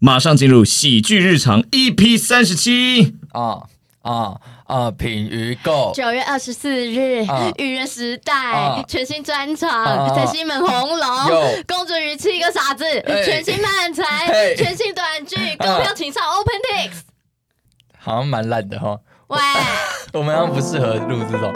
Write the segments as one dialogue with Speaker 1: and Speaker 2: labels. Speaker 1: 马上进入喜剧日常 EP 三十七。
Speaker 2: 啊啊啊！品鱼购
Speaker 3: 九月二十四日
Speaker 2: 啊，
Speaker 3: 愚人时代
Speaker 2: 啊
Speaker 3: 全新专
Speaker 2: 啊
Speaker 3: 场，在西门红楼
Speaker 2: 哟，
Speaker 3: 公主与七个傻子
Speaker 2: 哎，
Speaker 3: 全新漫才
Speaker 2: 嘿，啊
Speaker 3: 全新短剧，购票请上 OpenTix。
Speaker 2: 好像蛮烂的哈，
Speaker 3: 喂，
Speaker 2: 我们好像不适合录这种。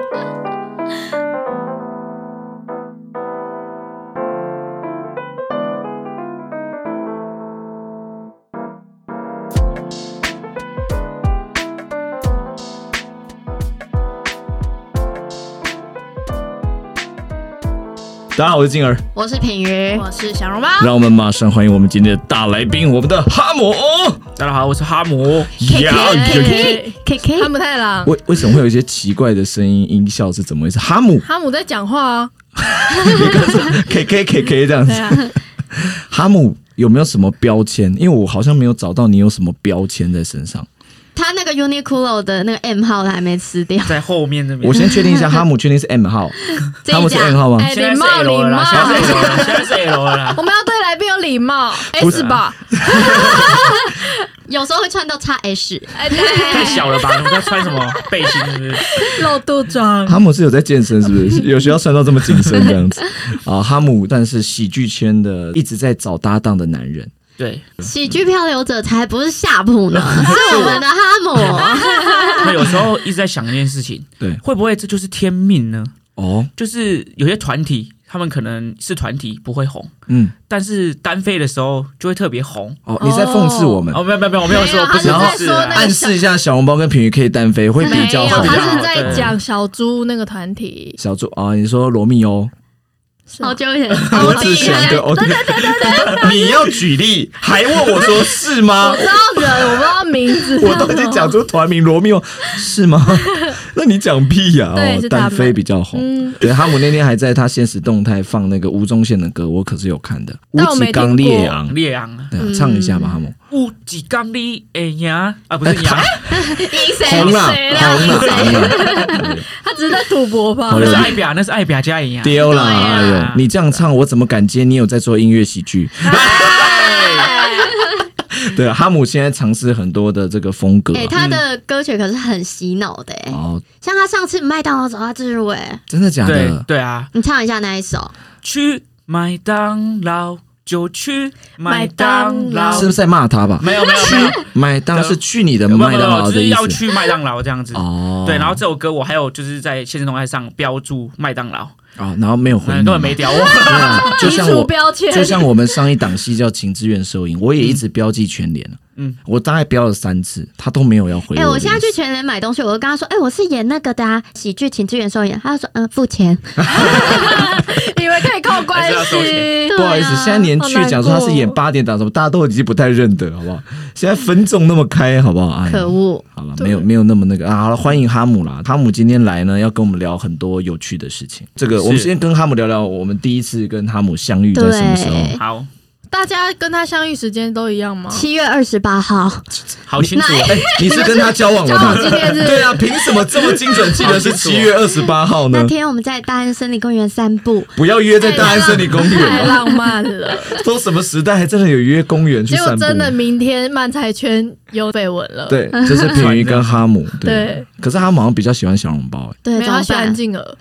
Speaker 1: 大家好，我是静儿，
Speaker 3: 哎我是品鱼，
Speaker 4: 我是小笼包，
Speaker 1: 让我们马上欢迎我们今天的大来宾，我们的哈姆。大家好，我是哈姆。呀呀
Speaker 4: 嘿
Speaker 3: K K
Speaker 4: 哈姆太郎，
Speaker 1: 为为什么会有一些奇怪的声音音效是怎么回事？哈姆
Speaker 4: 哈姆在讲话啊，
Speaker 1: K K K K 这样
Speaker 4: 对
Speaker 1: 子。
Speaker 4: 啊，
Speaker 1: 哈姆有没有什么标签？因为我好像没有找到你有什么标签在身上。
Speaker 3: 他那个 Uniqlo 的那个 M 号的还没吃掉，
Speaker 5: 在后面这边。
Speaker 1: 我先确定一下，哈姆确定是 M 号，
Speaker 3: 这
Speaker 1: 哈姆
Speaker 3: 一
Speaker 1: 是
Speaker 3: 家
Speaker 1: M 号吗？
Speaker 4: 哎，
Speaker 5: 现在
Speaker 4: 礼
Speaker 5: 是
Speaker 4: 貌
Speaker 5: L
Speaker 4: 礼
Speaker 5: 了啦，现在是 L
Speaker 4: 貌，
Speaker 5: 了啦，现在是 L 了啦。
Speaker 4: 我们要对来宾有礼貌
Speaker 1: 不
Speaker 4: ，S 吧？
Speaker 3: 有时候会穿到 XS。
Speaker 4: 哎，对，
Speaker 5: 太 小了吧？你在穿什么背心？是不是？
Speaker 4: 露肚 装，
Speaker 1: 哈姆是有在健身，是不是？有需要穿到这么紧身这样子啊？哈姆，但是喜剧圈的一直在找搭档的男人，
Speaker 5: 对，
Speaker 3: 喜剧漂流者才不是下铺呢，是我们的哈姆。
Speaker 5: 那有时候一直在想一件事情，
Speaker 1: 对
Speaker 5: 会不会这就是天命呢？
Speaker 1: 哦，
Speaker 5: 就是有些团体，他们可能是团体不会红，
Speaker 1: 嗯，
Speaker 5: 但是单飞的时候就会特别红。
Speaker 1: 哦，你在讽刺我们，
Speaker 5: 哦，没有没有没有，我没有
Speaker 4: 没
Speaker 5: 说，
Speaker 4: 有
Speaker 5: 不是
Speaker 1: 他
Speaker 5: 不
Speaker 1: 是
Speaker 5: 是
Speaker 4: 在说
Speaker 5: 啦
Speaker 4: 那个
Speaker 1: 暗示一下小红包跟平鱼可以单飞，会比较好
Speaker 4: 没
Speaker 1: 比
Speaker 4: 有，
Speaker 1: 较
Speaker 4: 他
Speaker 1: 好
Speaker 4: 是。在讲小猪那个团体，
Speaker 1: 小猪啊，你说罗密欧、
Speaker 4: 是吗
Speaker 3: 好久以前，
Speaker 1: 罗
Speaker 3: 我
Speaker 1: 志祥对
Speaker 3: 我
Speaker 1: OK，你要举例，还问我说是吗
Speaker 4: 我？知道人，我不知道名字，
Speaker 1: 我都已经讲出团名罗密欧是吗？那你讲屁呀、
Speaker 4: 对
Speaker 1: 哦，
Speaker 4: 是他
Speaker 1: 单
Speaker 4: 们
Speaker 1: 飞比较红。
Speaker 4: 嗯，
Speaker 1: 对，哈姆那天还在他现实动态放那个吴宗宪的歌，我可是有看的。吴
Speaker 4: 但我没
Speaker 1: 启
Speaker 4: 听
Speaker 1: 刚
Speaker 4: 过嗯
Speaker 1: 烈昂，
Speaker 5: 烈阳啊，
Speaker 1: 对啊，唱一下吧，哈姆。
Speaker 5: 不几缸的哎呀啊，不是 羊，
Speaker 3: 赢谁
Speaker 1: 红啦，
Speaker 4: 谁啦
Speaker 1: 红啦，哎红 啦，
Speaker 4: 他只是在赌博吧
Speaker 1: 好？
Speaker 5: 那
Speaker 1: 了
Speaker 5: 是爱表，那是爱表加盐呀。
Speaker 1: 丢啦！
Speaker 3: 对啊
Speaker 1: 哎呦，你这样唱，我怎么敢接？你有在做音乐喜 剧？
Speaker 3: 哎
Speaker 1: 对，啊哈姆现在尝试很多的这个风格。啊
Speaker 3: 哎、他的歌曲可是很洗脑的哎、
Speaker 1: 哦，
Speaker 3: 像他上次麦当劳找他志伟，
Speaker 1: 真的假
Speaker 5: 对
Speaker 1: 的？
Speaker 5: 对啊，
Speaker 3: 你唱一下那一首，
Speaker 5: 去麦当劳就去麦当劳，
Speaker 1: 是不是在骂他吧？
Speaker 5: 没有没有没有，
Speaker 1: 麦当是去你的
Speaker 5: 没有没
Speaker 1: 麦
Speaker 5: 有
Speaker 1: 当劳的
Speaker 5: 就是
Speaker 1: 意
Speaker 5: 要
Speaker 1: 思。
Speaker 5: 去麦当劳这样子。
Speaker 1: 哦，
Speaker 5: 对，然后这首歌我还有就是在现实动态上标注麦当劳，
Speaker 1: 哦，然后没有回
Speaker 5: 嗯，
Speaker 1: 你
Speaker 5: 根本没屌我。
Speaker 1: 对啊就
Speaker 4: 移
Speaker 1: 像
Speaker 4: 除
Speaker 1: 我
Speaker 4: 标签，
Speaker 1: 就像我们上一档戏叫《情之愿收银》，我也一直标记全联了。嗯
Speaker 5: 嗯，
Speaker 1: 我大概标了三次，他都没有要回
Speaker 3: 哎、
Speaker 1: 我
Speaker 3: 我
Speaker 1: 的意思。
Speaker 3: 现在去全联买东西，我就跟他说，哎、我是演那个的啊，喜剧请支援收演，他就说，嗯、付钱，
Speaker 4: 以为可以靠关
Speaker 5: 还是要收
Speaker 4: 系，
Speaker 1: 哎
Speaker 3: 啊
Speaker 1: 不好意思，
Speaker 3: 哎
Speaker 1: 现在连去讲说他是演八点档什么，大家都已经不太认得，好不好？现在分众那么开，好不好？哎呀
Speaker 3: 可恶，
Speaker 1: 好了，
Speaker 4: 对
Speaker 1: 没有没有那么那个啊。好了，欢迎哈姆啦！哈姆今天来呢，要跟我们聊很多有趣的事情。这个，
Speaker 5: 是
Speaker 1: 我们先跟哈姆聊聊，我们第一次跟哈姆相遇在什么时候？
Speaker 3: 对，
Speaker 5: 好
Speaker 4: 大家跟他相遇时间都一样吗？
Speaker 3: 七月二十八号，
Speaker 5: 好清楚哦，
Speaker 1: 哎， 你是跟他交往了吧
Speaker 4: 交往纪念？日
Speaker 1: 对啊，凭什么这么精准记得是
Speaker 5: 好清楚
Speaker 1: 七
Speaker 5: 哦
Speaker 1: 月二十八号
Speaker 3: 那
Speaker 1: 呢？
Speaker 3: 天我们在大安森林公园散步，
Speaker 1: 不要约在大安森林公
Speaker 4: 太
Speaker 1: 园了，
Speaker 4: 浪漫 了，
Speaker 1: 都什么时代还真的有约公园去
Speaker 4: 结果
Speaker 1: 散步？
Speaker 4: 真的明天漫才圈有绯闻了。，
Speaker 1: 对，就是品鱼跟哈姆。对
Speaker 4: 对，
Speaker 1: 可是哈姆好像比较喜欢小笼包，哎
Speaker 3: 对，
Speaker 4: 没有他喜
Speaker 3: 怎么
Speaker 4: 欢
Speaker 3: 办？
Speaker 4: 静儿，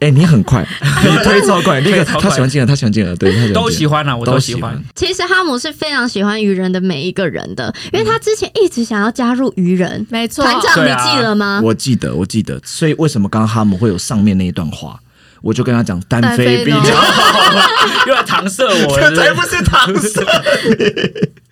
Speaker 1: 哎，你很快，你推超快，那个
Speaker 5: 推超快
Speaker 1: 他喜欢金额，他喜欢金额，对，他喜欢
Speaker 5: 都
Speaker 1: 金
Speaker 5: 喜
Speaker 1: 额
Speaker 5: 欢啊啦，我
Speaker 1: 都
Speaker 5: 喜欢。。
Speaker 3: 其实哈姆是非常喜欢愚人的每一个人的，因为他之前一直想要加入愚人。
Speaker 4: 没错，
Speaker 3: 团长，
Speaker 5: 对
Speaker 3: 你
Speaker 5: 啊
Speaker 3: 记了吗？
Speaker 1: 我记得，我记得，所以为什么刚刚哈姆会有上面那一段话？我就跟他讲，单飞比
Speaker 4: 单
Speaker 1: 较
Speaker 4: 飞
Speaker 1: 好，
Speaker 5: 又来搪塞 我了，
Speaker 1: 这
Speaker 5: 是
Speaker 1: 才
Speaker 5: 不
Speaker 1: 不
Speaker 5: 是
Speaker 1: 是搪塞。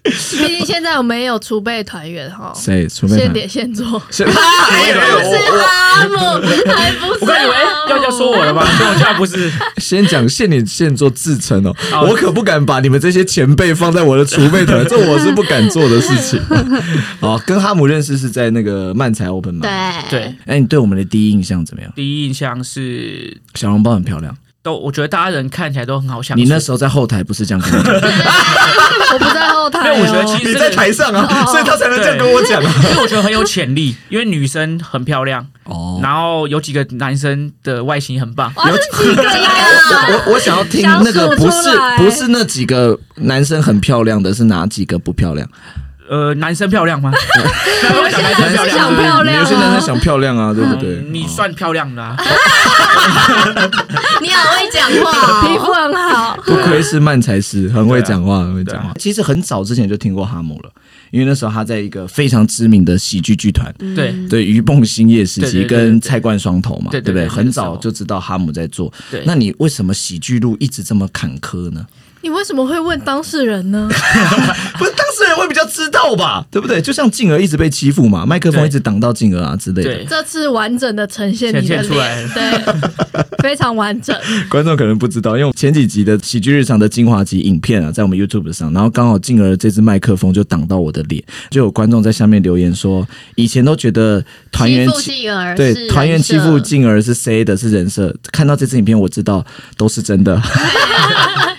Speaker 4: 毕竟现在我们也有储备团员哈，
Speaker 1: 谁？除非
Speaker 4: 现
Speaker 1: 他
Speaker 4: 点现做。
Speaker 1: 谁？哎呦
Speaker 3: 不是哈姆，还不是
Speaker 5: 我刚以为
Speaker 3: 哈姆
Speaker 5: 要要说我了吧，结果居然不是。
Speaker 1: 先讲现点现做自称哦，
Speaker 5: 好
Speaker 1: 我可不敢把你们这些前辈放在我的储备 团，这我是不敢做的事情。哦，跟哈姆认识是在那个漫才 Open 吗？。
Speaker 3: 对
Speaker 5: 对，
Speaker 1: 哎，你对我们的第一印象怎么样？
Speaker 5: 第一印象是
Speaker 1: 小笼包很漂亮，
Speaker 5: 都我觉得大家人看起来都很好相处。
Speaker 1: 你那时候在后台不是这样跟我 讲，
Speaker 4: 我不在后台
Speaker 5: 因为我觉得
Speaker 4: 哦
Speaker 5: 其实
Speaker 1: 哎你在台上啊，
Speaker 5: 哦
Speaker 1: 所以他才能这样跟我讲啊。
Speaker 5: 因为我觉得很有潜力，因为女生很漂亮，
Speaker 1: 哦，
Speaker 5: 然后有几个男生的外形很棒。
Speaker 4: 哇，是几个呀？
Speaker 1: 我我想要 听
Speaker 4: 想
Speaker 1: 那个
Speaker 4: 数
Speaker 1: 不
Speaker 4: 出
Speaker 1: 是
Speaker 4: 来
Speaker 1: 不是那几个男生很漂亮的是哪几个不漂亮？
Speaker 5: 呃，男生漂 亮吗？我想男生漂
Speaker 4: 男生
Speaker 5: 亮
Speaker 4: 想
Speaker 5: 吗。
Speaker 4: 漂亮啊
Speaker 1: 有些男生想漂亮啊，对不对？哦
Speaker 5: 嗯你算漂亮的、啊，
Speaker 3: 你好会讲话、哦
Speaker 4: 皮肤很好，
Speaker 1: 不愧是漫才师，很会讲话，很会讲
Speaker 5: 啊对啊
Speaker 1: 话。其实很早之前就听过哈姆了，因为那时候他在一个非常知名的喜剧剧团，
Speaker 5: 对
Speaker 1: 对于梦兴业时
Speaker 5: 嗯对
Speaker 1: 期
Speaker 5: 对对
Speaker 1: 跟
Speaker 5: 对对
Speaker 1: 蔡冠双头嘛，
Speaker 5: 对
Speaker 1: 不
Speaker 5: 对
Speaker 1: 对？
Speaker 5: 对
Speaker 1: 很
Speaker 5: 那个时候
Speaker 1: 早就知道哈姆在做。
Speaker 5: 对
Speaker 1: 那你为什么喜剧路一直这么坎坷呢？
Speaker 4: 你为什么会问当事人 呢？
Speaker 5: 啊
Speaker 1: 不是当事人会比较知道吧，对不对？就像静儿一直被欺负嘛，麦克风
Speaker 5: 对
Speaker 1: 一直挡到静儿啊之类的
Speaker 5: 对，
Speaker 4: 这次完整的呈现你的
Speaker 5: 呈现出来
Speaker 4: 脸，对，非常完整。
Speaker 1: 观众可能不知道，因为前几集的喜剧日常的精华集影片啊，在我们 YouTube 上，然后刚好静儿这支麦克风就挡到我的脸，就有观众在下面留言说，以前都觉得团员
Speaker 3: 欺负
Speaker 1: 欺
Speaker 3: 进而是
Speaker 1: 对团员
Speaker 3: 人设
Speaker 1: 欺负静儿是 C 的，是人设。看到这支影片，我知道都是 真的。
Speaker 3: 啊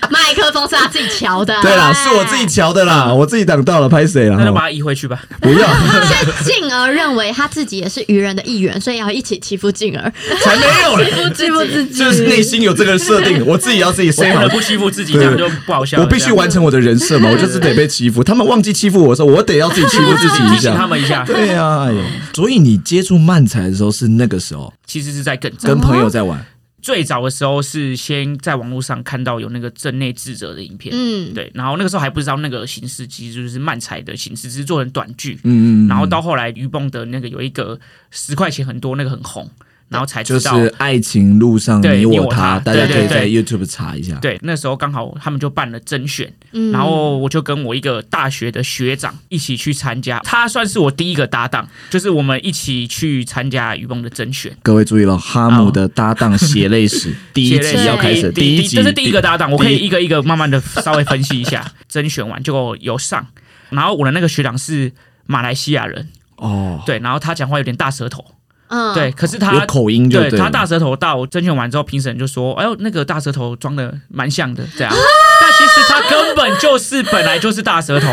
Speaker 3: 麦克风是他自己调的、
Speaker 1: 对啦，是我自己瞧的
Speaker 3: 啊
Speaker 1: 啦，我自己挡到了，拍谁啦？
Speaker 5: 那就把
Speaker 1: 哈
Speaker 5: 它移回去吧。
Speaker 1: 不要，
Speaker 3: 所以进而认为他自己也是愚人的一员，所以要一起欺负进而。
Speaker 1: 才没有 嘞，
Speaker 4: 欺负自己，
Speaker 1: 就是内心有这个设定，我自己要自己
Speaker 5: 我
Speaker 1: say
Speaker 5: 不
Speaker 1: 好
Speaker 5: 能。不欺负自己，这样就不好笑了。
Speaker 1: 我必须完成我的人设嘛，我就是得被欺负。他们忘记欺负我的时候，我得要自己欺负自
Speaker 5: 这样
Speaker 1: 己一
Speaker 5: 提醒他
Speaker 1: 下。
Speaker 5: 们一 下，
Speaker 1: 对啊，哎呦，所以你接触漫才的时候是那个时候，
Speaker 5: 其实是在更早。
Speaker 1: 跟朋友在玩，
Speaker 5: 最早的时候是先在网络上看到有那个镇内智者的影片，
Speaker 3: 嗯，
Speaker 5: 对，然后那个时候还不知道那个形式，其实就是漫才的形式，只是做成短剧。
Speaker 1: 嗯嗯，嗯
Speaker 5: 然后到后来，于蹦的那个有一个十块钱很多，那个很红，然后才
Speaker 1: 就
Speaker 5: 知
Speaker 1: 是
Speaker 5: 道。
Speaker 1: 爱情路上
Speaker 5: 对
Speaker 1: 你
Speaker 5: 你
Speaker 1: 我
Speaker 5: 我
Speaker 1: 他，
Speaker 5: 他
Speaker 1: 大家可以
Speaker 5: 对对
Speaker 1: 在
Speaker 5: 对
Speaker 1: YouTube 查一下。
Speaker 5: 对，那时候刚好他们就办了甄选，
Speaker 3: 嗯
Speaker 5: 然后我就跟我一个大学的学长一起去参加，他算是我第一个搭档，就是我们一起去参加于蹦的甄选。
Speaker 1: 各位注意了，哈姆的搭档血泪 史第一
Speaker 5: 血
Speaker 1: 集
Speaker 5: 泪史
Speaker 1: 要开始，
Speaker 5: 第
Speaker 1: 一集
Speaker 5: 这是第一个搭档，我可以
Speaker 1: 第
Speaker 5: 一个一个慢慢的稍微分析一下。 甄选完就有上，然后我的那个学长是马来西亚人，
Speaker 1: 哦，
Speaker 5: 对，然后他讲话有点大舌头，
Speaker 3: 嗯，
Speaker 5: 对，可是
Speaker 1: 有
Speaker 5: 他。
Speaker 1: 口音就
Speaker 5: 对
Speaker 1: 对
Speaker 5: 他
Speaker 1: 了
Speaker 5: 大舌头到甄选完之后，评审就说：“哎呦，那个大舌头装的蛮像的， 这样。”但其实他根本就是本来就是大舌 头，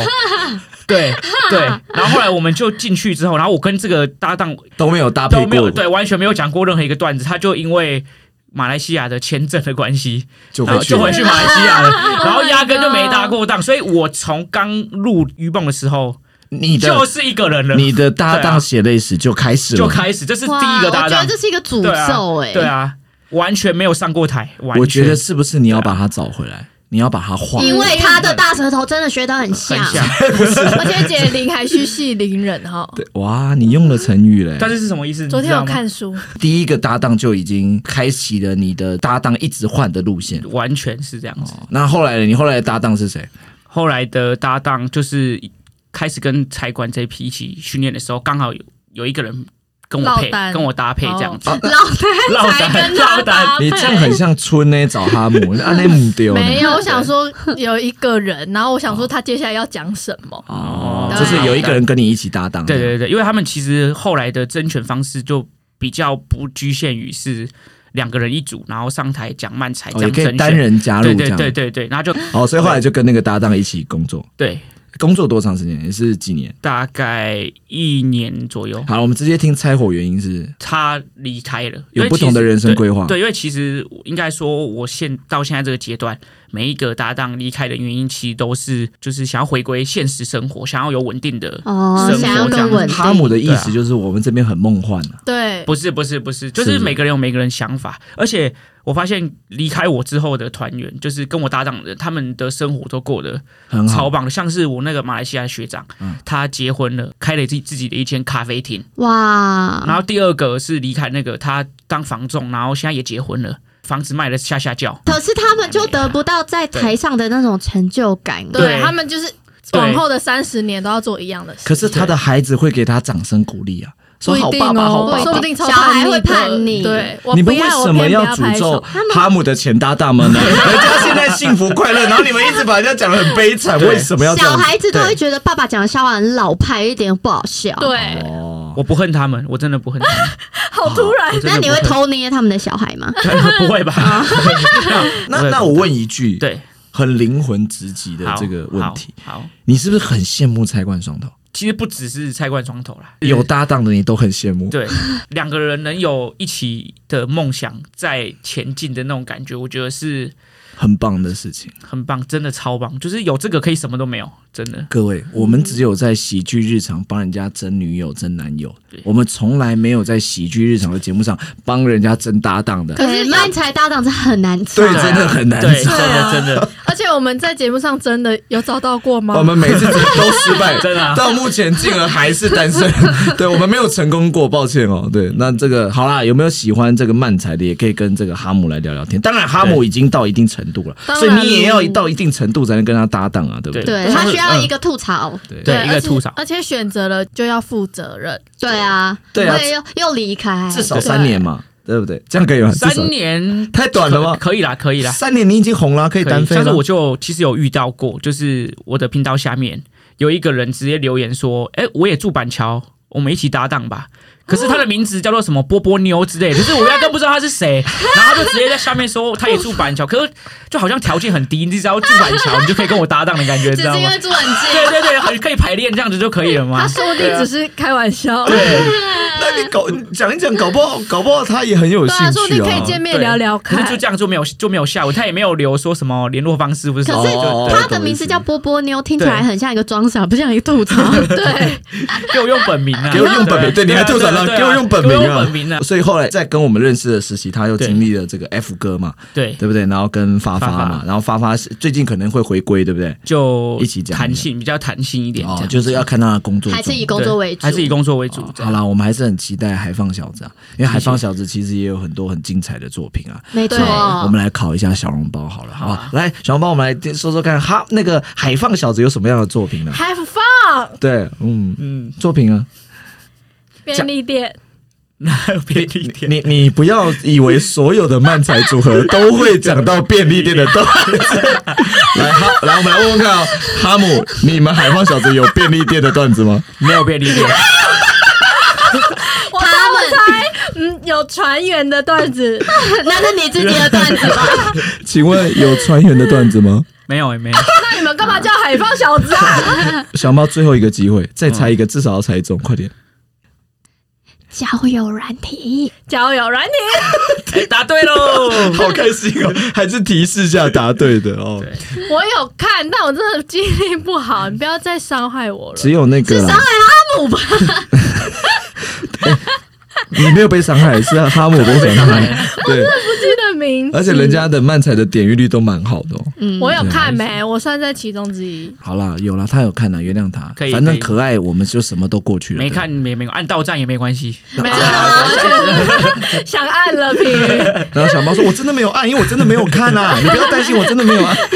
Speaker 5: 对对。然后后来我们就进去之后，然后我跟这个搭档
Speaker 1: 都没有搭配
Speaker 5: 都没有
Speaker 1: 过，
Speaker 5: 对完全没有讲过任何一个段子，他就因为马来西亚的签证的关系，
Speaker 1: 就
Speaker 5: 然
Speaker 1: 回
Speaker 5: 后
Speaker 1: 去
Speaker 5: 就
Speaker 1: 了
Speaker 5: 回去马来 西亚了，然后压根就
Speaker 4: Oh my
Speaker 5: 没
Speaker 4: God
Speaker 5: 搭过档，所以我从刚入鱼蹦的时候
Speaker 1: 你的
Speaker 5: 就是一个人了，
Speaker 1: 你的搭
Speaker 5: 对
Speaker 1: 档
Speaker 5: 啊
Speaker 1: 血泪史就开始
Speaker 5: 就
Speaker 1: 了。
Speaker 5: 开始，这是第
Speaker 3: 哇，
Speaker 5: 一个搭
Speaker 3: 我觉得
Speaker 5: 档
Speaker 3: 这，是一个诅
Speaker 5: 对啊
Speaker 3: 咒哎、
Speaker 5: 对啊，完全没有上过台，完全
Speaker 1: 我觉得是不是你要把它找回来？你要把它画
Speaker 3: 因为他的大舌头真的学得很像，
Speaker 5: 很像，
Speaker 4: 啊而且解铃还须系铃人哈。
Speaker 1: 对，哇，你用了成语嘞！
Speaker 5: 但是是什么意思？
Speaker 4: 昨
Speaker 5: 你
Speaker 4: 天
Speaker 5: 知道
Speaker 4: 有
Speaker 5: 吗，
Speaker 4: 看书，
Speaker 1: 第一个搭档就已经开启了你的搭档一直换的路线。
Speaker 5: 完全是这
Speaker 4: 哦
Speaker 5: 样子。
Speaker 1: 哦那后来呢？你后来的搭档是谁？
Speaker 5: 后来的搭档就是开始跟财管这一批一起训练的时候，刚好有有一个人跟我配
Speaker 4: 落，单哦
Speaker 5: 跟我搭配这样 子，
Speaker 3: 老太
Speaker 5: 落
Speaker 4: 才
Speaker 5: 单
Speaker 4: 跟他
Speaker 5: 落单
Speaker 4: 搭，
Speaker 1: 你这样很像春呢，找哈姆，阿内姆丢呢
Speaker 4: 啊没有，我想说有一个人，然后我想说他接下来要讲什么，
Speaker 1: 哦，
Speaker 4: 对
Speaker 1: 就是有一个人跟你一起搭档。
Speaker 5: 对对对，因为他们其实后来的甄选方式就比较不局限于是两个人一组，然后上台讲慢才这
Speaker 1: 哦，也
Speaker 5: 样
Speaker 1: 可
Speaker 5: 甄
Speaker 1: 以
Speaker 5: 选。
Speaker 1: 单人加入
Speaker 5: 对
Speaker 1: 这
Speaker 5: 对
Speaker 1: 样。
Speaker 5: 对对对，然后就
Speaker 1: 哦，所以后来就跟那个搭档一起工作，
Speaker 5: 对，
Speaker 1: 工作多长时间？也是几年？
Speaker 5: 大概一年左右，
Speaker 1: 好，我们直接听拆伙原因是
Speaker 5: 他离开了，因
Speaker 1: 有
Speaker 5: 为
Speaker 1: 不
Speaker 5: 其
Speaker 1: 同的
Speaker 5: 实
Speaker 1: 人生
Speaker 5: 对
Speaker 1: 规划。
Speaker 5: 对，因为其实应该说，我现到现在这个阶段，每一个搭档离开的原因，其实都是就是想要回归现实生活，想要有稳定的。
Speaker 3: 哦
Speaker 5: 生，活
Speaker 3: 想要
Speaker 5: 这
Speaker 3: 更
Speaker 5: 样子
Speaker 3: 稳定。
Speaker 1: 哈姆的意
Speaker 5: 对
Speaker 1: 思
Speaker 5: 啊
Speaker 1: 就是我们这边很梦幻啊，
Speaker 4: 对，
Speaker 5: 不是不是不是，就是是每个人有每个人想法，而且我发现离开我之后的团员，就是跟我搭档的人，他们的生活都过得
Speaker 1: 很
Speaker 5: 啊超
Speaker 1: 好。嗯
Speaker 5: 棒的。像是我那个马来西亚学长，他结婚了，开了自己自己的一间咖啡厅。然
Speaker 3: 哇，
Speaker 5: 后第二个是离开那个他当房仲，然后现在也结婚了，房子卖的下下叫。
Speaker 3: 可是他们就得不到在台上的那种成就感。
Speaker 4: 对
Speaker 5: 对
Speaker 4: 他们就是
Speaker 5: 对
Speaker 4: 往后的三十年都要做一样的事，
Speaker 1: 可是他的孩子会给他掌声鼓励啊，说
Speaker 4: 不一
Speaker 1: 好
Speaker 4: 定
Speaker 1: 爸爸，好
Speaker 4: 哦，
Speaker 1: 爸
Speaker 4: 说
Speaker 1: 爸
Speaker 4: 不。定超
Speaker 3: 小孩会
Speaker 4: 的
Speaker 3: 叛逆
Speaker 4: 对，我
Speaker 1: 你
Speaker 4: 不
Speaker 1: 们为
Speaker 4: 要
Speaker 1: 什么
Speaker 4: 要
Speaker 1: 诅咒哈姆的前搭档们呢？人家现在幸福快乐，然后你们一直把人家讲的很悲惨，
Speaker 5: 对
Speaker 1: 为什么要这样
Speaker 3: 小
Speaker 1: 子？
Speaker 3: 孩子都
Speaker 5: 对
Speaker 3: 会觉得爸爸讲的笑话很老派，一点不好笑。
Speaker 4: 对，
Speaker 1: 哦，
Speaker 5: 我不恨他们，我真的不恨他 们。
Speaker 4: 好突然
Speaker 5: 我真的
Speaker 3: 那你会
Speaker 5: 不恨
Speaker 3: 偷捏他们的小孩吗？
Speaker 5: 不会吧？
Speaker 1: 那那我问一句，，
Speaker 5: 对
Speaker 1: 很灵魂直击的
Speaker 5: 好
Speaker 1: 这个问题，
Speaker 5: 好，好
Speaker 1: 你是不是很羡慕蔡冠双头？
Speaker 5: 其实不只是菜冠双头啦，
Speaker 1: 有搭档的你都很羡慕，
Speaker 5: 嗯对 两个人能有一起的梦想在前进的那种感觉，我觉得是
Speaker 1: 很棒的事情。
Speaker 5: 很棒，真的超棒。就是有这个可以什么都没有，真的。
Speaker 1: 各位，我们只有在喜剧日常帮人家争女友、争男友
Speaker 5: 对，
Speaker 1: 我们从来没有在喜剧日常的节目上帮人家争搭档的。
Speaker 3: 可是漫才搭档是很难找
Speaker 1: 对，，真的很难
Speaker 5: 对，真
Speaker 1: 找。
Speaker 5: 的真的
Speaker 4: 而且我们在节目上真的有找到过吗？
Speaker 1: 我们每次都失败，
Speaker 5: 真的啊
Speaker 1: 到目前竟然还是单身，对我们没有成功过，抱歉哦。对，那这个好啦，有没有喜欢这个漫才的，也可以跟这个哈姆来聊聊天。当然，哈姆已经到一定程度了，
Speaker 4: 当
Speaker 1: 所
Speaker 4: 然
Speaker 1: 以你也要到一定程度才能跟他搭档啊，对不对？
Speaker 3: 对他需要一个吐槽，
Speaker 5: 对一个
Speaker 4: 而且
Speaker 5: 吐槽
Speaker 4: 而且选择了就要负责任。
Speaker 3: 对啊，
Speaker 1: 对啊
Speaker 3: 所以又又离 开，
Speaker 1: 至少三年嘛，对不对？这样可以吗？至少
Speaker 5: 三年啊
Speaker 1: 太短了吗？
Speaker 5: 可以啦，可以啦，
Speaker 1: 三年你已经红了，可以单飞
Speaker 5: 像是
Speaker 1: 了
Speaker 5: 我。就其实有遇到过，就是我的频道下面有一个人直接留言说：“哎、我也住板桥，我们一起搭档吧。”可是他的名字叫做什么波波妞之类的，可是我压根不知道他是谁，然后他就直接在下面说他也住板桥，可是就好像条件很低，你只要住板桥，你就可以跟我搭档的感觉，你
Speaker 3: 只
Speaker 5: 知道
Speaker 3: 是因
Speaker 5: 吗
Speaker 3: 为？朱文健
Speaker 5: 对对对，很可以排练这样子就可以了
Speaker 4: 他
Speaker 5: 吗？
Speaker 4: 说不
Speaker 1: 啊
Speaker 4: 定只是开玩笑，
Speaker 1: 那你搞讲一讲，搞不好搞不好他也很有
Speaker 4: 对
Speaker 1: 兴
Speaker 4: 啊，说不
Speaker 1: 趣
Speaker 4: 定
Speaker 1: 啊
Speaker 4: 可。以见面
Speaker 5: 对
Speaker 4: 聊聊
Speaker 5: 可是就
Speaker 4: 看。
Speaker 5: 这样就没有就没有下文，他也没有留说什么联络方式或者什么。
Speaker 3: 可是
Speaker 1: 哦
Speaker 3: 他的名字叫波波妞，听起来
Speaker 5: 对
Speaker 3: 很像一个装傻，不像一个吐槽。
Speaker 4: 对，
Speaker 5: 给我用本名 啊！
Speaker 1: 给我用本名，对，你还
Speaker 5: 啊
Speaker 1: 吐槽
Speaker 5: 对啊
Speaker 1: 他，
Speaker 5: 对啊
Speaker 1: 给我用本名
Speaker 5: 给我用
Speaker 1: 啊，
Speaker 5: 本名啊！
Speaker 1: 所以后来在跟我们认识的时期，他又经历了这个 F 哥嘛，
Speaker 5: 对，
Speaker 1: 对不对？然后跟发发
Speaker 5: 发
Speaker 1: 嘛，
Speaker 5: 发
Speaker 1: 然后发发是最近可能会回归，对不对？
Speaker 5: 就
Speaker 1: 一起讲
Speaker 5: 弹性比较弹性一点，这
Speaker 1: 哦，
Speaker 5: 样
Speaker 1: 就是要看他的工作状
Speaker 3: 还
Speaker 1: 况，
Speaker 3: 是以工作为主，
Speaker 5: 对还是以工作为主
Speaker 1: 哦。
Speaker 5: 这
Speaker 1: 好
Speaker 5: 样
Speaker 1: 啦，我们还是很期待海放小子啊，因为海放小子其实也有很多很精彩的作品啊。
Speaker 3: 没错
Speaker 1: 对，。我们来考一下小笼包好了，好不
Speaker 5: 啊
Speaker 1: 好？来，小笼包，我们来说说看，哈，那个海放小子有什么样的作品呢？
Speaker 4: 还放
Speaker 1: 对，嗯，
Speaker 5: 嗯，
Speaker 1: 作品啊，
Speaker 4: 便利店，
Speaker 5: 那有便利店
Speaker 1: 你你不要以为所有的漫才组合都会讲到便利店的 段子。来，哈，来，我们来问问看哦，哈姆，你们海放小子有便利店的段子吗？
Speaker 5: 没有便利店，
Speaker 4: 我猜我猜，嗯，有船员的段子，
Speaker 3: 那是你自己的段子吧？
Speaker 1: 请问有船员的段子吗？
Speaker 5: 没有也没有。
Speaker 4: 那你们干嘛叫海放小子啊？
Speaker 1: 小猫最后一个机会，再猜一个，至少要猜中，快点！
Speaker 3: 交友软体，
Speaker 4: 交友软体，
Speaker 5: 哎，答对喽！
Speaker 1: 好开心哦，还是提示下答对的哦。
Speaker 4: 我有看，但我真的记忆力不好，你不要再伤害我了。
Speaker 1: 只有那个啦， 你没有被伤害，是哈姆被伤害。对，
Speaker 4: 记得名字，
Speaker 1: 而且人家的漫才的点阅率都蛮好的哦。
Speaker 3: 嗯，
Speaker 4: 我有看没？我算在其中之一。
Speaker 1: 好啦，有啦，他有看啦，啊原谅他
Speaker 5: 可以，
Speaker 1: 反正
Speaker 5: 可以
Speaker 1: 可爱，我们就什么都过去了。
Speaker 5: 没
Speaker 1: 对
Speaker 5: 看也没有，按到站也没关系。
Speaker 4: 没有，想按了 平，
Speaker 1: 然后小猫说：“我真的没有按，因为我真的没有看 啊，你不要担心，我真的没有按。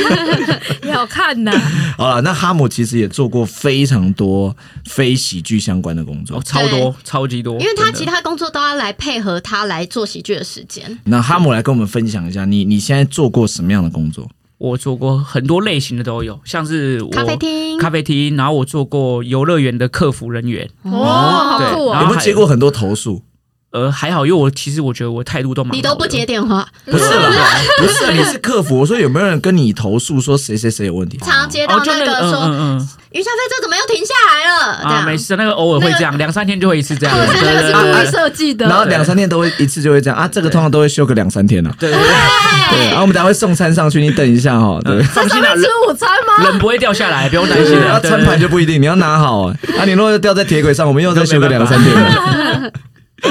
Speaker 4: 有看呐，”
Speaker 1: 好了，那哈姆其实也做过非常多非喜剧相关的工
Speaker 5: 哦
Speaker 1: 作，。
Speaker 5: 超多，超级多。
Speaker 3: 因为他
Speaker 5: 真的
Speaker 3: 其他工作都要来配合他来做喜剧的时间。
Speaker 1: 那哈姆来跟我们分享一下，你你现在做过什么样的工作？
Speaker 5: 我做过很多类型的都有，像是我
Speaker 3: 咖啡厅
Speaker 5: 咖啡厅，然后我做过游乐园的客服人员。
Speaker 4: 哦，好
Speaker 5: 对
Speaker 4: 酷
Speaker 5: 然
Speaker 1: 有
Speaker 4: 哦！
Speaker 5: 后
Speaker 1: 没有
Speaker 5: 还
Speaker 1: 接过很多投诉？
Speaker 5: 呃，还好，因为我其实我觉得我态度都蛮好的
Speaker 3: 你都不接电话，
Speaker 1: 不是 啦，不是，你是客服。我说有没有人跟你投诉说谁谁谁有问 题？
Speaker 3: 常接到
Speaker 5: 哦，就
Speaker 3: 那
Speaker 5: 那
Speaker 3: 个
Speaker 5: 嗯
Speaker 3: 说
Speaker 5: 嗯嗯
Speaker 3: 于小飞这怎么又停下来了？这
Speaker 5: 啊，
Speaker 3: 样
Speaker 5: 没事，那个偶尔会这样，两三天就会一次这样。
Speaker 4: 我是那个是故意设计
Speaker 1: 然后
Speaker 4: 的，
Speaker 1: 两三天都会一次就会这样啊，这个通常都会休个两三天啊。
Speaker 5: 对对对，
Speaker 3: 哎
Speaker 1: 对，啊
Speaker 3: 哦
Speaker 1: 然后我们等下会送餐上去，你等一下哈。对，
Speaker 5: 放心啦，
Speaker 4: 会
Speaker 5: 人
Speaker 4: 吃午餐吗？
Speaker 5: 人不会掉下来，不用担心
Speaker 1: 对，
Speaker 5: 啊。
Speaker 1: 要
Speaker 5: 对
Speaker 1: 餐盘就不一定，你要拿好啊。啊，你如果掉在铁轨上，我们又再修个两三天了。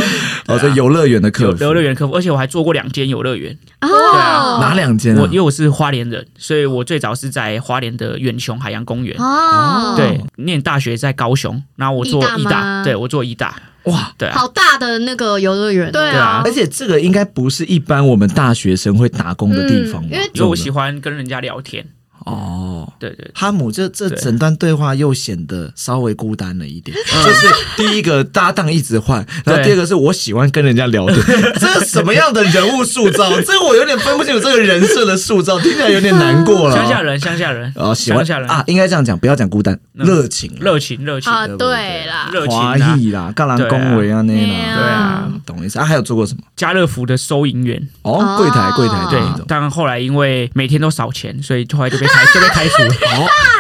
Speaker 1: 哦，这游乐园的
Speaker 5: 游
Speaker 1: 客服，
Speaker 5: 游乐园客服，而且我还做过两间游乐园。对啊
Speaker 3: 哦
Speaker 1: 哪两间
Speaker 5: 我
Speaker 1: 啊
Speaker 5: 因？为我是花莲人，所以我最早是在花莲的远雄海洋公园。
Speaker 3: 哦，
Speaker 5: 对，念大学在高雄，然后我做
Speaker 3: 义大
Speaker 5: 义
Speaker 3: 吗
Speaker 5: 大，对我做义大，
Speaker 1: 哇，
Speaker 5: 对啊，
Speaker 3: 好大的那个游乐园，哦
Speaker 4: 对
Speaker 5: 对啊
Speaker 4: 啊
Speaker 1: 而，且这个应该不是一般我们大学生会打工的地方吧？
Speaker 3: 嗯因为
Speaker 5: 因为我
Speaker 1: 真
Speaker 5: 喜
Speaker 1: 的
Speaker 5: 欢跟人家聊天，
Speaker 1: 哦。
Speaker 5: 对对，
Speaker 1: 哈姆这这
Speaker 5: 对
Speaker 1: 整段对话又显得稍微孤单了一点，嗯就是第一个搭档一直换，然后
Speaker 5: 对
Speaker 1: 第二个是我喜欢跟人家 聊天，这是什么样的人物塑造？这我有点分不清楚这个人设的塑造，听起来有点难过了。
Speaker 5: 乡下人，乡下人，
Speaker 1: 啊，喜欢
Speaker 5: 乡下人
Speaker 1: 啊，，应该这样讲，不要讲孤单，
Speaker 5: 嗯
Speaker 1: 热情啦、
Speaker 5: 热情，热情，
Speaker 4: 啊，
Speaker 1: 对不对
Speaker 4: 对啦，
Speaker 5: 热情
Speaker 1: 华
Speaker 5: 啊，
Speaker 1: 裔啦、嘎兰恭维啊那
Speaker 4: 对
Speaker 1: 啦，
Speaker 4: 啊
Speaker 5: 对啊，
Speaker 1: 懂意思啊？还有做过什么？
Speaker 5: 家乐福的收银员，
Speaker 1: 哦，柜台柜台
Speaker 5: 对
Speaker 1: 的那种，，
Speaker 5: 但后来因为每天都少钱，所以后来就被开就被开除 了，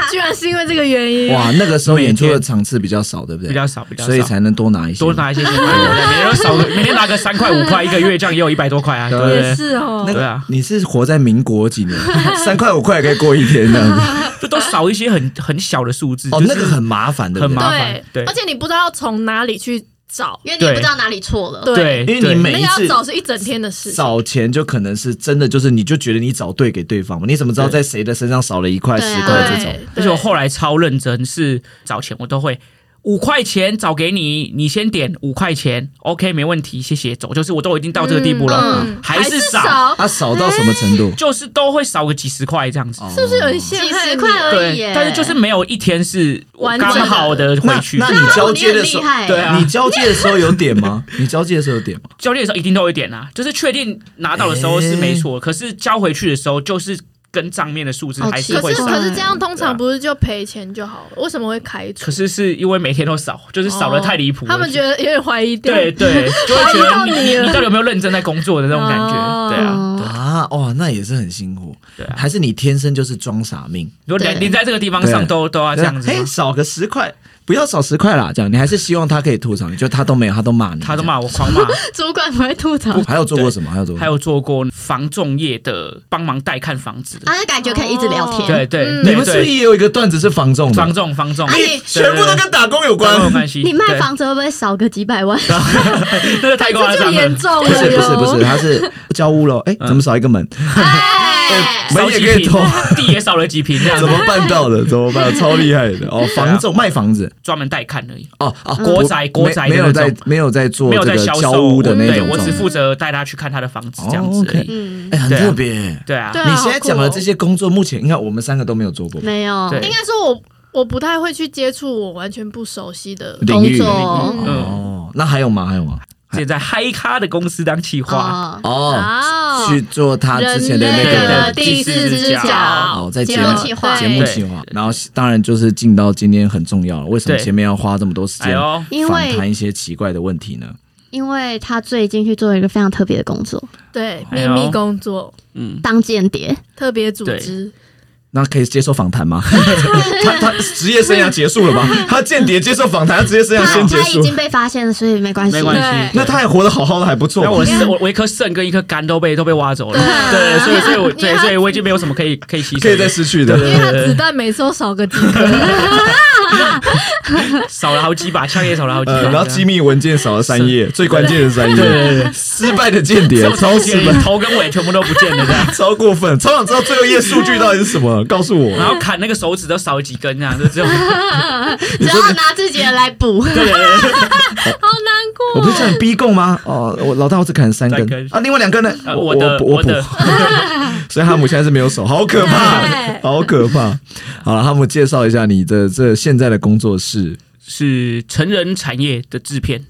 Speaker 4: 居然是因为这个原因。
Speaker 1: 哦哇，那个时候演出的场次比较少，对不对？
Speaker 5: 比较少，比较少，
Speaker 1: 所以才能多拿一些。
Speaker 5: 多拿一些钱，对对对每天都少，每天拿个三块五块，一个月这样也有一百多块啊，对不
Speaker 4: 也
Speaker 5: 对？
Speaker 4: 是哦
Speaker 1: 那，
Speaker 5: 对啊
Speaker 1: 你是活在民国几 年？三块五块也可以过一天这样子。
Speaker 5: 这都少一些很很小的数字，
Speaker 1: 哦，
Speaker 5: 就是
Speaker 1: 那个很麻烦，对不
Speaker 5: 很
Speaker 1: 对？
Speaker 5: 麻烦，对
Speaker 4: 而且你不知道从哪里去找，
Speaker 3: 因为你也不知道哪里错了。
Speaker 5: 对，
Speaker 1: 因为
Speaker 5: 对
Speaker 1: 你
Speaker 4: 那
Speaker 1: 每
Speaker 4: 个
Speaker 1: 一
Speaker 4: 要
Speaker 1: 次
Speaker 4: 找是一整天的事情。
Speaker 1: 找钱，就可能是真的，就是你就觉得你找对给对方嘛？你怎么知道
Speaker 5: 对
Speaker 1: 在谁的身上少了一块、
Speaker 3: 对啊
Speaker 1: 十块这种？
Speaker 4: 对，
Speaker 5: 而且我后来超认真，是找钱我都会五块钱找给你，你先点五块钱，OK 没问题，谢谢，走，就是我都已经到这个地步了，
Speaker 4: 嗯
Speaker 5: 还是少，
Speaker 1: 他啊少到什么程度？
Speaker 5: 就是都会少个几十块这样子。
Speaker 4: 是不啊是有一
Speaker 1: 哦
Speaker 4: 些
Speaker 3: 几十块而已
Speaker 5: 对
Speaker 3: 耶，，
Speaker 5: 但是就是没有一天是我
Speaker 4: 完
Speaker 5: 刚
Speaker 4: 整的
Speaker 5: 好的回
Speaker 1: 那
Speaker 5: 去。
Speaker 1: 那你交接的时
Speaker 3: 你很厉
Speaker 1: 候，
Speaker 3: 害耶，
Speaker 5: 对啊
Speaker 1: 你交接的时候有点吗？ 你交接的时候有点吗？
Speaker 5: 交接的时候一定都有一点啊，就是确定拿到的时候是没错，可是交回去的时候就是跟账面的数字
Speaker 3: 好
Speaker 5: 还
Speaker 3: 奇
Speaker 5: 是
Speaker 4: 哦可
Speaker 5: 会
Speaker 4: 是
Speaker 5: 少
Speaker 3: 对。
Speaker 4: 可是这样通
Speaker 5: 啊
Speaker 4: 常不是就赔钱就好了？为什么会开除
Speaker 5: 可？是是因为每天都少，就是少的太离谱
Speaker 4: 哦
Speaker 5: 了。
Speaker 4: 他们觉得有点怀疑掉。
Speaker 5: 对对，就会觉
Speaker 4: 到
Speaker 5: 得
Speaker 4: 你
Speaker 5: 你
Speaker 4: 了
Speaker 5: 你你到底有没有认真在工作的那种感
Speaker 4: 哦
Speaker 5: 觉？对啊，
Speaker 3: 哦
Speaker 1: 啊，哇，那也是很辛苦。
Speaker 5: 对啊
Speaker 1: 还是你天生就是装傻命？
Speaker 5: 如果
Speaker 3: 对
Speaker 5: 连连在这个地方上都都要啊这样子吗
Speaker 1: 啊哎，，少个十块，不要少十块啦，这样你还是希望他可以吐槽你，就他都没有，他都骂你，
Speaker 5: 他都骂我狂 骂。
Speaker 3: 主管不会吐槽
Speaker 1: 这样。还有做过什么？还有做过
Speaker 5: 还有做过房仲业的，帮忙代看房子的。
Speaker 3: 啊，那感觉可以一直聊天。
Speaker 1: 哦
Speaker 5: 对对，
Speaker 4: 嗯
Speaker 1: 你
Speaker 5: 对
Speaker 1: 们是不是
Speaker 5: 对，
Speaker 1: 也有一个段子是房仲的？哎
Speaker 5: 房仲房仲
Speaker 3: 啊，你
Speaker 1: 全部都跟打工有
Speaker 5: 房仲有
Speaker 1: 关。
Speaker 5: 关系。
Speaker 3: 你卖
Speaker 5: 对，
Speaker 3: 房子会不会少个几百万？
Speaker 1: 啊
Speaker 5: 这个太夸
Speaker 4: 这就
Speaker 5: 张
Speaker 4: 严
Speaker 5: 了。
Speaker 4: 重 了
Speaker 1: 不是
Speaker 4: 哟
Speaker 1: 不是不是，他是交屋了，哎，
Speaker 5: 嗯
Speaker 1: 怎么少一个 门？
Speaker 3: 哎，
Speaker 5: 少
Speaker 1: 门也
Speaker 5: 几
Speaker 1: 可以
Speaker 5: 平
Speaker 1: 偷，
Speaker 5: 地也少了几平，这样
Speaker 1: 怎
Speaker 5: 子
Speaker 1: 么办到的？怎么办？超厉害的
Speaker 5: 啊
Speaker 1: 哦！房仲卖房子
Speaker 5: 专门代看而已，
Speaker 1: 哦哦，
Speaker 5: 国宅
Speaker 1: 没
Speaker 5: 国宅的
Speaker 1: 没有
Speaker 5: 那种
Speaker 1: 在没有在做
Speaker 5: 没
Speaker 1: 这
Speaker 5: 有在
Speaker 1: 个
Speaker 5: 销
Speaker 1: 交
Speaker 5: 售
Speaker 1: 屋的那
Speaker 5: 对
Speaker 1: 种
Speaker 5: 我
Speaker 1: 状
Speaker 5: 只
Speaker 1: 态。
Speaker 5: 负责带他去看他的房子这样
Speaker 1: 哦
Speaker 5: 子而
Speaker 1: ，OK
Speaker 5: 已。
Speaker 3: 嗯，
Speaker 1: 哎，很
Speaker 5: 对啊
Speaker 1: 特别。
Speaker 5: 对啊
Speaker 4: 对，啊
Speaker 1: 你现在讲的这些工作，目前应该我们三个都没有做过吧。
Speaker 3: 没有
Speaker 5: 对
Speaker 4: 应该说我我不太会去接触我完全不熟悉的。
Speaker 1: 领
Speaker 3: 工
Speaker 1: 域
Speaker 3: 作
Speaker 5: 嗯
Speaker 1: 哦，那还有吗？还有吗？
Speaker 5: 现在嗨咖的公司当企划，
Speaker 3: 哦，
Speaker 1: 哦，
Speaker 4: 哦
Speaker 1: 去做他之前的那
Speaker 5: 人类
Speaker 1: 个
Speaker 5: 的第四只脚
Speaker 1: 哦，在节
Speaker 3: 节
Speaker 1: 目
Speaker 3: 目企划
Speaker 1: 节目企划，然后当然就是进到今天很重要了。为什么
Speaker 5: 对
Speaker 1: 前面要花这么多时
Speaker 5: 哎
Speaker 1: 间
Speaker 5: 呦，
Speaker 3: 因
Speaker 1: 反
Speaker 3: 为
Speaker 1: 弹一些奇怪的问题呢？
Speaker 3: 因为他最近去做一个非常特别的工作，
Speaker 4: 对
Speaker 5: 哎
Speaker 4: 秘
Speaker 5: 呦
Speaker 4: 密工作
Speaker 5: 嗯，
Speaker 3: 当间谍。
Speaker 4: 特别组织，
Speaker 1: 那可以接受访谈吗？他他职业生涯结束了吧？他间谍接受访谈，他职业生
Speaker 3: 他
Speaker 1: 涯先结
Speaker 3: 他已
Speaker 1: 束。
Speaker 3: 经被发现了，所以没关系。
Speaker 5: 没 关系
Speaker 4: 对。
Speaker 1: 那他也活得好好的，还不错
Speaker 5: 然后我
Speaker 1: 吧。
Speaker 5: 的肾，我我一颗肾跟一颗肝都被都被挖走了，对，所以所以我对，所以我已经没有什么 可以可以牺牲的，
Speaker 1: 可以再失去的。
Speaker 4: 因为他子弹每次都少个几颗，
Speaker 5: 少了好几把枪，也少了好几把
Speaker 1: 呃，，然后机密文件少了三页，最关键的三
Speaker 5: 对对
Speaker 1: 页，
Speaker 5: 对对，
Speaker 1: 失败的间谍，超失
Speaker 5: 前
Speaker 1: 败，
Speaker 5: 头跟尾全部都不见了 这样。
Speaker 1: 超过分，超想知道最后一页数据到底是什 么，告诉我。
Speaker 5: 然后砍那个手指都少几根这样，就只 有
Speaker 3: 只要拿自己的来补。
Speaker 5: 对对对对
Speaker 1: 我不是叫你逼供吗？哦，我老大我只砍了三根
Speaker 5: 三根
Speaker 1: 啊，另外两根呢？
Speaker 5: 呃
Speaker 1: 我
Speaker 5: 我的
Speaker 1: 我
Speaker 5: 我的
Speaker 1: 补 所以哈姆现在是没有手，好可怕，
Speaker 4: 对
Speaker 1: 好可怕。好了，哈姆介绍一下你的这现在的工作室
Speaker 5: 是成人产业的制片，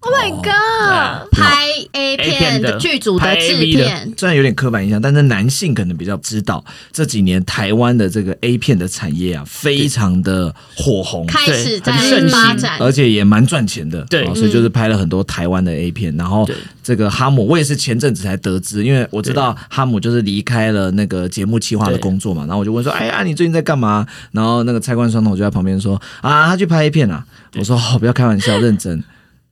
Speaker 4: Oh
Speaker 5: 哦
Speaker 4: my god！
Speaker 3: 拍 A
Speaker 5: 啊片
Speaker 3: 片
Speaker 5: 的
Speaker 3: 的剧组
Speaker 5: 拍
Speaker 3: 的
Speaker 5: AV
Speaker 3: 制
Speaker 5: 的
Speaker 3: 片，
Speaker 1: 虽然有点刻板印象，但是男性可能比较知道这几年台湾的这个 A 片的产业啊，非常的火红。
Speaker 3: 开始在
Speaker 5: 很盛行呃
Speaker 3: 发展。
Speaker 1: 而且也蛮赚钱的，
Speaker 5: 对
Speaker 1: 啊所以就是拍了很多台
Speaker 4: 嗯
Speaker 1: 湾的 A 片。然后
Speaker 5: 对
Speaker 1: 这个哈姆，我也是前阵子才得知，因为我知道哈姆就是离开了那个节目企划的工作嘛，然后我就问说，哎呀，你最近在干嘛？然后那个蔡冠双同就在旁边说，啊，他去拍 A 片啊。我说哦，不要开玩笑，认真。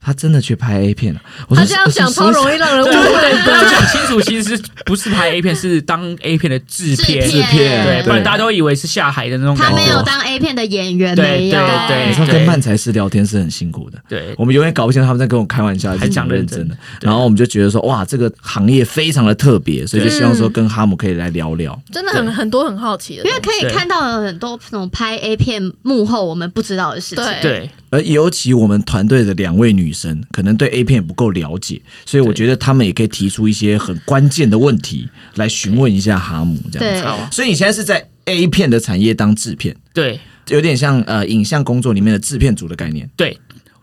Speaker 1: 他真的去拍 A 片了、啊我说
Speaker 4: 他这样讲超
Speaker 1: 易。
Speaker 4: 容易让 人误
Speaker 5: 对
Speaker 4: 会。
Speaker 5: 对，要讲清楚，其实是不是拍 A 片，是当 A 片的制片，
Speaker 3: 制
Speaker 1: 片
Speaker 5: 对，
Speaker 1: 对
Speaker 5: 不然大家都以为是下海的那种感
Speaker 3: 他
Speaker 5: 觉。
Speaker 3: 没有当 A 片的演员，没
Speaker 5: 对对
Speaker 3: 有。啊
Speaker 5: 对
Speaker 1: 你
Speaker 5: 对
Speaker 1: 说跟漫才师聊天是很辛苦的，
Speaker 5: 对
Speaker 1: 我们永远搞不清楚他们在跟我开玩笑还是
Speaker 5: 还讲
Speaker 1: 讲认
Speaker 5: 认真
Speaker 1: 真的。然后我们就觉得说，哇，这个行业非常的特别，所以就希望说跟哈姆可以来聊聊。
Speaker 4: 真的很很多很好奇的
Speaker 3: 因，为可以
Speaker 5: 对
Speaker 3: 看到有很多那种拍 A 片幕后我们不知道的事情。
Speaker 4: 对
Speaker 5: 对
Speaker 1: 而尤其我们团队的两位女生，可能对 A 片也不够了解，所以我觉得她们也可以提出一些很关键的问题来询问一下哈姆这样
Speaker 3: 对
Speaker 1: 子。，所以你现在是在 A 片的产业当制片，
Speaker 5: 对
Speaker 1: 有点像呃影像工作里面的制片组的概念。
Speaker 5: 对，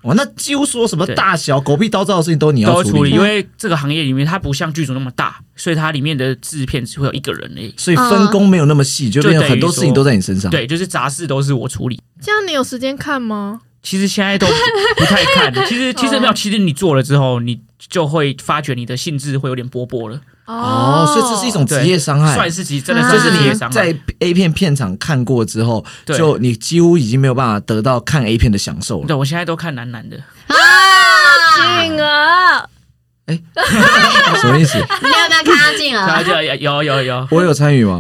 Speaker 1: 哇，那几乎所有什么
Speaker 5: 对
Speaker 1: 大小狗屁叨灶的事情都你
Speaker 5: 都
Speaker 1: 要
Speaker 5: 处理，
Speaker 1: 理
Speaker 5: 因，为这个行业里面它不像剧组那么大，所以它里面的制片只会有一个人而已。
Speaker 1: 所以分工没有那么细，就
Speaker 5: 就
Speaker 1: 变成
Speaker 5: 等于
Speaker 1: 很多事情都在你身上。，
Speaker 5: 对，就是杂事都是我处理。
Speaker 4: 这样你有时间看吗？
Speaker 5: 其实现在都不 太看，其
Speaker 1: 哦
Speaker 5: 实其实没有，其实你做了之后，你就会发觉你的性质会有点波波了，
Speaker 1: 哦，所以这是一种职业伤害，
Speaker 5: 算是其实真的
Speaker 3: 啊
Speaker 5: 算是你的伤害。
Speaker 1: 在 A 片片场看过之后，
Speaker 5: 对
Speaker 1: 就你几乎已经没有办法得到看 A 片的享受了。
Speaker 5: 对，我现在都看男男的，
Speaker 3: 啊，
Speaker 4: 静儿，
Speaker 1: 什么意思？
Speaker 3: 你 有没有看到静啊
Speaker 5: 然后
Speaker 3: 儿？
Speaker 5: 就啊有有 有有，
Speaker 1: 我有参与吗？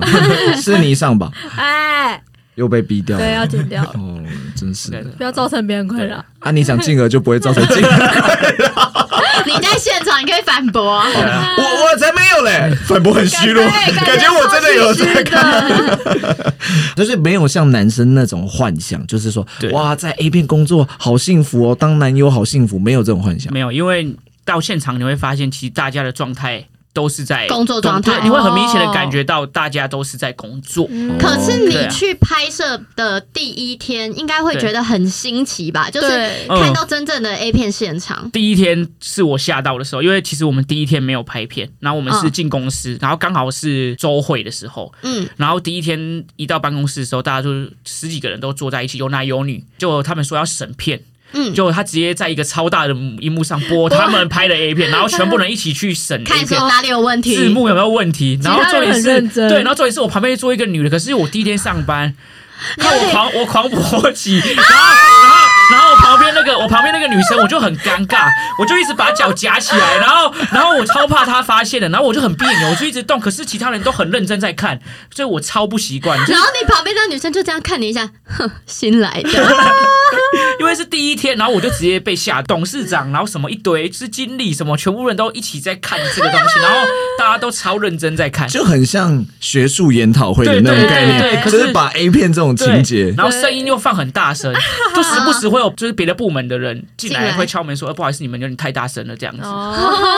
Speaker 1: 是你上吧？
Speaker 4: 哎，
Speaker 1: 又被逼掉了。
Speaker 4: 对，要剪掉，
Speaker 1: 哦，真是的
Speaker 4: 不要造成别人困扰。
Speaker 1: 啊！你想进而就不会造成 进而，
Speaker 3: 你在现场，你可以反驳。
Speaker 5: 对啊，
Speaker 1: 我我才没有嘞，反驳很虚弱，
Speaker 4: 感觉
Speaker 1: 感觉我真的有在看，
Speaker 4: 看，
Speaker 1: 就是没有像男生那种幻想，就是说
Speaker 5: 对
Speaker 1: 哇，在 A 片工作好幸福哦，当男优好幸福，没有这种幻想。
Speaker 5: 没有，因为到现场你会发现，其实大家的状态都是在
Speaker 3: 工作状态哦
Speaker 5: 对你会很明显的感觉到大家都是在工 作。
Speaker 4: 嗯
Speaker 3: 可是
Speaker 5: 对
Speaker 3: 你
Speaker 5: 啊
Speaker 3: 去拍摄的第一天，应该会觉得很新奇吧？就是
Speaker 4: 对，
Speaker 5: 嗯
Speaker 3: 看到真正的 A 片现场，
Speaker 5: 第一天是我吓到的时候，因为其实我们第一天没有拍片，然后我们是
Speaker 3: 嗯
Speaker 5: 进公司，然后刚好是周会的时候，
Speaker 3: 嗯，
Speaker 5: 然后第一天一到办公室的时候，大家就是十几个人都坐在一起，有男有女，就他们说要审片，
Speaker 3: 嗯
Speaker 5: 就他直接在一个超大的荧幕上播他们拍的 A 片，然后全部人一起去审 A
Speaker 3: 看说
Speaker 5: 片。
Speaker 3: 哪里有问题。
Speaker 5: 字幕有没有问题？然后重点
Speaker 4: 其他人很认
Speaker 5: 是，
Speaker 4: 真
Speaker 5: 对，然后重点是我旁边坐一个女的，可是我第一天上 班，看我狂我狂勃起，然后然后然后我旁边那个我旁边那个女生我就很尴尬，我就一直把脚夹起来，然后然后我超怕她发现的，然后我就很别扭，我就一直动，可是其他人都很认真在看，所以我超不习惯，就是
Speaker 3: 然后你旁边那女生就这样看你一下， 哼，新来 的，
Speaker 5: 因为是第一天，然后我就直接被吓，董事长，然后什么一堆是经理什么，全部人都一起在看这个东西，然后大家都超认真在看。
Speaker 1: 就很像学术研讨会的那种
Speaker 5: 对对
Speaker 1: 概
Speaker 5: 对对
Speaker 1: 念，
Speaker 5: 可
Speaker 1: 就是是把 A 片这种情节
Speaker 5: 对，然后声音又放很大声，就时不时会有就是别的部门的人进
Speaker 3: 进
Speaker 5: 来
Speaker 3: 来
Speaker 5: 会敲门说，呃不好意思，你们有点太大声了这样子。
Speaker 4: 哦，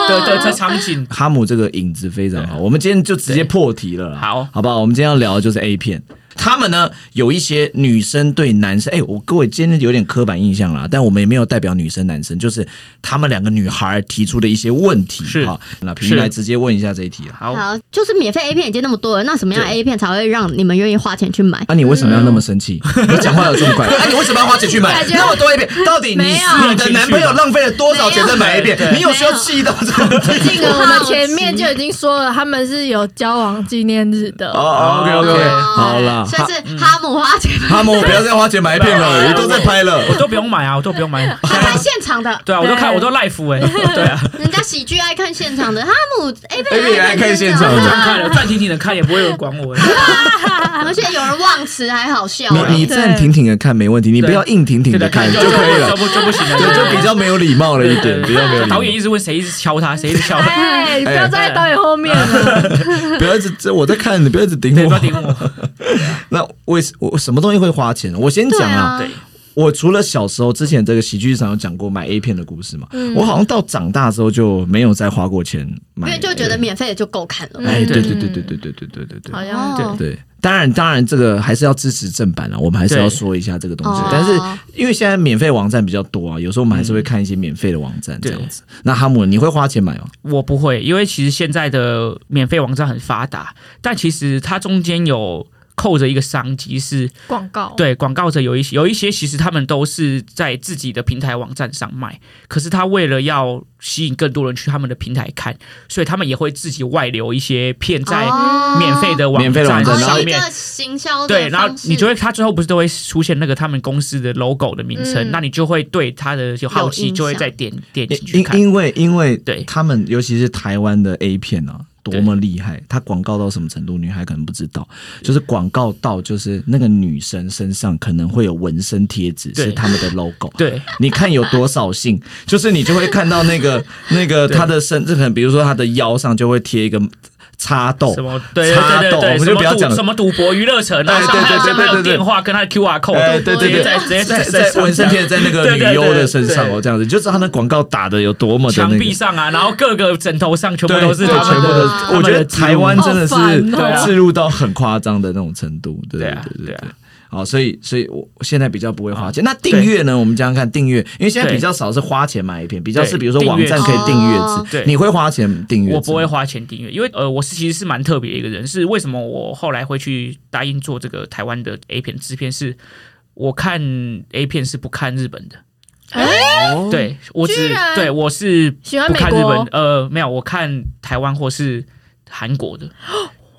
Speaker 5: 对对，这场景
Speaker 1: 哈姆这个影子非常好，我们今天就直接破题了啦，
Speaker 5: 好
Speaker 1: 好不好？我们今天要聊的就是 A 片。他们呢有一些女生对男生，哎、我各位今天有点刻板印象啦，但我们也没有代表女生男生，就是他们两个女孩提出的一些问题。
Speaker 5: 是
Speaker 1: 好，那平来直接问一下这一题啊，
Speaker 5: 好，
Speaker 3: 好，就是免费 A 片已经那么多了，那什么样的 A 片才会让你们愿意花钱去 买？
Speaker 1: 啊，你为什么要那么生气？你讲话有这么快？ 啊，你为什么要花钱去买
Speaker 4: 感觉
Speaker 1: 那么多 A 片？到底你
Speaker 4: 没有
Speaker 1: 是你的男朋友浪费了多少钱在买 A
Speaker 5: 没有
Speaker 1: 片？你有需要气到这种地步？
Speaker 4: 静儿，我们前面就已经说了，他们是有交往纪念日的。
Speaker 1: 哦，OK OK，好啦，
Speaker 3: 哦所以是哈姆花钱
Speaker 1: 哈姆，我不要再花钱买片了，哎我都在拍了。
Speaker 5: 我都不用买啊，我都不用买。
Speaker 3: 他拍现场的，
Speaker 5: 对啊，我都看，我都 live 哎、对啊，
Speaker 3: 人家喜剧爱看现场的，哈姆 A 片
Speaker 1: A 片也爱看现场
Speaker 5: 我
Speaker 1: 的
Speaker 5: 这样 看了，暂停停的看也不会有人管 我、哎
Speaker 3: 而且有人忘词还好笑欸，
Speaker 1: 你你站挺挺的看没问题，你不要硬挺挺
Speaker 5: 对
Speaker 1: 的
Speaker 5: 的，
Speaker 1: 看
Speaker 5: 看
Speaker 1: 就可以
Speaker 5: 就
Speaker 1: 了，
Speaker 5: 不就不行了，
Speaker 1: 对，就比较没有礼貌了一
Speaker 5: 对
Speaker 1: 点，
Speaker 5: 对
Speaker 1: 比较没有
Speaker 5: 对
Speaker 1: 礼
Speaker 5: 导演
Speaker 1: 貌。
Speaker 5: 一直问谁一直敲他，谁一直 敲他，
Speaker 4: 哎，你不要站在导演后面了。
Speaker 1: 不要一直这我在看，你不要一直顶
Speaker 5: 对，不要
Speaker 1: 我。
Speaker 5: 顶我。
Speaker 1: 那为什我什么东西会花钱？我先
Speaker 3: 对
Speaker 1: 讲
Speaker 3: 啊
Speaker 1: 啊，
Speaker 5: 对，
Speaker 1: 我除了小时候之前这个喜剧上有讲过买 A 片的故事嘛，我好像到长大之后就没有再花过钱
Speaker 3: 因
Speaker 1: 买，
Speaker 3: 为就觉得免费的就够看了。
Speaker 1: 哎，对对对
Speaker 5: 嗯
Speaker 1: 对对对对对对对
Speaker 4: 好像
Speaker 3: 哦，
Speaker 1: 对，当然，当然，这个还是要支持正版啊，我们还是
Speaker 5: 对
Speaker 1: 要说一下这个东西
Speaker 3: 哦。
Speaker 1: 但是因为现在免费网站比较多啊，有时候我们还是会看一些免费的网站这
Speaker 5: 对
Speaker 1: 样子。那哈姆，你会花钱买吗？
Speaker 5: 我不会，因为其实现在的免费网站很发达，但其实它中间有扣着一个商机是，
Speaker 4: 广
Speaker 3: 哦
Speaker 4: 告，
Speaker 5: 对广告者有一些有一些其实他们都是在自己的平台网站上卖，可是他为了要吸引更多人去他们的平台看，所以他们也会自己外流一些片在
Speaker 3: 哦
Speaker 5: 免费的网
Speaker 1: 免费的网
Speaker 5: 站
Speaker 1: 站
Speaker 3: 哦，
Speaker 5: 上
Speaker 3: 是一
Speaker 5: 面。
Speaker 3: 个行销的
Speaker 5: 对，然后
Speaker 3: 方式
Speaker 5: 你就会，他最后不是都会出现那个他们公司的 logo 的名称，
Speaker 4: 嗯
Speaker 5: 那你就会对他的有好
Speaker 3: 有
Speaker 5: 奇，
Speaker 3: 印象
Speaker 5: 就会再点点进去
Speaker 1: 因
Speaker 5: 看。
Speaker 1: 因为因为
Speaker 5: 对
Speaker 1: 他们，尤其是台湾的 A 片啊。多么厉害！它广告到什么程度，女孩可能不知道。就是广告到，就是那个女生身上可能会有纹身贴纸，
Speaker 5: 对
Speaker 1: 是他们的 logo。
Speaker 5: 对，
Speaker 1: 你看有多少性， 就是你就会看到那个那个
Speaker 5: 对
Speaker 1: 他的身，这可能比如说他的腰上就会贴一个插豆
Speaker 5: 什。么对对对对对，
Speaker 1: 哦我们
Speaker 5: 什
Speaker 1: 就不
Speaker 5: 么
Speaker 1: 要
Speaker 5: 赌
Speaker 1: 讲了
Speaker 5: 什么赌博娱乐城，然后上面还有
Speaker 1: 对对对
Speaker 5: 上面还有
Speaker 1: 对对对
Speaker 5: 电话跟他的 QR
Speaker 1: 哎
Speaker 5: code，
Speaker 1: 对对
Speaker 5: 直接
Speaker 1: 对
Speaker 5: 在直接
Speaker 1: 在
Speaker 5: 在
Speaker 1: 在纹身贴在那个
Speaker 5: 对对
Speaker 1: 女
Speaker 5: 对
Speaker 1: 优的
Speaker 5: 对
Speaker 1: 身上哦，这样子，你就知道他那广告打的有多么哦的那
Speaker 5: 墙
Speaker 1: 个
Speaker 5: 壁。上啊，然后各个枕头上全部
Speaker 1: 对
Speaker 5: 都是
Speaker 1: 对，
Speaker 5: 他
Speaker 1: 全
Speaker 5: 们
Speaker 1: 部
Speaker 5: 的
Speaker 1: 都
Speaker 5: 他
Speaker 1: 是，
Speaker 5: 们
Speaker 1: 我觉得
Speaker 5: 的
Speaker 1: 台湾真的
Speaker 4: 好
Speaker 1: 是
Speaker 4: 烦哦
Speaker 5: 对啊
Speaker 1: 置入到很夸张的那种程度，对对
Speaker 5: 对啊
Speaker 1: 对
Speaker 5: 对
Speaker 1: 对
Speaker 5: 啊。
Speaker 1: 好，所以所以我现在比较不会花钱。那订阅呢？我们讲讲看订阅，因为现在
Speaker 5: 对
Speaker 1: 比较少是花钱买一片，比较是
Speaker 5: 对
Speaker 1: 比如说网站
Speaker 5: 订阅
Speaker 1: 可以订阅
Speaker 3: 哦
Speaker 1: 制。
Speaker 5: 对
Speaker 1: 你会花钱订阅制吗？
Speaker 5: 我不会花钱订阅，因为呃，我是其实是蛮特别的一个人。是为什么我后来会去答应做这个台湾的 A 片制片？是我看 A 片是不看日本的。
Speaker 3: 哦
Speaker 5: 对我
Speaker 4: 居
Speaker 5: 只
Speaker 4: 然
Speaker 5: 对我是
Speaker 4: 喜欢
Speaker 5: 不
Speaker 4: 美
Speaker 5: 看日本
Speaker 4: 国，
Speaker 5: 呃没有，我看台湾或是韩国的。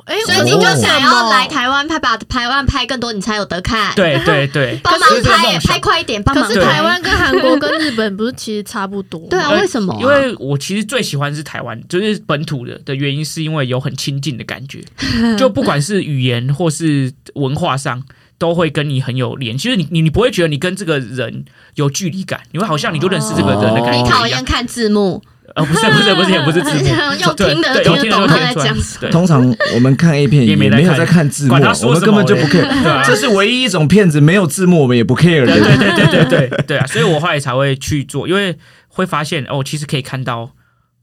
Speaker 4: 哎，
Speaker 3: 所以你
Speaker 4: 我
Speaker 3: 就
Speaker 4: 为什么
Speaker 3: 想要来台湾拍，把台湾拍更多，你才有得看。，
Speaker 5: 对对对，
Speaker 3: 帮
Speaker 1: 可
Speaker 3: 忙
Speaker 1: 是这个
Speaker 3: 拍
Speaker 1: 梦想
Speaker 3: 拍快一点，帮忙
Speaker 4: 可
Speaker 3: 拍。
Speaker 4: 是台湾跟韩国跟日本不是其实差不多？
Speaker 3: 对啊，
Speaker 5: 呃
Speaker 3: 为什么啊？
Speaker 5: 因为我其实最喜欢是台湾，就是本土的的原因，是因为有很亲近的感觉， 就不管是语言或是文化上。都会跟你很有联，其实你你你不会觉得你跟这个人有距离感，你会好像你就认识这个人的感觉
Speaker 3: 哦
Speaker 5: 一
Speaker 1: 哦
Speaker 3: 你
Speaker 5: 样。
Speaker 3: 讨厌看字幕，
Speaker 5: 呃，不是不是不是也不是 字幕，
Speaker 3: 用听的听
Speaker 5: 对对
Speaker 3: 得
Speaker 5: 我
Speaker 3: 懂
Speaker 5: 听
Speaker 3: 他
Speaker 5: 得
Speaker 3: 在
Speaker 5: 出来
Speaker 3: 讲什么。
Speaker 5: 对
Speaker 1: 通常我们看 A 片
Speaker 5: 也没在
Speaker 1: 没有
Speaker 5: 看
Speaker 1: 在看字幕，
Speaker 5: 管他说
Speaker 1: 我们
Speaker 5: 什
Speaker 1: 根本
Speaker 5: 么
Speaker 1: 就
Speaker 5: 嘞
Speaker 1: 不 care，
Speaker 5: 对啊
Speaker 1: 这是唯一一种片子没有字幕我们也不 care
Speaker 5: 对
Speaker 1: 的。
Speaker 5: 对对对对对对啊！所以我后来才会去做，因为会发现哦，其实可以看到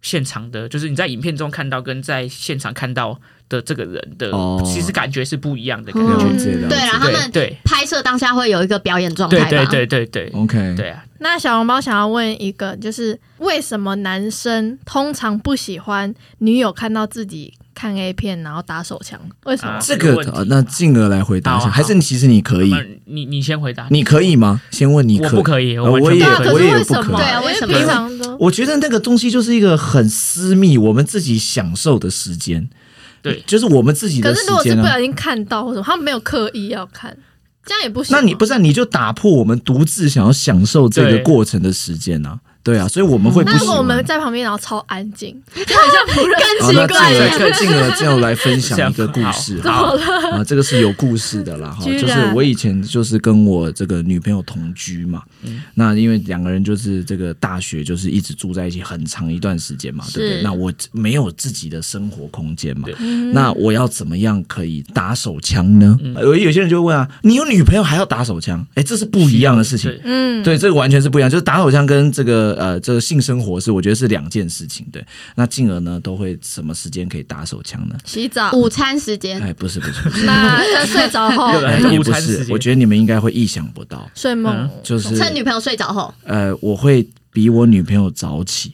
Speaker 5: 现场的，就是你在影片中看到跟在现场看到的这个人的，
Speaker 1: 哦
Speaker 5: 其实感觉是不一样的感
Speaker 1: 了
Speaker 5: 觉。
Speaker 3: 嗯
Speaker 1: 解了解
Speaker 3: 对，然后他们
Speaker 5: 对
Speaker 3: 拍摄当下会有一个表演状
Speaker 5: 对
Speaker 3: 态
Speaker 5: 对
Speaker 3: 吧？
Speaker 5: 对对对
Speaker 1: OK，
Speaker 5: 对啊！
Speaker 4: 那小笼包想要问一个，就是为什么男生通常不喜欢女友看到自己看 A 片然后打手枪？为什么？
Speaker 5: 啊
Speaker 1: 这
Speaker 5: 这个
Speaker 1: 个
Speaker 5: 问题
Speaker 1: 呃那静儿来回答一
Speaker 5: 好
Speaker 1: 下，
Speaker 5: 好
Speaker 1: 还是你其实你可以，
Speaker 5: 那你你先回答，
Speaker 1: 哦你可以吗？先问你
Speaker 5: 我
Speaker 1: 可
Speaker 5: 不可以，
Speaker 1: 呃
Speaker 5: 我完
Speaker 1: 我
Speaker 5: 全
Speaker 1: 也
Speaker 4: 对啊，
Speaker 5: 不
Speaker 4: 可
Speaker 5: 可
Speaker 1: 我
Speaker 5: 以
Speaker 1: 也
Speaker 4: 是为什
Speaker 1: 不可能
Speaker 4: 么？
Speaker 3: 对啊为什么
Speaker 4: 因平常都
Speaker 1: 我觉得那个东西就是一个很私密，我们自己享受的时间。
Speaker 5: 对
Speaker 1: 就是我们自己的
Speaker 4: 可
Speaker 1: 时
Speaker 4: 是如果是
Speaker 1: 间
Speaker 4: 不
Speaker 1: 啊。
Speaker 4: 小心看到或什么，他们没有刻意要看，这样也不行哦吗。
Speaker 1: 那你不是啊、你就打破我们独自想要享受这个
Speaker 5: 对
Speaker 1: 过程的时间啊？对啊，所以我们会不
Speaker 4: 嗯那如
Speaker 1: 喜
Speaker 4: 果
Speaker 1: 欢。
Speaker 4: 我们在旁边，然后超安静， 就很像仆人。
Speaker 1: 好，哦那
Speaker 3: 更奇
Speaker 1: 进
Speaker 3: 怪
Speaker 1: 而
Speaker 3: 了。
Speaker 1: 就进而这样来分享一个故事
Speaker 5: 好好
Speaker 1: 啊，这个是有故事的啦哈，
Speaker 4: 居
Speaker 1: 就
Speaker 4: 然
Speaker 1: 是我以前就是跟我这个女朋友同居嘛，那因为两个人就是这个大学就是一直住在一起很长一段时间嘛，对不对？
Speaker 3: 是嗯
Speaker 1: 那我没有自己的生活空间嘛，那我要怎么样可以打手枪呢？有有些人就会问啊，你有女朋友还要打手枪？哎，这是不一样的事情。
Speaker 5: 对
Speaker 4: 嗯，
Speaker 1: 对，这个完全是不一样，就是打手枪跟这个呃这个性生活是我觉得是两件事情。对，那进而呢都会什么时间可以打手枪呢？
Speaker 4: 洗澡。
Speaker 3: 午餐时间，
Speaker 1: 哎，不是不 是，不是
Speaker 4: 那在睡着后
Speaker 5: 又来
Speaker 1: 哎
Speaker 5: 午
Speaker 1: 也不
Speaker 5: 餐时
Speaker 1: 是，
Speaker 5: 间
Speaker 1: 我觉得你们应该会意想不到，
Speaker 4: 睡梦，
Speaker 1: 就是
Speaker 3: 趁女朋友睡着后，
Speaker 1: 呃我会比我女朋友早起，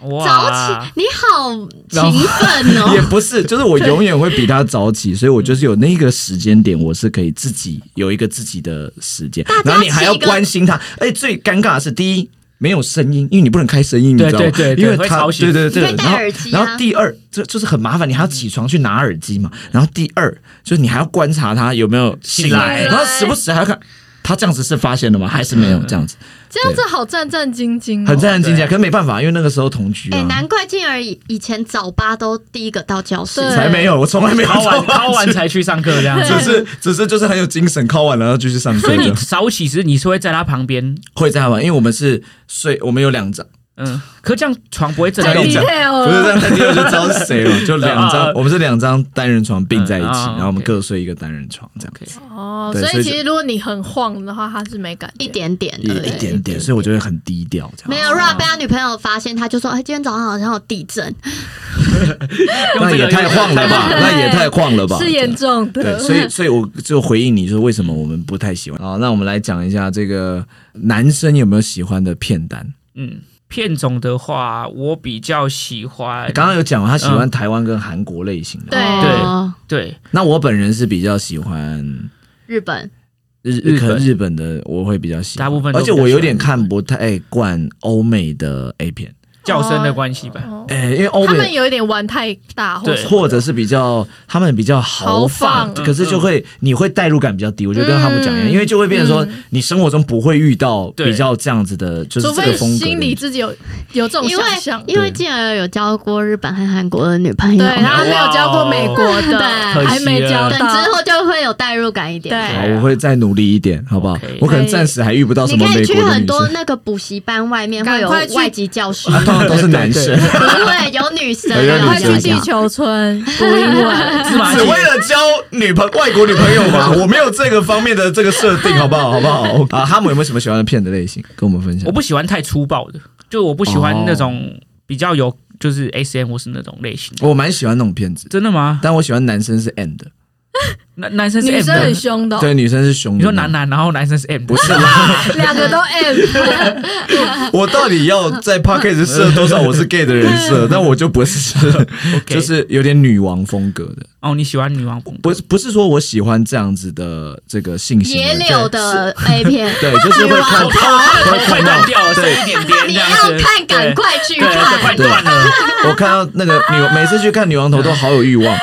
Speaker 3: 早
Speaker 5: 哇
Speaker 3: 起，，你好勤奋
Speaker 1: 也
Speaker 3: 哦。
Speaker 1: 不是，就是我永远会比她早起，所以我就是有那个时间点，我是可以自己有一个自己的时间，
Speaker 3: 家
Speaker 1: 然后你还要
Speaker 3: 起一个
Speaker 1: 关心她。哎，最尴尬的是第一。没有声音，因为你不能开声音，你知道吗？
Speaker 5: 对对对
Speaker 1: 因为
Speaker 5: 会
Speaker 1: 他
Speaker 5: 吵醒
Speaker 1: 对对对，
Speaker 3: 你可以戴
Speaker 1: 然后
Speaker 3: 耳机啊
Speaker 1: 然后第二，这就是很麻烦，你还要起床去拿耳机嘛。然后第二，就是你还要观察他有没有醒
Speaker 5: 醒
Speaker 1: 来，
Speaker 5: 来
Speaker 1: 然后时不时还要看他这样子是发现了吗？还是没有这样子？
Speaker 3: 嗯
Speaker 4: 这样子好战战兢兢哦。
Speaker 1: 很战战兢兢，可是没办法，因为那个时候同居
Speaker 3: 哎，
Speaker 1: 啊，
Speaker 3: 难怪静儿以以前早八都第一个到教室，
Speaker 4: 对
Speaker 1: 才没有，我从来没有
Speaker 5: 考
Speaker 1: 早
Speaker 5: 完考完才去上课这 样
Speaker 1: 只
Speaker 5: 子。
Speaker 1: 是只是就是很有精神，考完了然后继续上课
Speaker 5: 所以
Speaker 1: 这
Speaker 5: 你
Speaker 1: 样。
Speaker 5: 早起时你是会在他旁边，
Speaker 1: 会在玩，因为我们是睡，我们有两张，
Speaker 5: 嗯，可这样床不会震
Speaker 1: 在
Speaker 5: 动
Speaker 1: 一
Speaker 4: 太哦
Speaker 1: 起不
Speaker 4: detail
Speaker 5: 吗。
Speaker 1: 是这
Speaker 4: 了。
Speaker 1: 样，大家就知道是谁 了。就两
Speaker 5: 啊啊
Speaker 1: 张，我们是两张单人床并在一起，
Speaker 5: 嗯啊
Speaker 1: 然后我们
Speaker 5: OK
Speaker 1: 各睡一个单人床，这样
Speaker 5: OK
Speaker 4: 哦，
Speaker 1: 对
Speaker 4: 所
Speaker 1: 所以
Speaker 4: 以其实如果你很晃的话，他是没感觉。
Speaker 3: 一点点
Speaker 1: 一
Speaker 3: 而已
Speaker 1: 一点哦点，所以我觉得很低调，这样
Speaker 3: 没有。如果被他女朋友发现，他就说：“哎，今天早上好像有地震。
Speaker 5: 用
Speaker 1: 那
Speaker 5: 这个
Speaker 1: 也太晃了吧，
Speaker 4: 对
Speaker 1: 那也太晃了吧，
Speaker 4: 是严重的。
Speaker 1: 对， 所以所以我就回应你，就是为什么我们不太喜欢啊？那我们来讲一下这个男生有没有喜欢的片单？
Speaker 5: 嗯，片种的话，我比较喜欢。
Speaker 1: 刚刚有讲他喜欢台湾跟韩国类型”的，
Speaker 4: 对
Speaker 3: 哦
Speaker 5: 对，
Speaker 1: 那我本人是比较喜欢
Speaker 3: 日本
Speaker 1: 日
Speaker 5: 日
Speaker 1: 可
Speaker 5: 本
Speaker 1: 能日本的，我会比较喜欢，
Speaker 5: 大部分都
Speaker 1: 而
Speaker 5: 比
Speaker 1: 且
Speaker 5: 较
Speaker 1: 我有
Speaker 5: 喜欢
Speaker 1: 点
Speaker 5: 日本
Speaker 1: 看不太惯欧美的 A 片，
Speaker 5: 叫声的关系吧。
Speaker 4: 哦
Speaker 1: 哎、因为欧
Speaker 4: 他们
Speaker 1: 美
Speaker 4: 有一点玩太大，或
Speaker 5: 对嗯
Speaker 4: 者
Speaker 1: 或者是比较他们比较豪
Speaker 4: 豪放
Speaker 1: 可是就会、你会代入感比较低，我觉得跟他们讲一样，
Speaker 4: 嗯
Speaker 1: 因为就会变成说、你生活中不会遇到
Speaker 5: 对
Speaker 1: 比较这样子的，就是
Speaker 4: 除
Speaker 1: 这个
Speaker 4: 非
Speaker 1: 风格的
Speaker 4: 心里自己有有这种
Speaker 3: 因为
Speaker 4: 想象。
Speaker 3: 因为静儿有交过日本和韩国的女朋友
Speaker 4: 对，，然后没有交过美国的，
Speaker 3: 对
Speaker 4: 还没交
Speaker 3: 等
Speaker 4: 到。
Speaker 3: 之后就会有代入感一点。
Speaker 5: 哦
Speaker 4: 对
Speaker 1: 好，我会再努力一点，好不好
Speaker 5: OK
Speaker 1: 我可能暂时还遇不到什
Speaker 3: 你
Speaker 1: 么
Speaker 3: 可
Speaker 1: 美
Speaker 3: 以
Speaker 1: 国
Speaker 3: 去
Speaker 1: 的
Speaker 3: 很
Speaker 1: 女
Speaker 3: 多
Speaker 1: 生。
Speaker 3: 那个补习班外面会有
Speaker 4: 赶快去
Speaker 3: 外籍教师，
Speaker 1: 啊 通常都是男生，
Speaker 3: 不会有女生，
Speaker 1: 有
Speaker 4: 赶
Speaker 1: 女
Speaker 4: 快
Speaker 1: 生
Speaker 4: 去地球 村不一晚，
Speaker 5: 芝麻
Speaker 1: 只为了交女朋外国女朋友 嘛？我没有这个方面的这个设定，好不好？好不好？OK 啊，哈姆有没有什么喜欢的片的类型跟我们分享
Speaker 5: 我？不喜欢太粗暴的，就我不喜欢那种
Speaker 1: 哦
Speaker 5: 比较有就是 S M 或是那种类型的。
Speaker 1: 我蛮喜欢那种片子，
Speaker 5: 真的吗？
Speaker 1: 但我喜欢男生是 M 的，
Speaker 5: 男男生是
Speaker 4: 女
Speaker 5: M
Speaker 4: 生
Speaker 5: 的
Speaker 4: 很，凶的哦，
Speaker 1: 对，女生是熊。
Speaker 5: 你 说男？男，然后男生是 M
Speaker 1: 不
Speaker 5: 的，
Speaker 1: 是 啦，
Speaker 4: 两个都 M，
Speaker 1: 我到底要在 p o c k e t 设多少我是 gay 的人设？但我就不是，
Speaker 5: OK
Speaker 1: 就是有点女王风格的。
Speaker 5: 哦，你喜欢女王风格
Speaker 1: 不是不是说我喜欢这样子的这个性行
Speaker 3: 野
Speaker 1: 为，
Speaker 3: 柳的 A 片，
Speaker 1: 对，就是会看到，会
Speaker 5: 快
Speaker 1: 看
Speaker 5: 断
Speaker 1: 到，
Speaker 5: 掉了，剩一点点
Speaker 3: 你
Speaker 5: 这样
Speaker 3: 要
Speaker 5: 子。
Speaker 3: 看赶快去
Speaker 5: 对对，对快
Speaker 3: 看。
Speaker 5: 断了。
Speaker 1: 我看到那个女，每次去看女王头都好有欲 望，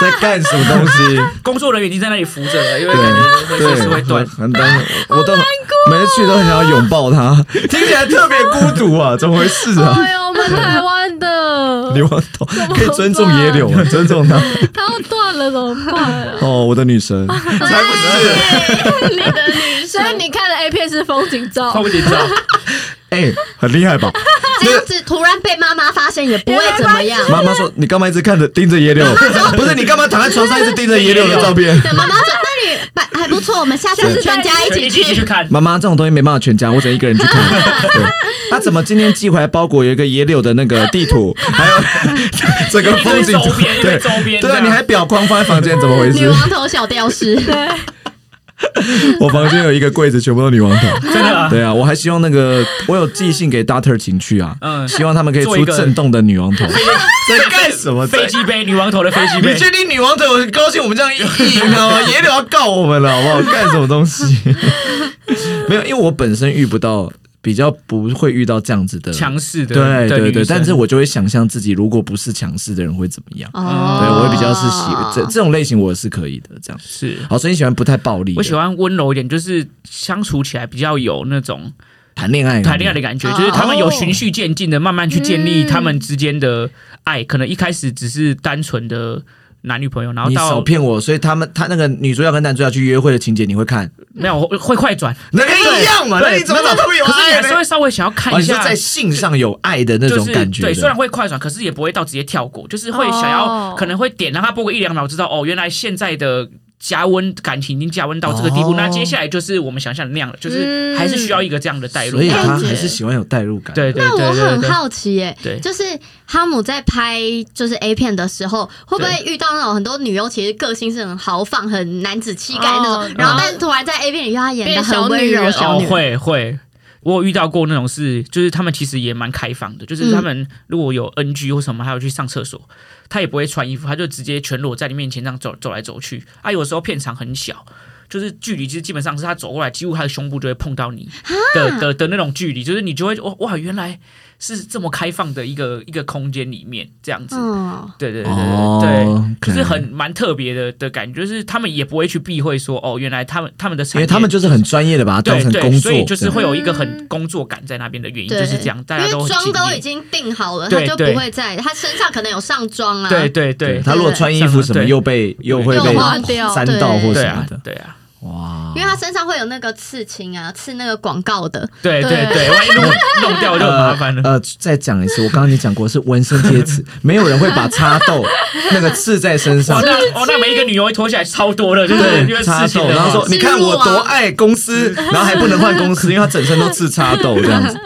Speaker 1: 在干什么东 西？
Speaker 5: 工作人员已经在那里扶着了，因为感觉
Speaker 1: 对
Speaker 5: 随
Speaker 1: 对，
Speaker 5: 时会断。
Speaker 3: 哦
Speaker 1: 很担心，我都每次去都很想要拥抱他， 听起来特别孤独 啊，怎么回事啊？
Speaker 4: 哎呦，我们台湾的，
Speaker 1: 刘王头可以尊重野柳， 尊重他。
Speaker 4: 它要断了怎么办啊？
Speaker 1: 哦，我的女 神，才不是！
Speaker 3: 你的女
Speaker 4: 所以
Speaker 3: 生，
Speaker 4: 你看的 A 片是风景照，
Speaker 5: 超不紧张，
Speaker 1: 哎，很厉害吧？
Speaker 3: 这样子突然被妈妈发现也不会怎么样。
Speaker 1: 妈妈说你干嘛一直看着盯着野 柳？不是你干嘛躺在床上一直盯着野柳的照片？
Speaker 3: 对，妈妈说那里蛮还不错，我们下次全家 一起
Speaker 5: 一起去
Speaker 3: 去。
Speaker 5: 看。
Speaker 1: 妈妈，这种东西没办法全家，我只能一个人去看。 对，那、怎么今天寄回来包裹有一个野柳的那个地图， 还有整个风景图
Speaker 5: 一堆周边一堆
Speaker 1: 对
Speaker 5: 周
Speaker 1: 对
Speaker 5: 边这
Speaker 1: 啊，
Speaker 5: 样
Speaker 1: 你还表框放在房间，怎么回
Speaker 3: 女
Speaker 1: 事？
Speaker 3: 王头小吊 饰，
Speaker 1: 我房间有一个柜子，全部都女王头。
Speaker 5: 真的 啊，
Speaker 1: 对啊，我还希望那个我有寄信给 Doctor 情趣啊，
Speaker 5: 嗯
Speaker 1: 希望他们可以
Speaker 5: 做
Speaker 1: 出
Speaker 5: 一个
Speaker 1: 震动的女王头。 在干什么？
Speaker 5: 飞机杯，女王头的飞机
Speaker 1: 你
Speaker 5: 杯。
Speaker 1: 确定女王头很高兴我们这样意淫吗？野柳要告我们了，好不好？干什么东西？没有，因为我本身遇不到，比较不会遇到这样子的
Speaker 5: 强势的，
Speaker 1: 对
Speaker 5: 的
Speaker 1: 对
Speaker 5: 女
Speaker 1: 对，
Speaker 5: 生
Speaker 1: 但是我就会想象自己如果不是强势的人会怎么样。对，
Speaker 3: 哦
Speaker 1: 我会比较是喜这这种类型，我是可以的。这样，
Speaker 5: 是
Speaker 1: 好，所以你喜欢不太暴力的，
Speaker 5: 我喜欢温柔一点，就是相处起来比较有那种
Speaker 1: 谈恋爱，
Speaker 5: 谈恋爱的感觉，
Speaker 3: 哦
Speaker 5: 就是他们有循序渐进的，慢慢去建立他们之间的爱。可能一开始只是单纯的男女朋友，然后
Speaker 1: 你少
Speaker 5: 到
Speaker 1: 骗我，所以他们他那个女主角跟男主角去约会的情节，你会看，
Speaker 5: 没有会会快转，
Speaker 1: 那个一样嘛？那你怎么知道他们有
Speaker 5: 可是你
Speaker 1: 爱
Speaker 5: 还是
Speaker 1: 呢
Speaker 5: 会？稍微想要看
Speaker 1: 哦，
Speaker 5: 一
Speaker 1: 你说
Speaker 5: 下。
Speaker 1: 在性上有爱的那
Speaker 5: 哎就
Speaker 1: 种
Speaker 5: 是
Speaker 1: 感觉的，
Speaker 5: 对，虽然会快转，可是也不会到直接跳过，就是会想要、
Speaker 4: 哦
Speaker 5: 可能会点让他播个一两秒，知道哦，原来现在的加温感情已经加温到这个地步，
Speaker 1: 哦
Speaker 5: 那接下来就是我们想象的那样了，就是
Speaker 4: 嗯
Speaker 5: 还是需要一个这样的带入
Speaker 1: 所以
Speaker 5: 感。
Speaker 1: 他还是喜欢有代入感。
Speaker 5: 对对
Speaker 3: 那
Speaker 5: 对
Speaker 3: 我
Speaker 5: 对
Speaker 3: 很
Speaker 5: 对，
Speaker 3: 好奇耶、
Speaker 5: 对
Speaker 3: 就是哈姆在拍就是 A 片的时候，会不会遇到那种很多女优其实个性是很豪放、很男子气概那种，
Speaker 4: 哦
Speaker 3: 然后但是突然在 A 片里她演的很温
Speaker 4: 变
Speaker 3: 柔
Speaker 4: 小
Speaker 3: 小
Speaker 5: 哦
Speaker 3: 女，人，
Speaker 5: 会会。我有遇到过那种事，就是他们其实也蛮开放的，
Speaker 3: 嗯
Speaker 5: 就是他们如果有 NG 或什么，还有去上厕所，他也不会穿衣服，他就直接全裸在你面前这样走走来走去。啊，有时候片场很小，就是距离就是基本上是他走过来，几乎他的胸部就会碰到你的的的那种距离，就是你就会哇哇，原来是这么开放的一个一个空间里面这样子。
Speaker 3: 嗯，
Speaker 5: 对对对
Speaker 1: 哦
Speaker 5: 对对，
Speaker 1: OK
Speaker 5: 就是很蛮特别的的感觉，就是他们也不会去避讳说哦，原来他们他们的
Speaker 1: 因
Speaker 5: 产
Speaker 1: 为
Speaker 5: 业
Speaker 1: 他们就是很专业的把它当
Speaker 5: 对
Speaker 1: 成
Speaker 5: 对，
Speaker 1: 工作，
Speaker 5: 所以就是会有一个
Speaker 4: 嗯
Speaker 5: 很工作感在那边的原因
Speaker 3: 嗯对，
Speaker 5: 就是这样，大家
Speaker 3: 因
Speaker 5: 都
Speaker 3: 为
Speaker 5: 很
Speaker 3: 妆
Speaker 5: 敬
Speaker 3: 都
Speaker 5: 业
Speaker 3: 已经定好了，她
Speaker 5: 对
Speaker 3: 就
Speaker 5: 对
Speaker 3: 不会在她身上可能有上妆啊，
Speaker 5: 对对对
Speaker 1: 对。他如果穿衣服什么
Speaker 5: 对
Speaker 1: 又被又会
Speaker 3: 又
Speaker 1: 被
Speaker 3: 花
Speaker 4: 掉
Speaker 1: 沾到或
Speaker 5: 对
Speaker 1: 什么
Speaker 5: 啊
Speaker 1: 的，，
Speaker 5: 对啊，
Speaker 1: 哇
Speaker 3: 因！为她身上会有那个刺青啊，刺那个广告的，
Speaker 5: 对对
Speaker 4: 对
Speaker 5: 对，万一弄弄掉就很麻烦了。
Speaker 1: 呃，再讲一次，我刚刚已经讲过是纹身贴纸，没有人会把插豆那个刺在身上
Speaker 5: 哇，，那哦，那每一个女优脱下来超多的，就是因为
Speaker 1: 呃插
Speaker 5: 事情
Speaker 1: 豆，
Speaker 5: 的
Speaker 1: 然后
Speaker 5: 话嗯
Speaker 1: 说你看我
Speaker 3: 啊
Speaker 1: 多爱公司，然后还不能换公司，因为他整身都刺插豆这样子，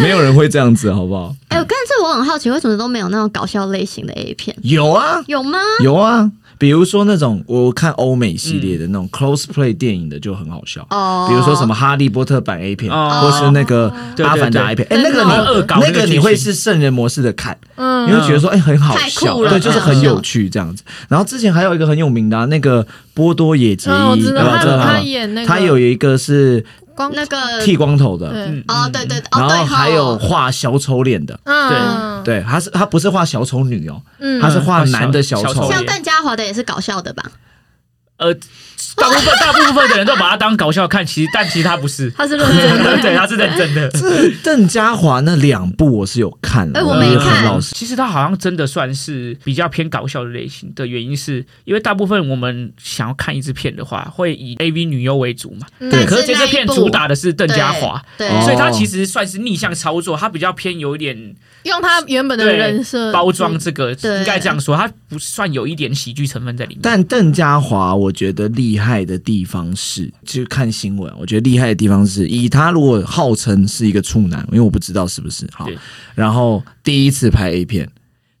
Speaker 1: 没有人会这样子，好不好？
Speaker 3: 哎、我但是我很好奇，为什么都没有那种搞笑类型的 A 片？
Speaker 1: 有啊，
Speaker 3: 有吗？
Speaker 1: 有啊，比如说那种我看欧美系列的那种 cosplay 电影的就很好笑，
Speaker 3: 哦
Speaker 1: 比如说什么《哈利波特》版 A 片，
Speaker 5: 哦
Speaker 1: 或是那个
Speaker 5: 对对
Speaker 1: 阿凡达
Speaker 5: 对
Speaker 1: A 片，哎，那个
Speaker 5: 很恶搞
Speaker 1: 你那
Speaker 5: 那
Speaker 1: 个
Speaker 5: 个
Speaker 1: 你
Speaker 5: 剧情
Speaker 1: 会是圣人模式的看，你
Speaker 4: 嗯，
Speaker 1: 会觉得说哎很好
Speaker 3: 太
Speaker 1: 笑
Speaker 3: 酷，了
Speaker 1: 对，就是
Speaker 5: 嗯
Speaker 1: 很有趣这样子。然后之前还有一个很有名的啊那个波多野结
Speaker 4: 嗯，我
Speaker 1: 衣，
Speaker 4: 知道
Speaker 1: 对吧
Speaker 4: 他
Speaker 1: 知道
Speaker 4: 他
Speaker 1: 吗？
Speaker 4: 演那个，
Speaker 1: 他有一个是
Speaker 4: 光
Speaker 3: 哦那个
Speaker 1: 剃光头的，
Speaker 4: 对，
Speaker 5: 嗯
Speaker 3: 哦，对对，哦
Speaker 1: 然
Speaker 3: 对
Speaker 1: 后
Speaker 3: 吼
Speaker 1: 还有画小丑脸的，
Speaker 4: 嗯，
Speaker 1: 对，他是他不是画小丑女哦，
Speaker 4: 嗯，，
Speaker 1: 他是画
Speaker 5: 嗯
Speaker 1: 男的小
Speaker 5: 小
Speaker 1: 丑
Speaker 5: 丑
Speaker 1: 脸
Speaker 5: 脸
Speaker 3: 像邓家华的也是搞笑的吧？
Speaker 5: 呃，大部分大部分的人都把它当搞笑看，其实但其实他不是
Speaker 4: 他是认真的。
Speaker 5: 对，他是认真的。
Speaker 1: 这邓家华那两部我是有看的，
Speaker 3: 哎我
Speaker 1: 就
Speaker 3: 没
Speaker 1: 是
Speaker 3: 看
Speaker 1: 呃很老实，
Speaker 5: 其实他好像真的算是比较偏搞笑的类型的原因是，因为大部分我们想要看一支片的话，会以 A V 女优为主嘛。
Speaker 4: 嗯
Speaker 3: 但
Speaker 5: 可是这
Speaker 3: 那
Speaker 5: 支
Speaker 3: 一
Speaker 5: 片
Speaker 3: 部
Speaker 5: 主打的是邓家华，
Speaker 3: 对，
Speaker 1: 哦
Speaker 5: 所以他其实算是逆向操作，他比较偏有一点
Speaker 4: 用他原本的
Speaker 5: 对
Speaker 4: 人设
Speaker 5: 包装，这个，
Speaker 3: 对
Speaker 5: 应该这样说，他不算有一点喜剧成分在里面。
Speaker 1: 但邓家华，我觉得厉害的地方是，就是看新闻，我觉得厉害的地方是，以他如果号称是一个处男，因为我不知道是不是好
Speaker 5: 对，
Speaker 1: 然后第一次拍 A 片，